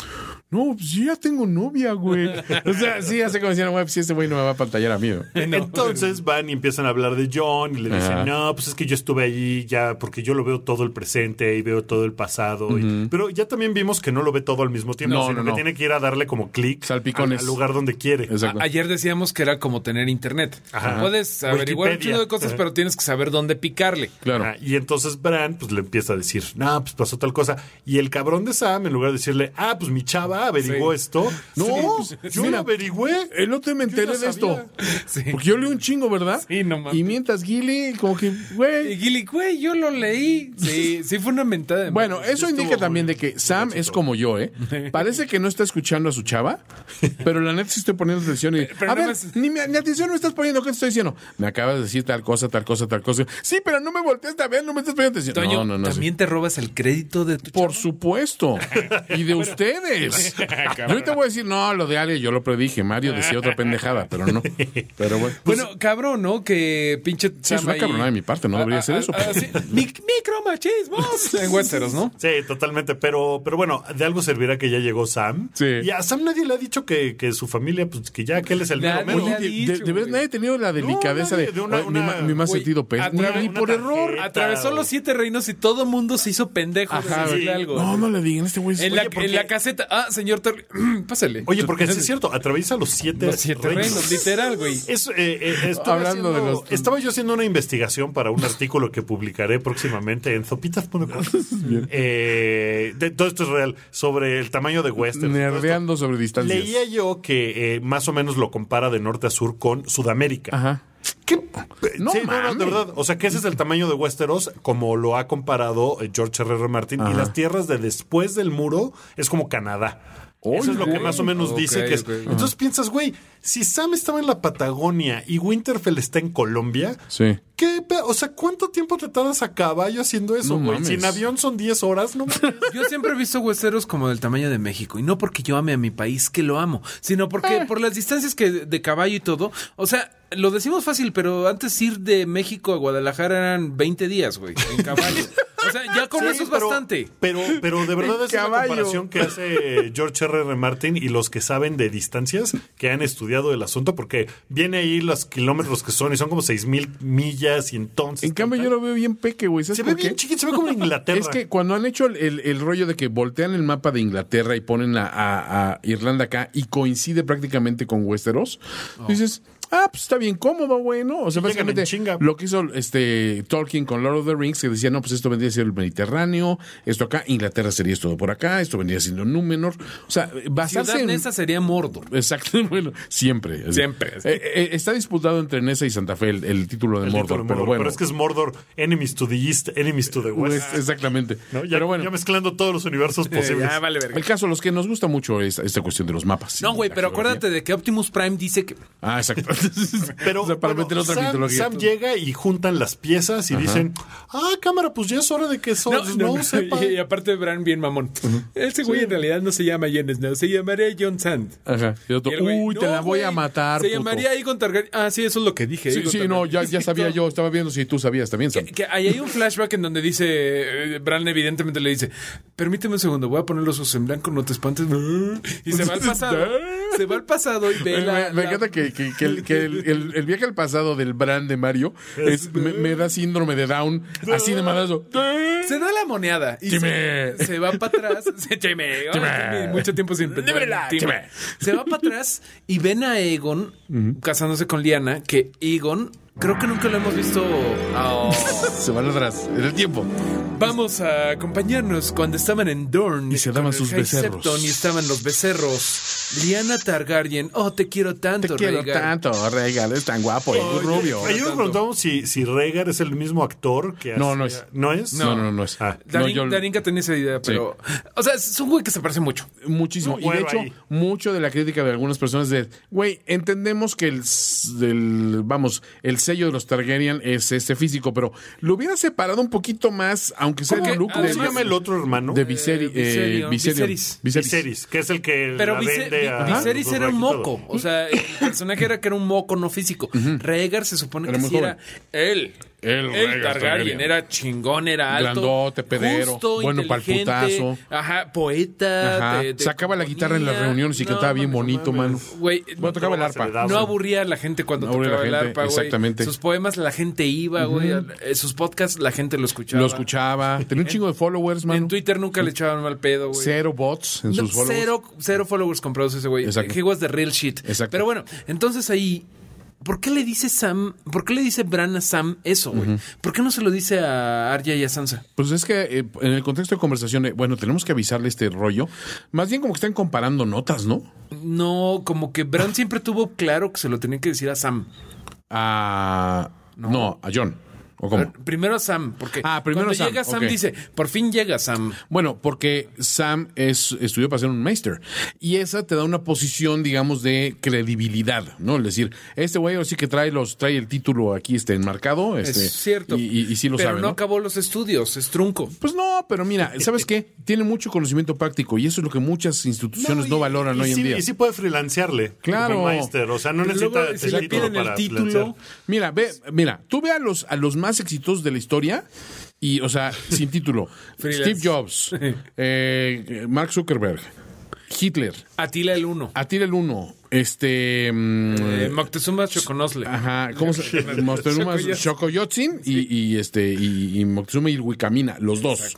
S5: No, pues yo ya tengo novia, güey. O sea, sí, hace como decían, güey, pues este güey no me va a pantallar a mí. ¿no?
S7: Entonces van y empiezan a hablar de John y le dicen,
S5: Ajá.
S7: no, pues es que yo estuve allí ya porque yo lo veo todo el presente y veo todo el pasado. y- pero ya también vimos que no lo ve todo al mismo tiempo,
S5: No,
S7: sino
S5: no,
S7: que
S5: no.
S7: tiene que ir a darle como clic
S5: Salpicones.
S7: al, al lugar donde quiere.
S5: Exacto.
S6: Ayer decíamos que era como tener internet.
S7: Ajá.
S6: Puedes averiguar un
S7: Wikipedia.
S6: chingo de cosas,
S5: Eh.
S6: pero tienes que saber dónde picarle.
S5: Claro.
S7: Ah, y entonces Bran pues le empieza a decir, no, pues pasó tal cosa. Y el cabrón de Sam, en lugar de decirle, ah, pues mi chava, papá averiguó
S6: Sí.
S7: esto. No,
S5: Sí, pues,
S7: yo
S5: mira,
S7: lo averigüé.
S5: El otro me
S7: Yo ya
S5: enteré de
S7: sabía.
S5: esto.
S6: Sí.
S5: Porque yo leí un chingo, ¿verdad?
S6: Sí, no mames.
S5: Y mientras Gilly, como que, güey.
S6: Y Gilly, güey, yo lo leí. Sí, sí fue una mentada. de
S5: Bueno,
S6: madre.
S5: eso indica también de que Sam es como yo, ¿eh? Parece que no está escuchando a su chava, pero la neta sí estoy poniendo atención. Y,
S6: pero
S5: a
S6: no
S5: ver,
S6: me has-
S5: ni, me- ni atención me estás poniendo, ¿qué te estoy diciendo? Me acabas de decir tal cosa, tal cosa, tal cosa. Sí, pero no me volteaste a ver, no me estás poniendo atención.
S6: Toño,
S5: no, no, no. sí.
S6: también te robas el crédito de tu
S5: Por supuesto. Y de ustedes.
S6: Ah,
S5: Yo ahorita voy a decir, no, lo de Ale yo lo predije. Mario decía otra pendejada, pero no. Pero bueno.
S6: Bueno, cabrón, ¿no? Que pinche.
S5: Sí, es
S6: Sam
S5: una
S6: ahí-
S5: cabronada de mi parte, no debería ser eso,
S6: ah,
S5: pero-
S6: sí. Mic- micromachismos en Westeros, ¿no?
S7: Sí, totalmente, pero, pero bueno, de algo servirá que ya llegó Sam.
S5: Sí.
S7: Y a Sam nadie le ha dicho que, que su familia, pues que ya, que él es el mero
S6: Nadie
S7: mero.
S6: le ha
S5: Oye,
S6: dicho,
S5: de, de veras
S6: güey.
S5: nadie ha tenido la delicadeza
S7: nadie,
S5: de,
S7: de una-
S5: "Oye, mi
S7: una-
S5: ma- mi más
S6: Güey,
S5: sentido pez. Ni,
S6: atra-
S5: ni
S6: una
S5: por
S7: tarjeta.
S5: error.
S7: Neta,
S6: Atravesó
S7: güey.
S6: los siete reinos y todo el mundo se hizo pendejo. de
S5: Ajá,
S6: decirle
S5: güey.
S6: algo.
S5: No, no le digan a este güey.
S6: En,
S5: es-
S6: la,
S7: Pues, Oye, porque-
S6: en la caseta. Ah, señor Terry. Pásale.
S7: Oye, porque sí es cierto, atraviesa los siete,
S6: Los siete reinos, literal, güey.
S7: Eso, eh, eh, estuve
S5: Hablando de
S7: haciendo-
S5: los-
S7: Estaba yo haciendo una investigación para un artículo que publicaré próximamente en zopitas.com. Eh, de- todo esto es real, sobre el tamaño de Western.
S5: Nerdeando sobre distancias.
S7: Leía yo que eh, más o menos lo compara de norte a sur con Sudamérica.
S5: Ajá.
S7: ¿Qué?
S5: No
S7: Sí, no, no,
S5: mames.
S7: de verdad. O sea, que ese es el tamaño de Westeros, como lo ha comparado eh, George R. R. Martin. Y las tierras de después del muro es como Canadá. Eso es lo que
S5: güey.
S7: más o menos
S6: Ok,
S7: dice que es.
S6: ok.
S7: Entonces piensas, güey, si Sam estaba en la Patagonia y Winterfell está en Colombia,
S5: Sí.
S7: ¿qué? pe- O sea, ¿cuánto tiempo te tardas a caballo haciendo eso,
S5: No
S7: güey?
S5: mames.
S7: Si en avión son 10 horas, no mames.
S6: Yo siempre he visto Westeros como del tamaño de México. Y no porque yo ame a mi país, que lo amo, sino porque
S7: Ah.
S6: por las distancias que de caballo y todo. O sea, lo decimos fácil, pero antes ir de México a Guadalajara eran 20 días, güey, en caballo. O sea, ya con
S7: Sí,
S6: eso es
S7: pero-
S6: bastante.
S7: Pero, pero de verdad es una
S5: caballo.
S7: comparación que hace George R. R. Martin y los que saben de distancias, que han estudiado el asunto, porque viene ahí los kilómetros que son y son como seis mil millas y entonces...
S5: En cambio, yo lo veo bien peque, güey. ¿Sabes
S7: Se ve
S5: por qué?
S7: bien chiquito, se ve como en Inglaterra.
S5: Es que cuando han hecho el, el- el rollo de que voltean el mapa de Inglaterra y ponen a, a- a Irlanda acá y coincide prácticamente con Westeros, dices, ah, pues está bien cómodo, güey, ¿no? O sea,
S7: Y llegan en
S5: básicamente
S7: chinga.
S5: lo que hizo este Tolkien con Lord of the Rings, que decía, no, pues esto vendría siendo el Mediterráneo, esto acá, Inglaterra sería esto por acá, esto vendría siendo Númenor. O sea, basarse
S6: Ciudad
S5: en...
S6: Neza sería Mordor.
S5: Exacto, bueno, siempre. así.
S6: Siempre.
S5: Eh, eh, está disputado entre Nesa y Santa Fe el, el título de
S7: El
S5: Mordor,
S7: título de
S5: pero bueno.
S7: es que es Mordor, enemies to the east, enemies to the west.
S5: Pues, exactamente.
S7: ¿no? Ya,
S5: pero bueno.
S7: eh,
S5: Eh,
S7: ya mezclando todos los universos posibles.
S6: vale verga.
S5: El caso, los que nos gusta mucho es esta cuestión de los mapas.
S6: No, güey,
S5: La
S6: pero
S5: geografía.
S6: acuérdate de que Optimus Prime dice que.
S5: Ah, exacto.
S7: Pero
S5: O sea, para
S7: bueno,
S5: meter otra
S7: Sam,
S5: mitología.
S7: Sam llega y juntan las piezas y dicen, ah, cámara, pues ya es hora de que Snow sepa.
S6: Y, y aparte, Bran, bien mamón. Ese güey en realidad no se llama Jon Snow, se llamaría Jon Sand.
S5: Ajá. Y otro,
S6: Y el güey,
S5: uy, te
S6: "No,
S5: la voy a
S6: güey,
S5: matar.
S6: Se
S5: puto".
S6: llamaría Aegon Targaryen. Ah, sí, eso es lo que dije.
S5: Sí,
S6: Aegon
S5: sí,
S6: Targaryen.
S5: no, ya, ya sabía yo. Estaba viendo si tú sabías también, Sam.
S6: Que ahí hay un flashback en donde dice, eh, Bran evidentemente le dice, permíteme un segundo, voy a poner los ojos en blanco, no te espantes. Y se va al pasado. se va al pasado y ve
S5: Me,
S6: la...
S5: me- me
S6: la-
S5: encanta que, que- que el, que el- el- el viaje al pasado del brand de Mario es- me, me da síndrome de Down, así de madazo.
S6: Se da la moneada y
S5: Chime.
S6: se, se va para atrás. Se, chime, oh,
S5: Chime.
S6: chime, mucho tiempo sin pensar.
S5: Dímela,
S6: Chime.
S5: chime.
S6: Se va para atrás y ven a Egon casándose con Liana, que Egon creo que nunca lo hemos visto.
S5: Se van atrás, en el tiempo.
S6: Vamos a acompañarnos cuando estaban en Dorne.
S5: Y se daban
S6: con el
S5: sus
S6: High
S5: becerros.
S6: Septon y estaban los becerros. Liana Targaryen. Oh, te quiero tanto,
S5: Te quiero
S6: Rhaegar.
S5: tanto, Regal, es tan guapo, es rubio.
S7: Ayer nos preguntamos si, si Rhaegar es el mismo actor que
S5: No,
S7: hacía-
S5: no es.
S7: ¿No es?
S5: No, no, no es.
S7: Ah.
S5: No,
S6: Darin,
S5: yo-
S6: Darinka tenía esa idea, pero. O sea, es un güey que se parece mucho.
S5: Muchísimo.
S7: No,
S5: y de
S7: hueva
S5: hecho,
S7: ahí.
S5: mucho de la crítica de algunas personas es, güey, entendemos que el, s- del- vamos, el sello de los Targaryen es este físico, pero lo hubiera separado un poquito más, aunque sea
S6: ¿Cómo
S5: el
S6: que-
S5: look
S7: ¿Cómo
S5: de,
S7: se llama el otro hermano?
S5: de Viseri- eh,
S6: Viserion.
S5: Viserion.
S6: Viserys.
S5: Viserys.
S7: Viserys, que es el que
S6: Pero
S7: la
S6: Vise-
S7: vende a-
S6: Vi- Viserys
S7: los
S6: era un
S7: Drake y
S6: moco.
S7: todo.
S6: O sea, el personaje era que era un moco, no físico. Rhaegar se supone
S5: Era
S6: que
S5: muy
S6: sí
S5: joven.
S6: era él.
S5: El Rhaegar Targaryen.
S6: Targaryen era chingón, era alto.
S5: Grandote, pedero, bueno pa'l
S6: inteligente,
S5: putazo.
S6: Ajá, poeta.
S5: Ajá.
S6: Ah, te- te
S5: Sacaba la guitarra en las
S6: componía.
S5: reuniones y
S6: No,
S5: cantaba bien
S6: mames,
S5: bonito, mano.
S6: Güey,
S5: Bueno, tocaba el
S7: Drogas
S5: arpa.
S7: heredadas.
S6: no aburría a la gente cuando
S5: No aburría
S6: tocaba
S5: a la
S6: el
S5: gente,
S6: arpa, güey.
S5: exactamente.
S6: Sus poemas la gente iba, güey. Eh, Sus podcasts la gente lo escuchaba.
S5: Lo escuchaba, tenía un chingo de followers,
S6: En
S5: mano.
S6: Twitter nunca le echaban mal pedo, güey.
S5: Cero bots en
S6: No,
S5: sus followers.
S6: cero, cero followers comprados ese güey.
S5: Exacto.
S6: He was the real shit.
S5: Exacto.
S6: Pero bueno, entonces ahí ¿por qué le dice Sam, por qué le dice Bran a Sam eso, güey? ¿Por qué no se lo dice a Arya y a Sansa?
S5: Pues es que eh, en el contexto de conversación, de, bueno, tenemos que avisarle este rollo. Más bien como que están comparando notas, ¿no?
S6: No, como que Bran siempre tuvo claro que se lo tenía que decir a Sam.
S5: A. No, a John. ¿O cómo?
S6: Pero Primero a Sam, porque
S5: Ah, primero
S6: cuando
S5: Sam,
S6: llega Sam
S5: ok.
S6: dice, por fin llega Sam.
S5: Bueno, porque Sam es, estudió para ser un maester y esa te da una posición, digamos, de credibilidad, ¿no? Es decir, este güey ahora sí que trae los trae el título aquí este enmarcado, este,
S6: es cierto.
S5: y, y- y sí lo
S6: pero
S5: sabe,
S6: no
S5: ¿no?
S6: acabó los estudios, es trunco.
S5: Pues no, pero mira, ¿sabes qué? Tiene mucho conocimiento práctico y eso es lo que muchas instituciones no,
S7: y-
S5: valoran
S7: y
S5: hoy
S7: sí-
S5: en día.
S7: Y sí puede freelancearle.
S5: Claro.
S7: Como Meister, o sea, no
S6: Pero
S7: necesita
S6: luego, si le
S7: el
S6: piden el
S7: para
S6: título,
S7: freelancear.
S5: Mira, ve, mira, tú ve a los, a los más exitosos de la historia y, o sea, sin título.
S6: Freelance.
S5: Steve Jobs, eh, Mark Zuckerberg, Hitler,
S6: Atila el uno.
S5: Atila el Uno, este... mm,
S6: Eh, Moctezuma Choconosle.
S5: Ajá, ¿cómo se Moctezuma
S6: Xocoyotzin.
S5: Xocoyotzin y, y este y, y Moctezuma y Wicamina, los dos.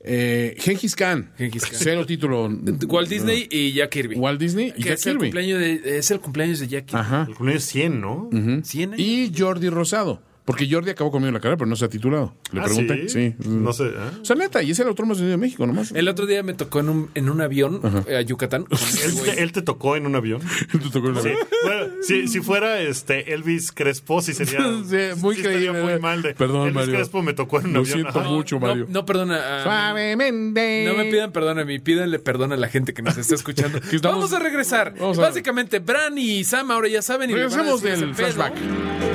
S5: Eh, Gengis Khan,
S6: Gengis Khan.
S5: cero título.
S6: Walt Disney y Jack Kirby.
S5: Walt Disney y
S6: Que
S5: Jack
S6: es, El
S5: Kirby.
S6: cumpleaños de, es el cumpleaños de Jack Kirby.
S5: Ajá.
S7: El cumpleaños 100, ¿no?
S6: 100 años.
S5: Y Jordi Rosado, porque Jordi acabó conmigo la carrera, pero no se ha titulado. Le
S7: Ah,
S5: pregunté, sí.
S7: No sé. ¿ah?
S5: O sea, neta, y es el autor más vendido de México nomás.
S6: El otro día me tocó en un, en un avión eh, a Yucatán. con el
S7: ¿Él,
S6: güey.
S7: te, él te tocó en un avión.
S5: Te tocó el-
S7: Sí. Bueno, si, si fuera este Elvis Crespo, sí sería.
S5: Sí, muy
S7: sí
S5: creíble.
S7: estaría muy mal de.
S5: Perdón,
S7: Elvis
S5: Mario.
S7: Crespo me tocó en un
S5: Lo
S7: avión.
S5: siento
S7: ajá.
S5: mucho, Mario.
S6: No, no, perdona. a-
S5: Suavemente.
S6: No me pidan perdón a mí, pídanle perdón a la gente que nos está escuchando.
S5: estamos-
S6: vamos a regresar.
S5: Vamos a-
S6: Básicamente, Bran y Sam ahora ya saben. Y le van a
S5: Regresemos
S6: decir
S5: del
S6: ese pedo. Ah,
S5: flashback.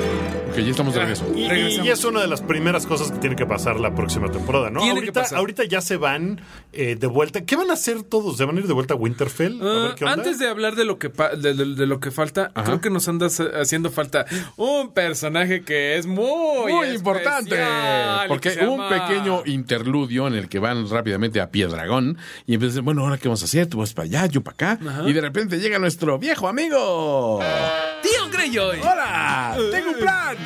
S5: Ok, ya estamos de regreso.
S7: Y,
S6: Regresamos.
S7: y es una de las primeras cosas que tiene que pasar la próxima temporada, ¿no?
S6: Tiene que
S7: Ahorita,
S6: pasar.
S7: ahorita ya se van eh, de vuelta. ¿Qué van a hacer todos? ¿Se van a ir de vuelta a Winterfell? a
S6: Ah,
S7: ver qué onda.
S6: antes de hablar de lo que pa- de, de- de lo que falta, creo que nos anda sa- haciendo falta un personaje que es muy
S5: Muy importante.
S6: especial, que
S5: Porque
S6: se
S5: un
S6: llama-
S5: pequeño interludio en el que van rápidamente a Piedragón y empiezan, bueno, ¿ahora qué vamos a hacer? Tú vas para allá, yo para acá. Y de repente llega nuestro viejo amigo.
S6: Tío Greyjoy.
S5: ¡Hola! ¡Tengo un plan!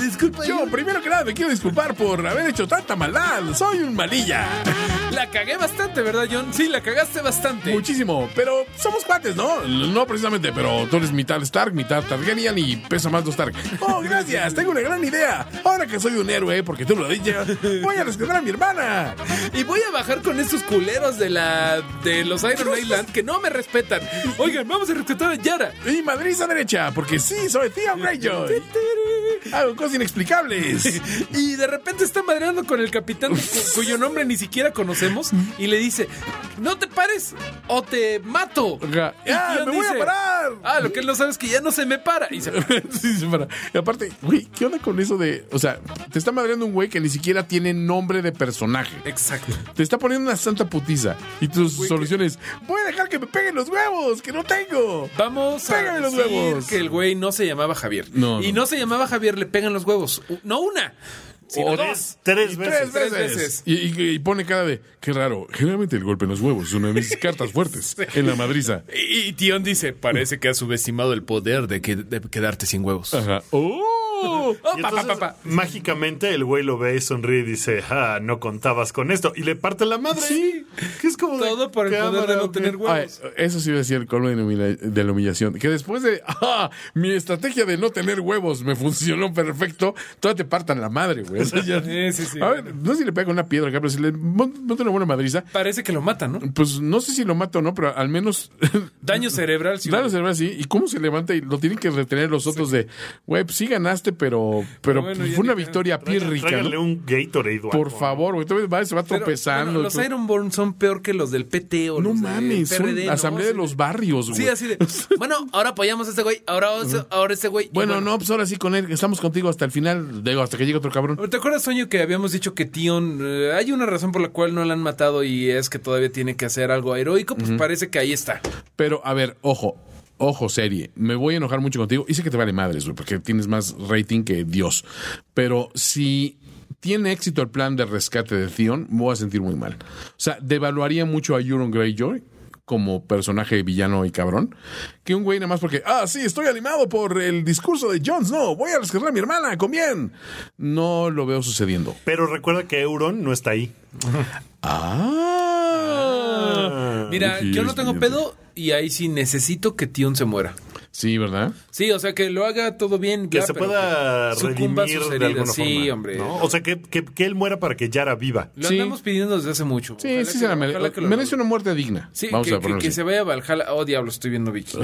S5: Disculpa. Yo, primero que nada, me quiero disculpar por haber hecho tanta maldad. Soy un malilla.
S6: La cagué bastante, ¿verdad, John? Sí, la cagaste bastante.
S5: Muchísimo. Pero somos cuates, ¿no? No precisamente, pero tú eres mitad Stark, mitad Targaryen y pesa más los Stark. Oh, gracias. Tengo una gran idea. Ahora que soy un héroe, porque tú lo dijiste, voy a rescatar a mi hermana.
S6: Y voy a bajar con estos culeros de la de los Iron Island que no me respetan. Oigan, vamos a rescatar a Yara.
S5: Y Madrid a derecha, porque sí, soy tío Greyjoy. Hago cosas inexplicables.
S6: Y de repente está madreando con el capitán cu- cuyo nombre ni siquiera conocemos y le dice, no te pares o te mato.
S5: Ajá.
S6: Y
S5: Ah,
S6: John
S5: me voy a parar.
S6: Ah, lo que él no sabe es que ya no se me para. Y se
S5: Sí, sí, para. Y aparte, güey, ¿qué onda con eso de.? O sea, te está madreando un güey que ni siquiera tiene nombre de personaje.
S6: Exacto.
S5: Te está poniendo una santa putiza. Y tus soluciones. Voy a dejar que me peguen los huevos, que no tengo.
S6: Vamos a
S5: Pégame los
S6: decir
S5: huevos.
S6: que el güey no se llamaba Javier.
S5: No,
S6: y
S5: no.
S6: no se llamaba Javier, le pegan los huevos. U- No una, sino
S5: O
S6: dos.
S7: Tres
S5: Y
S7: veces.
S5: Tres veces.
S6: Tres veces.
S5: Y, y- y pone cara de. Qué raro. Generalmente el golpe en los huevos es una de mis cartas fuertes en la madriza.
S6: Y, y Tion dice, parece que ha subestimado el poder de, que- de quedarte sin huevos.
S5: Ajá. ¡Oh!
S6: Oh,
S7: Y
S6: pa, pa,
S7: entonces,
S6: pa, pa.
S7: mágicamente el güey lo ve y sonríe y dice, ah, no contabas con esto. Y le parte la madre.
S6: Sí.
S7: Que es como de
S6: Todo por el poder
S7: cámara,
S6: de no
S7: ok.
S6: tener
S5: Ay,
S6: huevos.
S5: eso sí iba a decir el colmo de la humilla- de la humillación. Que después de, ah, mi estrategia de no tener huevos me funcionó perfecto, todavía te partan la madre, güey. O sea, ya-
S6: Sí, sí, sí.
S5: A ver, no sé si le pega con una piedra acá, pero si le mon- monta una buena madriza,
S6: Parece que lo mata, ¿no?
S5: pues no sé si lo mata o no, pero al menos...
S6: Daño cerebral. sí.
S5: Claro, se ve así. ¿Y cómo se levanta? Y lo tienen que retener los otros de, güey, pues sí ganaste, pero, pero
S6: bueno,
S5: pues,
S6: ya
S5: fue una
S6: ni-
S5: victoria pírrica. ¿no?
S7: Tráiganle un Gatorade. guapo.
S5: Por favor, güey. Entonces va, se va
S6: Pero,
S5: tropezando.
S6: bueno, los Ironborn son peor que los del PT o
S5: no
S6: los
S5: mames,
S6: del
S5: son
S6: PRD, ¿no?
S5: asamblea de
S6: Sí.
S5: los barrios, güey.
S6: Sí, así de. Bueno, ahora apoyamos a este güey, ahora, ahora este güey. y
S5: Bueno, no, pues ahora sí con él, estamos contigo hasta el final, digo, hasta que llegue otro cabrón.
S6: ¿Te acuerdas, Soño, que habíamos dicho que Tion, eh, hay una razón por la cual no la han matado y es que todavía tiene que hacer algo heroico? Pues parece que ahí está.
S5: Pero, a ver, ojo, ojo, serie, me voy a enojar mucho contigo. Y sé que te vale madres, güey, porque tienes más rating que Dios. Pero si tiene éxito el plan de rescate de Theon, me voy a sentir muy mal. O sea, devaluaría mucho a Euron Greyjoy como personaje villano y cabrón, que un güey nada más porque, ah, sí, estoy animado por el discurso de Jon Snow, voy a rescatar a mi hermana, con bien. No lo veo sucediendo.
S7: Pero recuerda que Euron no está ahí.
S5: Ah.
S6: Mira,
S5: Sí,
S6: yo no
S5: es
S6: tengo
S5: pendiente.
S6: pedo y ahí sí necesito que Tion se muera.
S5: Sí, ¿verdad?
S6: Sí, o sea, que lo haga todo bien.
S7: Que
S6: bla,
S7: se
S6: pero
S7: pueda
S6: que sucumba a
S7: redimir
S6: sus
S7: de
S6: heridas.
S7: alguna
S6: sí,
S7: forma,
S6: hombre.
S7: ¿no? O sea, que, que- que él muera para que Yara viva.
S6: Lo
S5: Sí.
S6: andamos pidiendo desde hace mucho.
S5: Sí,
S6: Ojalá
S5: sí
S6: que-
S5: se la mere-
S6: ojalá que lo-
S5: merece una muerte digna.
S6: Sí,
S5: Vamos
S6: que,
S5: a
S6: que-
S5: ponerlo
S6: que
S5: así.
S6: se vaya a Valhalla. Oh, diablo, estoy viendo Vicky.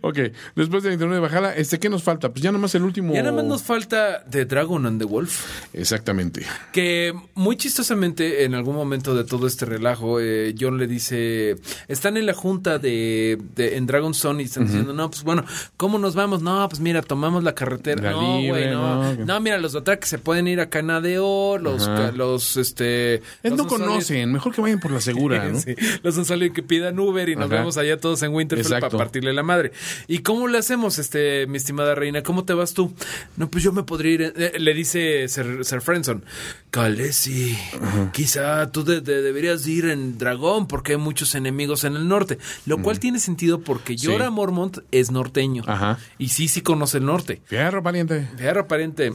S5: Ok, después del internet de bajala, este, ¿qué nos falta? Pues ya nomás el último.
S6: Ya nada más nos falta The Dragon and the Wolf.
S5: Exactamente.
S6: Que muy chistosamente, en algún momento de todo este relajo, eh, John le dice: Están en la junta de, de- en Dragon Zone y están diciendo: No, pues bueno, ¿cómo nos vamos? No, pues mira, tomamos la carretera.
S5: La
S6: no, güey,
S5: libre,
S6: no.
S5: no.
S6: no. mira, los de atrás que se pueden ir a Canadeo, los,
S5: Ajá.
S6: ca- los, este.
S5: Él
S6: los
S5: no
S6: usuarios-
S5: conocen, mejor que vayan por la segura, ¿no?
S6: Sí, los han salido que pidan Uber y nos
S5: Ajá.
S6: vemos allá todos en Winterfell
S5: Exacto.
S6: para partirle la madre. ¿Y cómo le hacemos, este, mi estimada reina? ¿Cómo te vas tú? No, pues yo me podría ir. eh, le dice Sir, Sir Frenson, Calesi, quizá tú de- de- deberías ir en dragón porque hay muchos enemigos en el norte. Lo cual tiene sentido porque Jorah Mormont es norteño.
S5: Ajá.
S6: Y sí, sí conoce el norte.
S5: Fierro, pariente.
S6: Fierro aparente.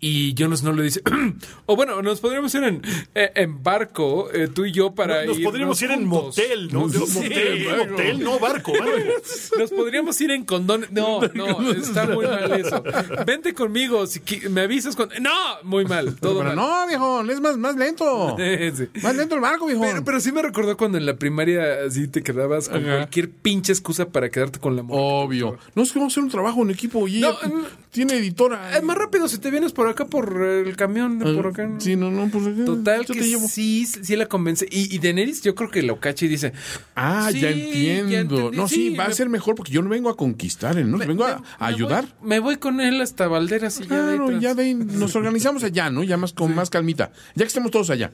S6: Y Jonas no le dice. o bueno, nos podríamos ir en, eh, en barco, eh, tú y yo, para
S7: Nos
S6: irnos
S7: podríamos ir en
S6: juntos.
S7: motel, ¿no?
S5: Sí,
S7: motel,
S5: luego.
S7: motel, no barco. ¿vale?
S6: Nos podríamos ir en condón. No, no, está muy mal eso. Vente conmigo, si qui- me avisas cuando. ¡No! Muy mal, todo
S5: Pero
S6: mal.
S5: no, viejo, es más, más lento.
S6: Sí.
S5: Más lento el barco, viejo.
S6: Pero, pero sí me recordó cuando en la primaria así te quedabas con
S5: Ajá.
S6: cualquier pinche excusa para quedarte con la morra.
S7: Oh.
S5: Obvio. No es que vamos a hacer un trabajo en equipo y
S6: No,
S5: ella
S6: mm.
S5: tiene editora. Ah,
S6: Es Eh, más rápido si te vienes por acá por el camión,
S7: Ah,
S6: por acá.
S5: Sí, no, no, pues eh,
S6: Total
S5: yo
S6: que
S5: te llevo.
S6: sí, sí la convence. Y, y Daenerys yo creo que lo cacha y dice...
S5: Ah,
S6: "Sí,
S5: ya entiendo.
S6: entendí,
S5: no, sí, va a
S6: me-
S5: ser mejor porque yo no vengo a conquistar, eh, ¿no? vengo a, a
S6: me
S5: ayudar.
S6: voy- me voy con él hasta Valderas y ya de ahí
S5: Claro,
S6: trans-
S5: ya de ahí nos organizamos allá, ¿no? Ya más con más calmita. Ya que estemos todos allá.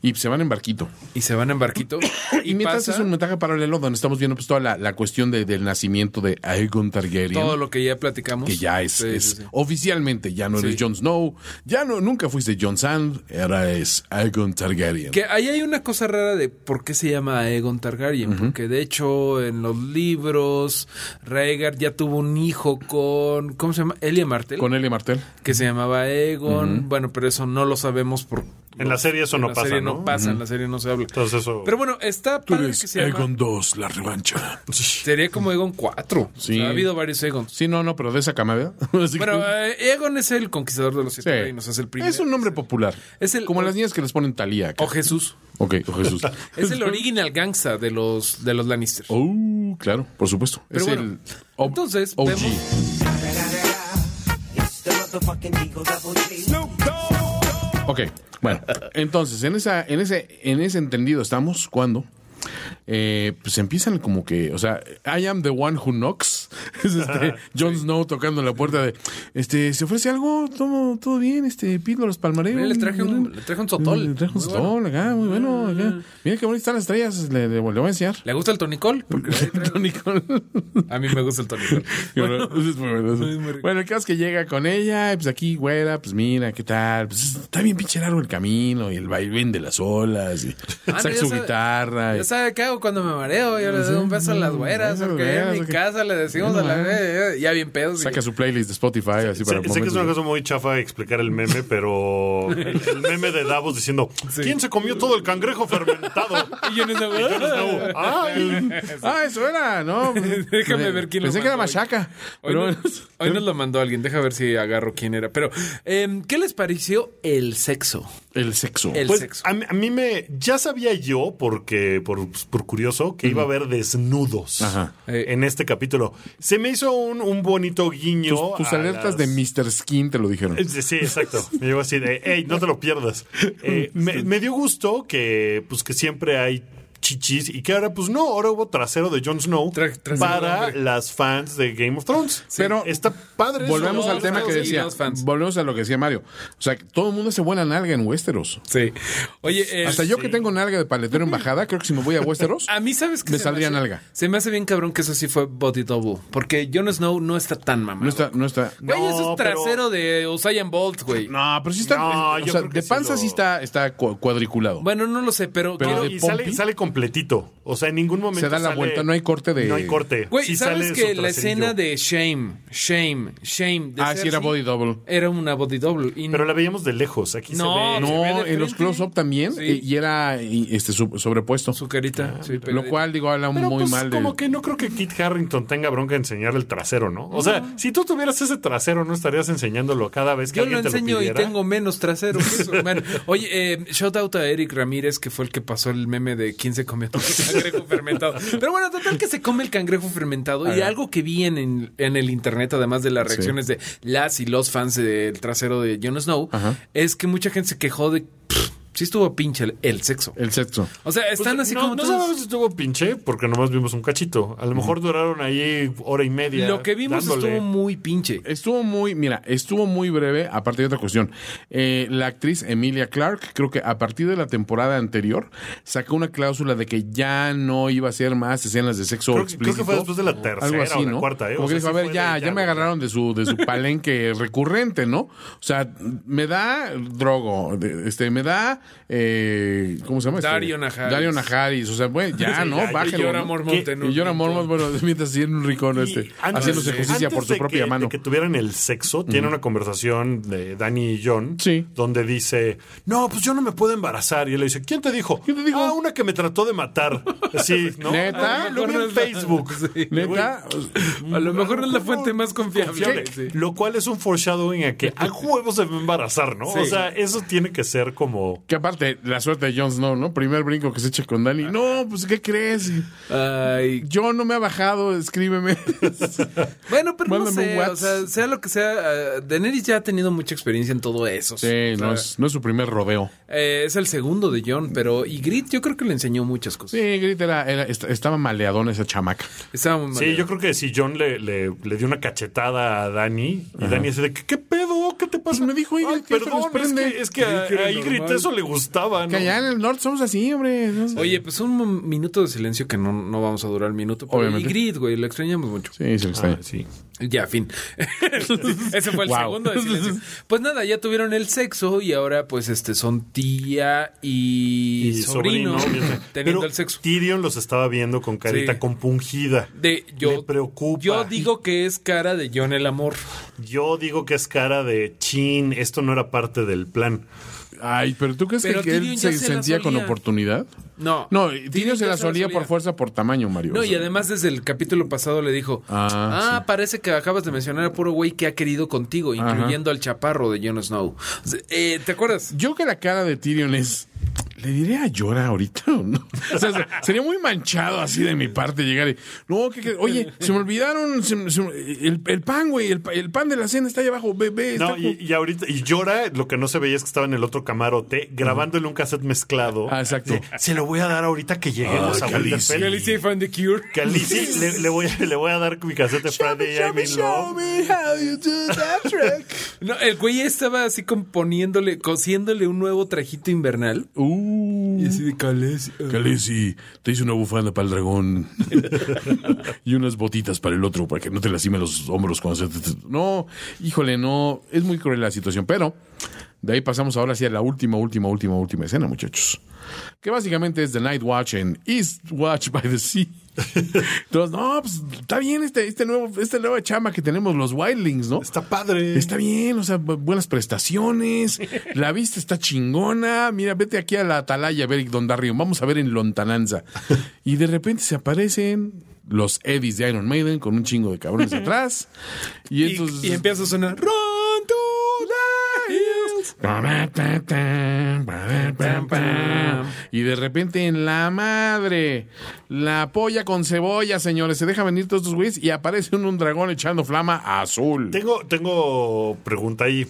S5: Y se van en barquito.
S6: Y se van en barquito.
S5: Y, mientras
S6: pasa
S5: es un montaje paralelo donde estamos viendo pues toda la, la cuestión de- del nacimiento de Aegon Targaryen.
S6: todo lo que ya platicamos.
S5: que ya es,
S6: Sí,
S5: es
S6: sí, sí.
S5: oficialmente, ya no eres
S6: Sí.
S5: Jon Snow, ya no, nunca fuiste Jon Sand, ahora es Aegon Targaryen.
S6: Que ahí hay una cosa rara de por qué se llama Aegon Targaryen. Porque de hecho, en los libros, Rhaegar ya tuvo un hijo con. ¿Cómo se llama? Elia Martel.
S5: Con Elia Martel.
S6: que se llamaba Aegon. Bueno, pero eso no lo sabemos por.
S7: En la serie eso
S6: en
S7: no
S6: la
S7: pasa,
S6: serie
S7: ¿no?
S6: no pasa, en la serie no se habla.
S7: Entonces eso...
S6: Pero bueno, está
S5: Tú
S6: padre que
S5: eres
S6: se llama-
S5: Aegon II, la revancha.
S6: Sería como Egon 4.
S5: Sí.
S6: ha habido varios Egons.
S5: Sí, no, no, pero de esa camada. Así que-
S6: Bueno, eh, Egon es el conquistador de los siete
S5: Sí.
S6: reinos, es el primero.
S5: Es un nombre popular.
S6: Es el-
S5: Como las niñas que les ponen Talía.
S6: O Jesús.
S5: Ok, o Jesús.
S6: Es el original gangsta de los, de los Lannister.
S5: Oh, claro, por supuesto.
S6: Pero
S5: es
S6: bueno,
S5: el O-
S6: entonces,
S5: OG.
S6: vemos-
S5: Ok, bueno, entonces en esa, en ese, en ese entendido estamos cuando eh, pues empiezan como que, o sea, I am the one who knocks. Es este Jon Snow tocando la puerta de este, ¿se ofrece algo? Todo, todo bien, este, pido los palmareos.
S6: Mira, le traje un- le traje un sotol.
S5: Le traje un
S6: Muy bueno.
S5: sotol acá, muy bueno, acá. Mira qué bonitas están las estrellas, le, le- le voy a enseñar.
S6: ¿Le gusta el tonicol? Porque ahí trae-
S5: Tónico.
S6: A mí me gusta el tonicol.
S5: Bueno, eso es muy bueno, eso.
S6: muy rico.
S5: Bueno, el caso es que llega con ella, y pues aquí, güera, pues mira, ¿qué tal? Pues está bien pinche largo el camino y el vaivén de las olas, y
S6: Ah,
S5: saca
S6: no, ya
S5: su
S6: sabe-
S5: guitarra. y-
S6: Ya sabe qué hago cuando me mareo. Yo le doy un beso a las güeras.
S5: Sí,
S6: Porque
S5: güeras,
S6: en mi
S5: ok.
S6: casa le decimos
S5: No,
S6: a la
S5: eh.
S6: güera. Ya bien pedos. y-
S5: Saca su playlist de Spotify, así para
S7: Sé, sé que es una
S5: momentos
S7: cosa muy chafa explicar el meme, pero el, el meme de Davos diciendo, ¿quién se comió todo el cangrejo fermentado?
S6: Y yo en esa-
S7: No, ay.
S5: de- Ah, eso era, ¿no. pues,
S6: Déjame ver quién lo
S5: Pensé que era
S6: mandó hoy.
S5: Machaca.
S6: Hoy,
S5: pero
S6: no-
S5: bueno.
S6: hoy nos lo mandó alguien. Deja ver si agarro quién era. Pero, em, ¿qué les pareció el sexo?
S5: El sexo.
S6: El
S7: Pues
S5: ah,
S6: sexo.
S7: a, mí- a mí me... Ya sabía yo, porque por, pues, por curioso, que iba a haber desnudos
S5: Ajá.
S7: eh, en este capítulo. Se me hizo un, un bonito guiño.
S5: Tus, tus
S7: a
S5: alertas
S7: las-
S5: de Mr. Skin te lo dijeron.
S7: Eh, Sí, exacto. Me llegó así de, hey, no te lo pierdas. Eh, me, me dio gusto que, pues, que siempre hay chichis y que ahora, pues no, ahora hubo trasero de Jon Snow
S6: Tra- trasero de
S7: para
S6: hombre.
S7: las fans de Game of Thrones.
S5: Pero-
S7: está padre. eso,
S5: Volvemos
S7: ¿no?
S5: al tema que
S6: sí,
S5: decía.
S6: los fans.
S5: Volvemos a lo que decía Mario. O sea, que todo el mundo se buena nalga en Westeros.
S6: Sí. Oye, el-
S5: Hasta yo que tengo nalga de paletero en bajada, creo que si me voy a Westeros.
S6: A mí, ¿sabes que
S5: Me saldría nalga.
S6: Se me hace bien cabrón que eso sí fue body double. Porque Jon Snow no está tan mamado.
S5: No está, no está.
S6: Güey, eso
S7: No,
S6: es
S7: pero-
S6: trasero de Usain Bolt, güey.
S5: No, pero sí está. eh,
S7: No,
S5: o
S7: yo
S5: sea,
S7: creo que
S5: de
S7: sí
S5: panza
S7: lo-
S5: sí está, está cu- cuadriculado.
S6: Bueno, no lo sé, pero...
S5: Pero
S6: quiero-
S5: de
S7: Y
S5: pompi.
S7: sale, sale completito. O O sea, en ningún momento.
S5: Se da la
S7: sale-
S5: vuelta, no hay corte de-
S7: No hay corte.
S6: Güey,
S7: Sí
S6: ¿sabes
S7: sale
S6: que
S7: su
S6: la
S7: traserillo.
S6: escena de Shame, Shame, Shame? de
S5: Ah, sí, era
S6: Cersei
S5: body double.
S6: Era una body double. y
S7: Pero la veíamos de lejos. Aquí
S6: No,
S7: se ve.
S6: ve de
S5: No, en los
S6: frente.
S5: close-up también,
S6: Sí.
S5: eh, y era y, este su- sobrepuesto.
S6: su carita. sí,
S5: Lo
S6: pegadita.
S5: cual, digo, habla
S7: Pero
S5: muy
S7: pues,
S5: mal de...
S7: como que no creo que Kit Harrington tenga bronca en enseñarle el trasero, ¿no? O sea, si tú tuvieras ese trasero, no estarías enseñándolo cada vez que
S6: Yo lo
S7: alguien te
S6: enseño
S7: lo
S6: y
S7: pidiera.
S6: tengo menos trasero. que eso, man. Oye, eh, shout out a Eric Ramírez, que fue el que pasó el meme de quién se comió tu cangrejo fermentado. Pero bueno, total que se come el cangrejo fermentado. Y algo que vi en, en, en el internet, además de las reacciones de las y los fans del trasero de Jon Snow, es que mucha gente se quejó de... "Pff, Sí estuvo pinche el, el sexo.
S5: El sexo.
S6: O sea,
S7: Pues,
S6: están así
S7: no,
S6: como...
S7: no
S6: todos-
S7: sabemos si estuvo pinche, porque nomás vimos un cachito. A lo mejor duraron ahí hora y media.
S6: Lo que vimos
S7: dándole.
S6: estuvo muy pinche.
S5: Estuvo muy, mira, estuvo muy breve, aparte de otra cuestión. Eh, la actriz Emilia Clark, creo que a partir de la temporada anterior, sacó una cláusula de que ya no iba a ser más escenas de sexo
S7: Creo que- creo que
S5: explícito.
S7: fue después de la tercera
S5: algo así,
S7: o la
S5: ¿no?
S7: cuarta, ¿eh?
S5: Como
S7: O
S5: que
S7: sea,
S5: dijo, a
S7: sí
S5: ver,
S7: fue
S5: ya,
S7: de
S5: ya, me
S7: ya, güey.
S5: agarraron de su, de su palenque recurrente, ¿no? O sea, me da drogo, de- este, me da, eh, ¿cómo se llama? Este,
S6: Dario Najaris.
S5: Dario Najaris, o sea, bueno, ya,
S7: Sí,
S5: ¿no?
S7: ya, ya,
S5: Bájelo.
S6: Y llora
S5: ¿no?
S6: Mormont en un
S5: Y llora Mormont, bueno, mientras así en un rincón,
S7: Y
S5: este,
S7: antes-
S5: haciéndose justicia
S7: antes
S5: por su
S7: de
S5: propia
S7: que-
S5: mano.
S7: De que tuvieran el sexo, tiene una conversación de Dani y John,
S5: Sí.
S7: donde dice, no, pues yo no me puedo embarazar. Y él le dice, ¿quién te dijo?
S5: ¿Quién te dijo?
S7: Ah, una que me trató de matar. Así, ¿no?
S5: ¿Neta?
S7: Lo vi en Facebook.
S5: Neta,
S6: A lo mejor es la fuente más confiable.
S7: Confiable.
S6: sí.
S7: Lo cual es un foreshadowing a que a huevos se va a embarazar, ¿no? O sea, eso tiene que ser como...
S5: que aparte, la suerte de Jon Snow, ¿no? Primer brinco que se echa con Dani. No, pues, ¿qué crees?
S6: Ay,
S5: Yo no me ha bajado, escríbeme.
S6: Bueno, pero
S5: Mándame
S6: no
S5: un
S6: sé,
S5: WhatsApp.
S6: o sea, sea lo que sea, eh, Daenerys ya ha tenido mucha experiencia en todo eso.
S5: Sí,
S6: O sea,
S5: no es, no es su primer rodeo.
S6: eh, es el segundo de John, pero y Grit yo creo que le enseñó muchas cosas.
S5: Sí, Grit era, era- est- estaba maleadón esa chamaca.
S6: Estaba muy mal.
S7: Sí, yo creo que si John le, le, le dio una cachetada a Dani, y Dani dice de ¿qué, qué pedo? ¿Qué te pasa?
S5: Pues me dijo Ingrid
S7: Ay,
S5: que eso
S7: perdón,
S5: les
S7: es
S5: prende.
S7: que, es que a,
S6: que era
S7: a Ingrid
S6: normal.
S7: eso le gustaba, ¿no?
S5: Que allá en el norte somos así, hombre. ¿no?
S6: Oye, pues un mo- minuto de silencio que no, no vamos a durar el minuto. Pero
S5: Obviamente.
S6: Y Grit, güey, lo extrañamos mucho.
S5: Sí, se le extraña.
S7: Ah, Sí.
S6: Ya, fin. Ese fue el
S5: Wow.
S6: segundo de silencio. Pues nada, ya tuvieron el sexo y ahora pues este son tía y, sobrino,
S7: obviamente.
S6: teniendo
S7: Pero
S6: el sexo.
S7: Tyrion los estaba viendo con carita
S6: Sí.
S7: compungida.
S6: De, yo,
S7: Me preocupa.
S6: Yo digo que es cara de John el amor.
S7: Yo digo que es cara de chin, esto no era parte del plan.
S5: Ay, pero ¿tú crees
S6: Pero
S5: que él
S6: Tyrion ya
S5: se,
S6: se la
S5: sentía con
S6: solía.
S5: oportunidad?
S6: No.
S5: No, Tirio se la solía por
S6: fuerza.
S5: fuerza, por tamaño, Mario.
S6: No,
S5: O
S6: y
S5: sea,
S6: además desde el capítulo pasado le dijo, ah,
S5: Ah,
S6: parece que acabas de mencionar a puro güey que ha querido contigo, incluyendo al chaparro de Jon Snow. Eh, ¿Te acuerdas?
S5: Yo que la cara de Tyrion es. ¿Le diré a llora ahorita o no? O sea, se- sería muy manchado así de mi parte llegar y. No, que, oye, se me olvidaron se me- se me- el, el pan, güey. El, pa- el pan de la cena está allá abajo, bebé.
S7: No, y, y ahorita, y llora, lo que no se veía es que estaba en el otro camarote, grabándole un cassette mezclado.
S5: Ah, exacto.
S7: Dice, Se lo voy a dar ahorita que lleguemos a Winterfell.
S6: Fan The Cure.
S7: Que a Lizzie le, le voy a, le voy a dar mi cassette de Friday I'm in Love.
S6: No, el güey estaba así componiéndole, cosiéndole un nuevo trajito invernal.
S5: Uh,
S6: Y así de eh". calés.
S5: Calesi, te hice una bufanda para el dragón. y unas botitas para el otro, para que no te lastimen los hombros cuando se te- No, híjole, no. Es muy cruel la situación, pero. De ahí pasamos ahora hacia la última, última, última, última escena, muchachos. Que básicamente es The Night Watch en East Watch by the Sea. Entonces, no, pues está bien este, este nuevo, este nueva chamba que tenemos los Wildlings, ¿no?
S7: Está padre.
S5: Está bien, o sea, bu- buenas prestaciones, la vista está chingona. Mira, vete aquí a la atalaya a ver Don Darrion, vamos a ver en lontananza. Y de repente se aparecen los Eddies de Iron Maiden con un chingo de cabrones atrás. Y,
S6: Y,
S5: estos-
S6: y empieza a sonar. Run to the hills.
S5: Y de repente en la madre, la polla con cebolla, señores, se deja venir todos estos güeyes y aparece un, un dragón echando flama azul.
S7: Tengo, tengo pregunta ahí.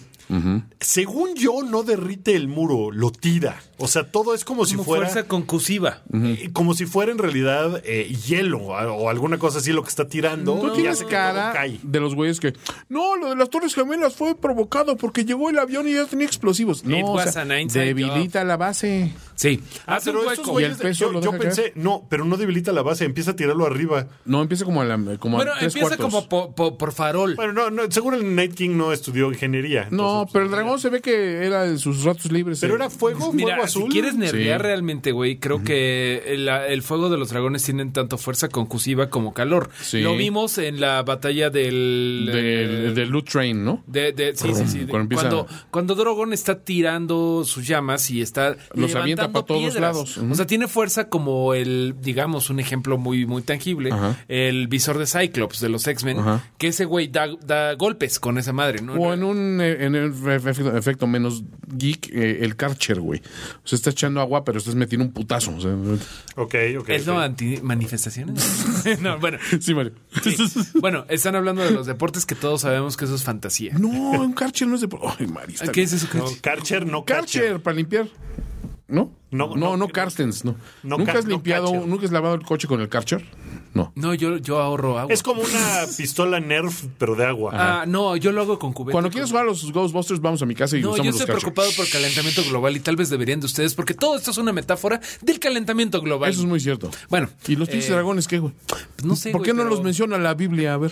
S7: Según yo, no derrite el muro, lo tira. O sea, todo es como, si
S6: Como
S7: fuera.
S6: fuerza concusiva.
S7: eh, Como si fuera en realidad eh, hielo a- o alguna cosa así lo que está tirando.
S5: Tú
S7: y
S5: tienes
S7: hace que todo
S5: cara
S7: cae.
S5: de los güeyes que. No, lo de las Torres Gemelas fue provocado porque llegó el avión y ya tenía explosivos.
S6: It
S5: No, o
S6: was
S5: sea,
S6: an inside
S5: debilita la base.
S6: Sí. Hace
S7: Pero
S6: un
S7: estos
S6: hueco.
S7: güeyes,
S5: Y el peso
S7: yo,
S5: lo
S7: yo
S5: deja
S7: pensé, no, pero no debilita la base, empieza a tirarlo arriba.
S5: No, empieza como a, la, como a
S6: Bueno,
S5: tres
S6: empieza
S5: cuartos.
S6: como po- po- por farol.
S7: Bueno, no, no, seguro el Night King no estudió ingeniería.
S5: No, No, pero el dragón se ve que era en sus ratos libres.
S7: Pero
S5: eh.
S7: era fuego,
S6: Mira,
S7: fuego azul.
S6: si quieres nerviar
S5: Sí.
S6: realmente, güey, creo que el, el fuego de los dragones tienen tanto fuerza concusiva como calor.
S5: Sí.
S6: Lo vimos en la batalla del... eh,
S5: Del, del Loot Train, ¿no?
S6: de- de- sí, sí, sí. de-
S5: Cuando
S6: Cuando,
S5: empieza-
S6: cuando, Drogon está tirando sus llamas y está
S5: Los
S6: levantando
S5: avienta pa' todos
S6: piedras.
S5: lados. Ujú.
S6: O sea, tiene fuerza como el, digamos, un ejemplo muy, muy tangible, el visor de Cyclops de los X-Men,
S5: Ajá.
S6: que ese güey da, da golpes con esa madre, ¿no?
S5: O en un eh, en el efe- efecto, efecto menos geek, eh, el Karcher, güey. O sea, está echando agua, pero estás metiendo un putazo. o sea,
S7: Ok, ok.
S6: ¿Es
S7: ok.
S6: lo anti-manifestaciones? no, bueno,
S5: sí, Mario.
S6: Bueno, están hablando de los deportes que todos sabemos que eso es fantasía.
S5: No, un Karcher no es de. Ay, Mario. está
S6: ¿Qué
S5: bien.
S6: es eso?
S7: No, Karcher, no Karcher.
S5: Karcher para limpiar. ¿No?
S7: No,
S5: no,
S7: no,
S5: no
S7: que-
S5: Carstens, no.
S7: no
S5: ¿Nunca
S7: Car-
S5: has
S7: no
S5: limpiado,
S7: Karcher.
S5: nunca has lavado el coche con el Karcher? No.
S6: No, yo, yo ahorro agua.
S7: Es como una pistola Nerf, pero de agua.
S6: Ah, no, yo lo hago con cubetas.
S5: Cuando quieres jugar a los Ghostbusters, vamos a mi casa y
S6: No,
S5: usamos
S6: yo
S5: los
S6: estoy
S5: Karcher.
S6: preocupado por calentamiento global y tal vez deberían de ustedes, porque todo esto es una metáfora del calentamiento global.
S5: Eso es muy cierto.
S6: Bueno,
S5: ¿Y los pinches
S6: eh,
S5: dragones qué, güey?
S6: no sé,
S5: ¿Por qué
S6: güey,
S5: no
S6: pero-
S5: los menciona la Biblia? A ver.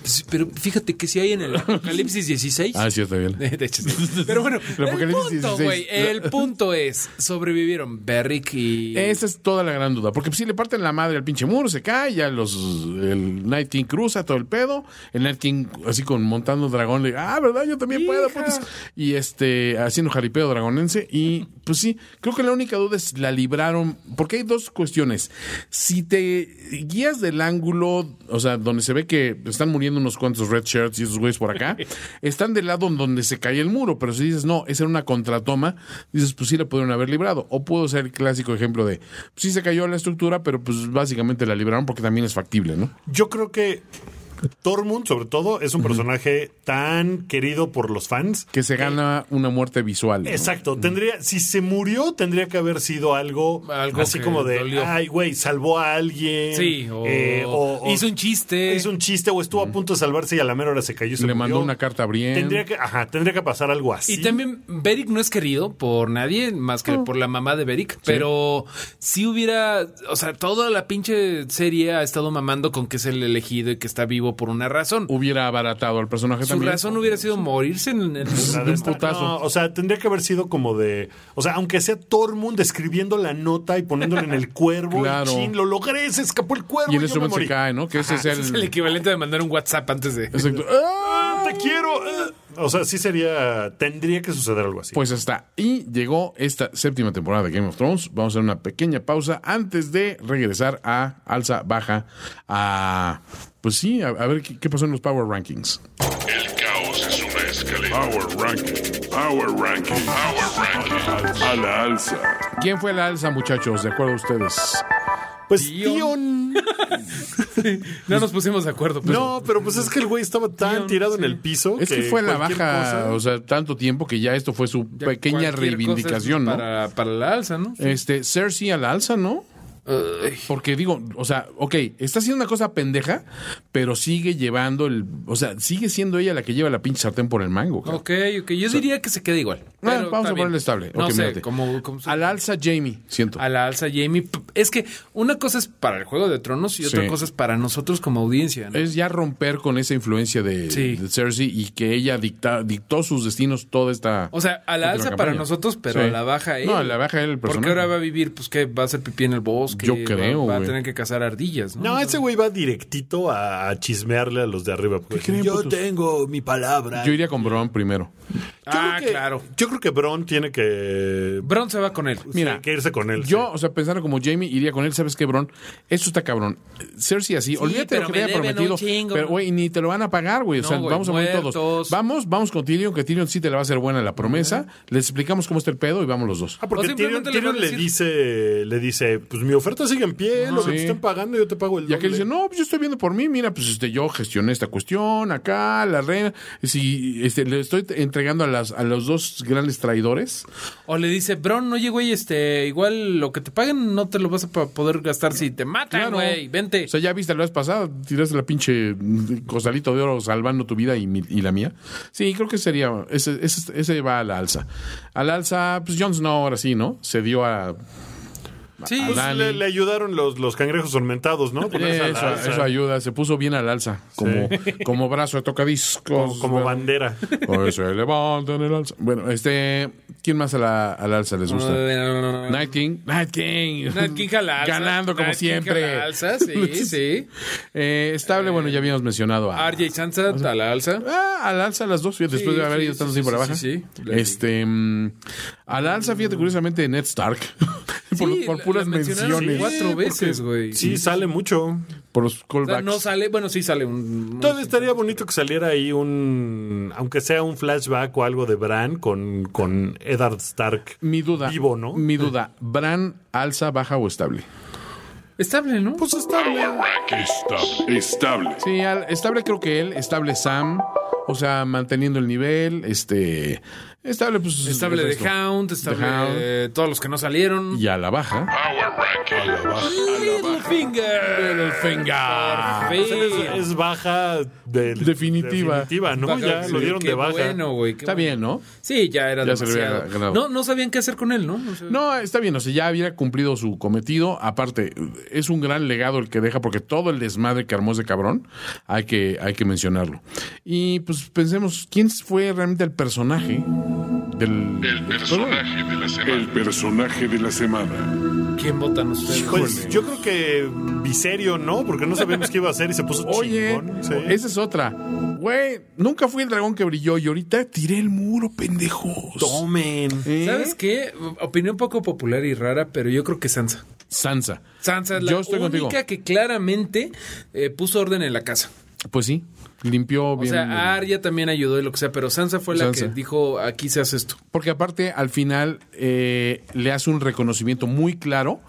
S6: Pues, Pero fíjate que si hay en el Apocalipsis 16.
S5: Ah, sí, está bien.
S6: De hecho, sí. Pero bueno,
S5: El
S6: el
S5: Apocalipsis
S6: punto,
S5: 16.
S6: güey, el punto es, sobrevivieron Berrick y...
S5: Esa es toda la gran duda. Porque pues, si le parten la madre al pinche muro, se cae, ya los, el Night King cruza todo el pedo. El Night King, así con montando dragón, le ah, ¿verdad? Yo también puedo, putas. Y este, haciendo jaripeo dragonense. Y pues sí, creo que la única duda es la libraron. Porque hay dos cuestiones. Si te guías del ángulo, o sea, donde se ve que están muriendo unos cuantos red shirts y esos güeyes por acá, están del lado en donde se cae el muro. Pero si dices, no, esa era una contratoma, dices, pues sí la pudieron haber librado. O puedo ser el clásico ejemplo de, pues, sí se cayó la estructura, pero pues básicamente la libraron porque también es factible, ¿no?
S7: Yo creo que Tormund, sobre todo, es un personaje tan querido por los fans.
S5: Que se gana una muerte visual. ¿no?
S7: Exacto, tendría, si se murió, tendría que haber sido algo,
S6: Algo
S7: así
S6: que
S7: como de,
S6: dolió.
S7: ay, güey, salvó a alguien.
S6: Sí, o,
S7: eh, o- o-
S6: hizo un chiste.
S7: hizo un chiste o estuvo a punto de salvarse y a la mera hora se cayó. y se
S5: Le mandó
S7: murió.
S5: una carta a Brienne.
S7: Tendría que, ajá, tendría que pasar algo así.
S6: Y también Beric no es querido por nadie más que por la mamá de Beric, pero si hubiera, o sea, toda la pinche serie ha estado mamando con que es el elegido y que está vivo por una razón.
S5: Hubiera abaratado al personaje
S6: Su
S5: también.
S6: razón hubiera sido morirse en el
S7: La
S5: de un
S7: esta-
S5: putazo.
S7: no, o sea, tendría que haber sido como de. O sea, aunque sea Tormund escribiendo la nota y poniéndole en el cuervo. y
S5: Claro.
S7: chin, lo logré, se escapó el cuervo.
S5: Y en
S7: yo
S5: ese
S7: me
S5: momento se
S7: morí.
S5: cae, ¿no? Que ese es
S6: Es el
S5: el...
S6: equivalente de mandar un WhatsApp antes de.
S5: Exacto. ¡Ah!
S7: Ah, Te quiero. ah. O sea, sí sería. Tendría que suceder algo así.
S5: Pues hasta ahí llegó esta séptima temporada de Game of Thrones. Vamos a hacer una pequeña pausa antes de regresar a alza, baja, a... Pues sí, a, a ver qué, qué pasó en los Power Rankings.
S2: El caos es una escalera. Power ranking. Power ranking. Power ranking. A la alza.
S5: ¿Quién fue la alza, muchachos? De acuerdo a ustedes.
S7: Pues Tion.
S6: No nos pusimos de acuerdo, pero.
S7: No, pero pues es que el güey estaba tan tirado en el piso.
S5: Es que fue la
S7: cualquier
S5: baja,
S7: cosa-
S5: o sea, tanto tiempo que ya esto fue su pequeña
S6: ya cualquier cosa es
S5: reivindicación, ¿no?
S6: Para, para la alza, ¿no?
S5: Este, Cersei a la alza, ¿no? Porque digo, o sea, ok, está haciendo una cosa pendeja, pero sigue llevando el. O sea, sigue siendo ella la que lleva la pinche sartén por el mango. cabrón.
S6: Ok, ok. Yo diría que se queda igual.
S5: Ah,
S6: pero
S5: vamos
S6: está
S5: a ponerle
S6: bien.
S5: estable.
S6: No
S5: Ok,
S6: sé,
S5: mírate.
S6: como, como
S5: Al alza, Jamie, siento.
S6: a la alza Jamie. P- Es que una cosa es para el Juego de Tronos y
S5: Sí.
S6: otra cosa es para nosotros como audiencia. ¿no?
S5: Es ya romper con esa influencia de,
S6: Sí.
S5: de Cersei y que ella dicta- dictó sus destinos toda esta.
S6: O sea, a la
S5: última
S6: alza
S5: campaña.
S6: para nosotros, pero
S5: Sí.
S6: a la baja él.
S5: No, a la baja él, el
S6: Porque
S5: personaje.
S6: ahora va a vivir, pues que va a hacer pipí en el bosque.
S5: Yo
S6: va-
S5: creo,
S6: Va, a
S5: güey.
S6: tener que cazar ardillas, ¿no?
S7: No, ese güey va directito a a chismearle a los de arriba. porque
S5: creen,
S7: yo
S5: putos?
S7: tengo mi palabra.
S5: Yo iría con Bron primero.
S7: Yo creo
S6: ah,
S7: que-
S6: claro.
S7: Yo creo que Bron tiene que. pues,
S6: Bron se va con él.
S5: Mira,
S7: que irse con él.
S5: Yo, o sea, pensando como Jamie, iría con él, ¿sabes qué, Bron? Esto está cabrón. Cersei así, olvídate de lo
S6: pero
S5: que
S6: me
S5: te haya
S6: deben un
S5: prometido.
S6: chingo.
S5: Pero, güey, ni te lo van a pagar, güey. O
S6: No,
S5: sea,
S6: güey,
S5: vamos a morir todos.
S6: muertos.
S5: Vamos, vamos con Tyrion, que Tyrion sí te la va a hacer buena la promesa. Les explicamos cómo está el pedo y vamos los dos.
S7: Ah, porque
S6: O
S7: Tyrion,
S6: simplemente le
S7: Tyrion
S6: van a
S7: le
S6: decir-
S7: dice, le dice, pues mi oferta sigue en pie, lo que te
S5: Sí.
S7: están pagando, yo te pago el
S5: Y aquel
S7: doble.
S5: dice, no, pues yo estoy viendo por mí, mira, pues este, yo gestioné esta cuestión acá, la reina, si este, le estoy entregando a, las, a los dos grandes traidores,
S6: O le dice, Bron, oye, güey, este, igual lo que te paguen no te lo vas a pa- poder gastar si te matan,
S5: Claro.
S6: güey. Vente.
S5: O sea, ya viste la vez pasada, tiraste la pinche mm, costalito de oro salvando tu vida y, mi- y la mía. Sí, creo que sería, ese, ese, ese va a la alza. A la alza, pues Jon Snow ahora sí, ¿no? Se dio a...
S6: Sí.
S5: a
S7: Pues
S5: Dani.
S7: le, le ayudaron los, los cangrejos ornamentados, ¿no? Ponerse a la
S5: Eso,
S7: alza,
S5: eso ayuda, se puso bien al alza, como, como brazo de tocadiscos.
S7: como, pues, como bandera.
S5: Hoy se levanta en el alza. Bueno, este, ¿quién más a la- al alza les
S6: Ah.
S5: gusta? Night King. Night King.
S6: Nat King jala alzas.
S5: Ganando como
S6: Nat King
S5: siempre.
S6: jala alzas, sí, sí.
S5: Eh, estable, bueno, ya habíamos mencionado a.
S6: RJ Sansa a la alza.
S5: Ah, al alza las dos, fíjate, después
S6: Sí,
S5: de haber
S6: sí,
S5: ido
S6: sí,
S5: tanto
S6: sí,
S5: tiempo a la
S6: sí,
S5: baja.
S6: sí, sí. Mm.
S5: Este, mm, al alza, fíjate, curiosamente, Ned Stark. por,
S6: Sí,
S5: por
S6: la-
S5: puras
S6: la mencionaron
S5: menciones.
S6: cuatro veces, güey.
S7: Sí, sale mucho.
S5: Por los
S6: O sea,
S5: callbacks.
S6: no sale, bueno, sí sale un.
S7: Entonces estaría bonito que saliera ahí un, aunque sea un flashback o algo de Bran con, con Eddard Stark.
S5: mi duda.
S7: Vivo, ¿no?
S5: Mi duda. ¿Bran alza, baja o estable?
S6: Estable, ¿no?
S7: Pues estable.
S2: Estable. Estable.
S5: Sí, al- estable creo que él, estable Sam, o sea, manteniendo el nivel, este, estable pues...
S6: Estable
S5: el
S6: de
S5: resto.
S6: Hound, estable
S5: The Hound.
S6: eh, todos los que no salieron.
S5: Y a la baja.
S6: Ah,
S2: Power ranking.
S6: Littlefinger.
S5: Littlefinger.
S7: O sea,
S6: Perfecto.
S7: Es, es baja de-
S5: Definitiva.
S7: definitiva, ¿no?
S6: Baja,
S7: ya lo
S6: sí,
S7: dieron
S6: qué
S7: de baja.
S6: Bueno, güey. qué
S5: Está
S6: bueno.
S5: bien, ¿no?
S6: Sí, ya era
S5: Ya se le había
S6: demasiado.
S5: ganado.
S6: no, no sabían qué hacer con él, ¿no? O sea,
S5: No, está bien, o sea, ya había cumplido su cometido. Aparte, es un gran legado el que deja, porque todo el desmadre que armó ese cabrón, hay que, hay que mencionarlo. Y pues pensemos, ¿quién fue realmente el personaje del...
S2: El personaje de la semana. El personaje de la semana.
S6: ¿Quién votan ustedes?
S7: Pues yo creo que Viserio, ¿no? Porque no sabíamos qué iba a hacer y se puso
S5: Oye,
S7: chingón. sí.
S5: esa es otra. Güey, nunca fui el dragón que brilló y ahorita tiré el muro, pendejos.
S7: Pues, Tomen.
S5: ¿Eh?
S6: ¿Sabes qué? Opinión poco popular y rara, pero yo creo que Sansa.
S5: Sansa.
S6: Sansa es la
S5: Yo estoy
S6: única
S5: contigo.
S6: que claramente eh, puso orden en la casa.
S5: Pues sí, limpió
S6: O
S5: bien. el-
S6: sea, ah, Arya también ayudó y lo que sea, pero Sansa fue la
S5: Sansa.
S6: que dijo, aquí se hace esto.
S5: Porque aparte, al final, eh, le hace un reconocimiento muy claro,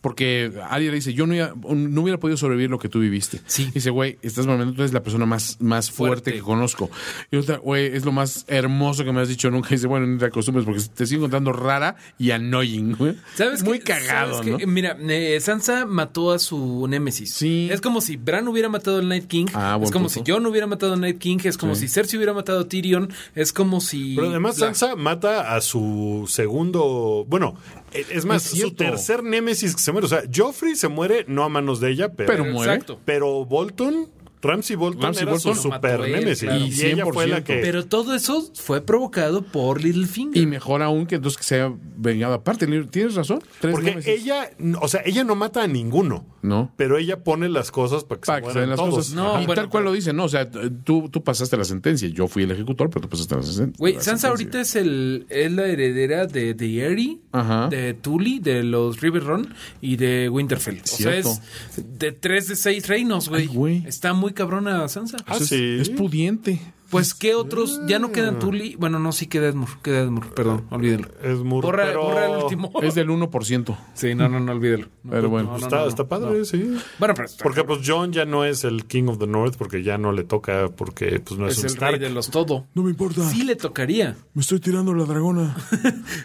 S5: porque Arya le dice, yo no, iba- no hubiera podido sobrevivir lo que tú viviste.
S6: Sí.
S5: Dice, güey, estás mamando, tú eres la persona más, más fuerte,
S6: Fuerte.
S5: que conozco. Y otra, güey, es lo más hermoso que me has dicho nunca. Y dice, bueno, ni te acostumbres porque te sigo encontrando rara y annoying, güey.
S6: ¿Sabes
S5: Muy
S6: qué?
S5: cagado,
S6: ¿Sabes
S5: ¿no?
S6: qué? Mira, eh, Sansa mató a su némesis.
S5: Sí.
S6: Es como si Bran hubiera matado al Night King.
S5: Ah, buen
S6: es como
S5: punto.
S6: si Jon hubiera matado al Night King. Es como si Cersei hubiera matado a Tyrion. Es como si...
S7: Pero además
S6: la-
S7: Sansa mata a su segundo, bueno, e- es más,
S5: Es
S7: su
S5: cierto.
S7: tercer némesis que se muere. O sea, Joffrey se muere no a manos de ella, pero,
S5: Pero
S7: pero,
S5: muere.
S6: Exacto.
S7: Bolton, Ramsey Bolton
S5: Ramsay
S7: era
S5: Bolton
S7: su
S5: lo
S6: mató
S7: super
S6: él,
S7: némesis.
S6: claro.
S7: Y,
S5: Y
S7: ella fue la
S5: 100%.
S7: que...
S6: Pero todo eso fue provocado por Littlefinger.
S5: Y mejor aún que entonces que se haya vengado aparte. Tienes razón. Tres
S7: porque
S5: némesis.
S7: ella, o sea, ella no mata a ninguno.
S5: No.
S7: Pero ella pone las cosas para que
S5: Para
S7: se
S5: que se den
S7: mueran
S5: las
S7: todos.
S5: cosas.
S6: No,
S5: y
S6: bueno,
S5: tal cual
S6: pero-
S5: lo dicen, ¿no? O sea, tú, tú pasaste la sentencia. Yo fui el ejecutor, pero tú pasaste la sentencia.
S6: Güey,
S5: la
S6: Sansa ahorita
S5: sentencia.
S6: es el es la heredera de de Eri,
S5: Ajá.
S6: de Tully, de los River Run y de Winterfell. O sea,
S5: Cierto.
S6: es de tres de seis reinos, güey.
S5: Ay, güey.
S6: Está muy cabrona Sansa.
S7: Ah,
S5: Pues es,
S7: sí.
S5: es pudiente.
S6: Pues qué otros, ya no quedan Tully, bueno, no, sí queda Edmure, queda Edmure, perdón, olvídelo.
S7: Es muy
S6: Borra,
S7: pero-
S6: borra el último.
S5: Es del 1%.
S6: Sí, no, no, no, olvídelo. No,
S5: Pero
S6: no,
S5: bueno.
S6: no, no,
S7: pues, Está,
S6: no.
S7: está padre, sí.
S6: Bueno, pero está-
S7: Porque pues John ya no es el King of the North porque ya no le toca porque pues no es,
S6: es
S7: un
S6: el
S7: Stark.
S6: rey de los todo.
S5: No me importa.
S6: Sí le tocaría.
S5: Me estoy tirando la dragona.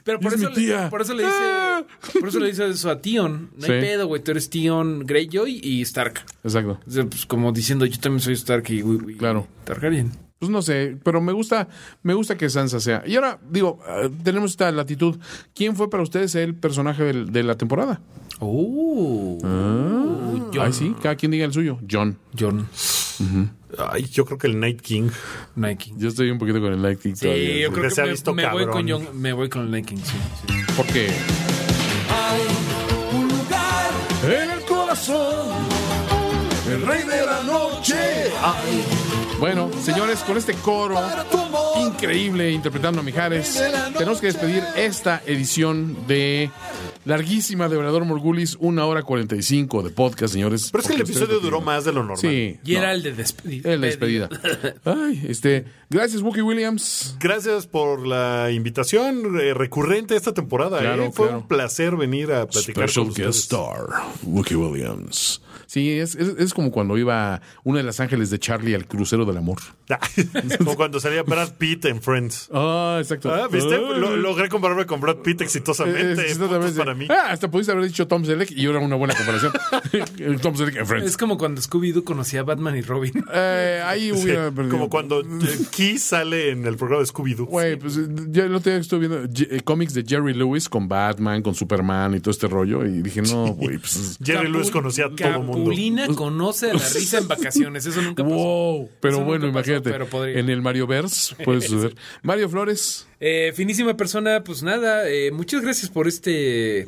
S6: Pero por
S5: Es
S6: eso,
S5: mi
S6: le,
S5: tía.
S6: por eso le
S5: Ah.
S6: dice, por eso le dice eso a Tion. No hay
S5: Sí.
S6: pedo, güey, tú eres Tion, Greyjoy y Stark.
S5: Exacto.
S6: O sea, pues, como diciendo, yo también soy Stark y, y- y-
S5: Claro.
S6: Targaryen.
S5: Pues no sé, pero me gusta, me gusta que Sansa sea. Y ahora, digo, eh, tenemos esta latitud. ¿Quién fue para ustedes el personaje del- de la temporada?
S6: Oh.
S5: John. sí, cada quien diga el suyo. John.
S6: John
S7: Ay, yo creo que el Night King.
S6: Nike.
S5: Yo estoy un poquito con el Night King todavía.
S6: Sí, yo creo
S7: Porque se ha
S6: que
S7: visto
S6: me, me voy con
S7: cabrón.
S6: John, me voy con Nike. Sí, sí.
S5: Porque. En el corazón, el rey de la noche. Bueno, señores, con este coro increíble interpretando a Mijares, tenemos que despedir esta edición de larguísima de Obrador Morgulis, una hora 45 de podcast, señores.
S7: Pero es que el
S5: porque ustedes
S7: episodio
S5: lo
S7: duró
S5: pidieron.
S7: más de lo normal.
S5: Sí.
S6: Y
S5: no,
S6: era el de despedida.
S5: en la despedida. Ay, este, gracias, Wookie Williams.
S7: Gracias por la invitación eh, recurrente esta temporada.
S5: Claro,
S7: ¿eh? Fue
S5: claro.
S7: un placer venir a platicar con ustedes.
S5: star, Wookie Williams. Sí, es, es, es como cuando iba una de las ángeles de Charlie al crucero del amor.
S7: Ah, Como cuando salía Brad Pitt en Friends.
S5: Ah, exacto.
S7: Ah, ¿Viste? Lo- logré compararme con Brad Pitt
S5: Eh,
S7: exitosamente.
S5: eh,
S7: Puntos
S5: exactamente.
S7: para mí.
S5: Ah, hasta pudiste haber dicho Tom Selleck y era una buena comparación. El Tom Selleck en Friends.
S6: Es como cuando Scooby-Doo conocía a Batman y Robin.
S5: Eh, ahí
S7: Sí,
S5: hubiera perdido.
S7: como cuando eh, Key sale en el programa de Scooby-Doo.
S5: Güey, pues eh, yo el otro día estuve viendo ye- eh, cómics de Jerry Lewis con Batman, con Superman y todo este rollo. Y dije, no, güey, pues.
S7: Jerry Lewis conocía a todo mundo.
S6: Capulina conoce a la risa en vacaciones. Eso nunca pasó.
S5: Wow, pero
S6: Eso
S5: bueno,
S6: nunca pasó,
S5: imagínate.
S6: pero podría.
S5: en el Mario Verse puede suceder. Mario Flores,
S6: Eh, finísima persona, pues nada, eh, muchas gracias por este.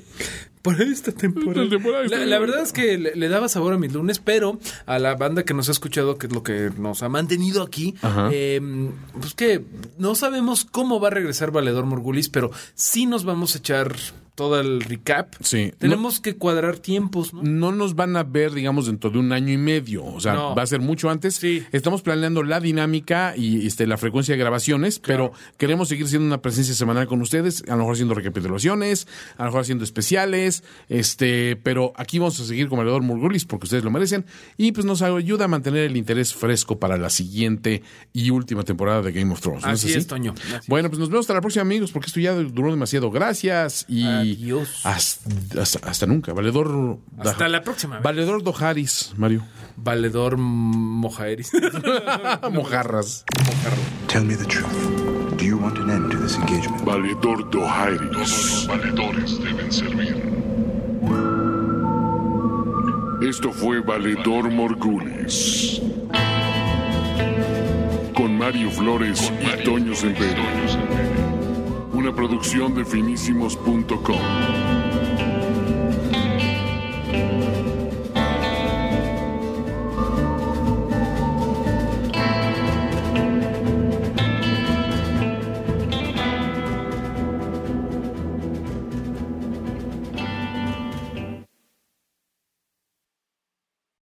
S6: Por esta temporada.
S5: Esta temporada está
S6: La, la
S5: bien.
S6: verdad es que le, le daba sabor a mis lunes, pero a la banda que nos ha escuchado, que es lo que nos ha mantenido aquí,
S5: Ajá.
S6: eh, pues que no sabemos cómo va a regresar Valedor Morgulis, pero sí nos vamos a echar todo el recap.
S5: Sí.
S6: Tenemos que cuadrar tiempos, ¿no?
S5: no nos van a ver, digamos, dentro de un año y medio. O sea,
S6: No.
S5: va a ser mucho antes.
S6: Sí.
S5: Estamos planeando la dinámica y este, la frecuencia de grabaciones, pero queremos seguir siendo una presencia semanal con ustedes, a lo mejor haciendo recapitulaciones, a lo mejor haciendo especiales, este, pero aquí vamos a seguir con Valedor Murgulis porque ustedes lo merecen y pues nos ayuda a mantener el interés fresco para la siguiente y última temporada de Game of Thrones. ¿no
S6: Así es, Toño. Así
S5: bueno, pues nos vemos hasta la próxima, amigos, porque esto ya duró demasiado. Gracias y
S6: Adiós.
S5: Hasta, hasta- hasta nunca. Valedor.
S6: Hasta
S5: Daj-
S6: la próxima.
S5: Valedor Dojaris, Mario.
S6: Valedor Mojaeris.
S5: Mojarras.
S3: Tell me the truth. Do you want an end to this engagement?
S2: Valedor Dohairi. Todos los valedores deben servir. Esto fue Valedor Morgulis. Con Mario Flores y Toño Sempere. Una producción de finísimos.com.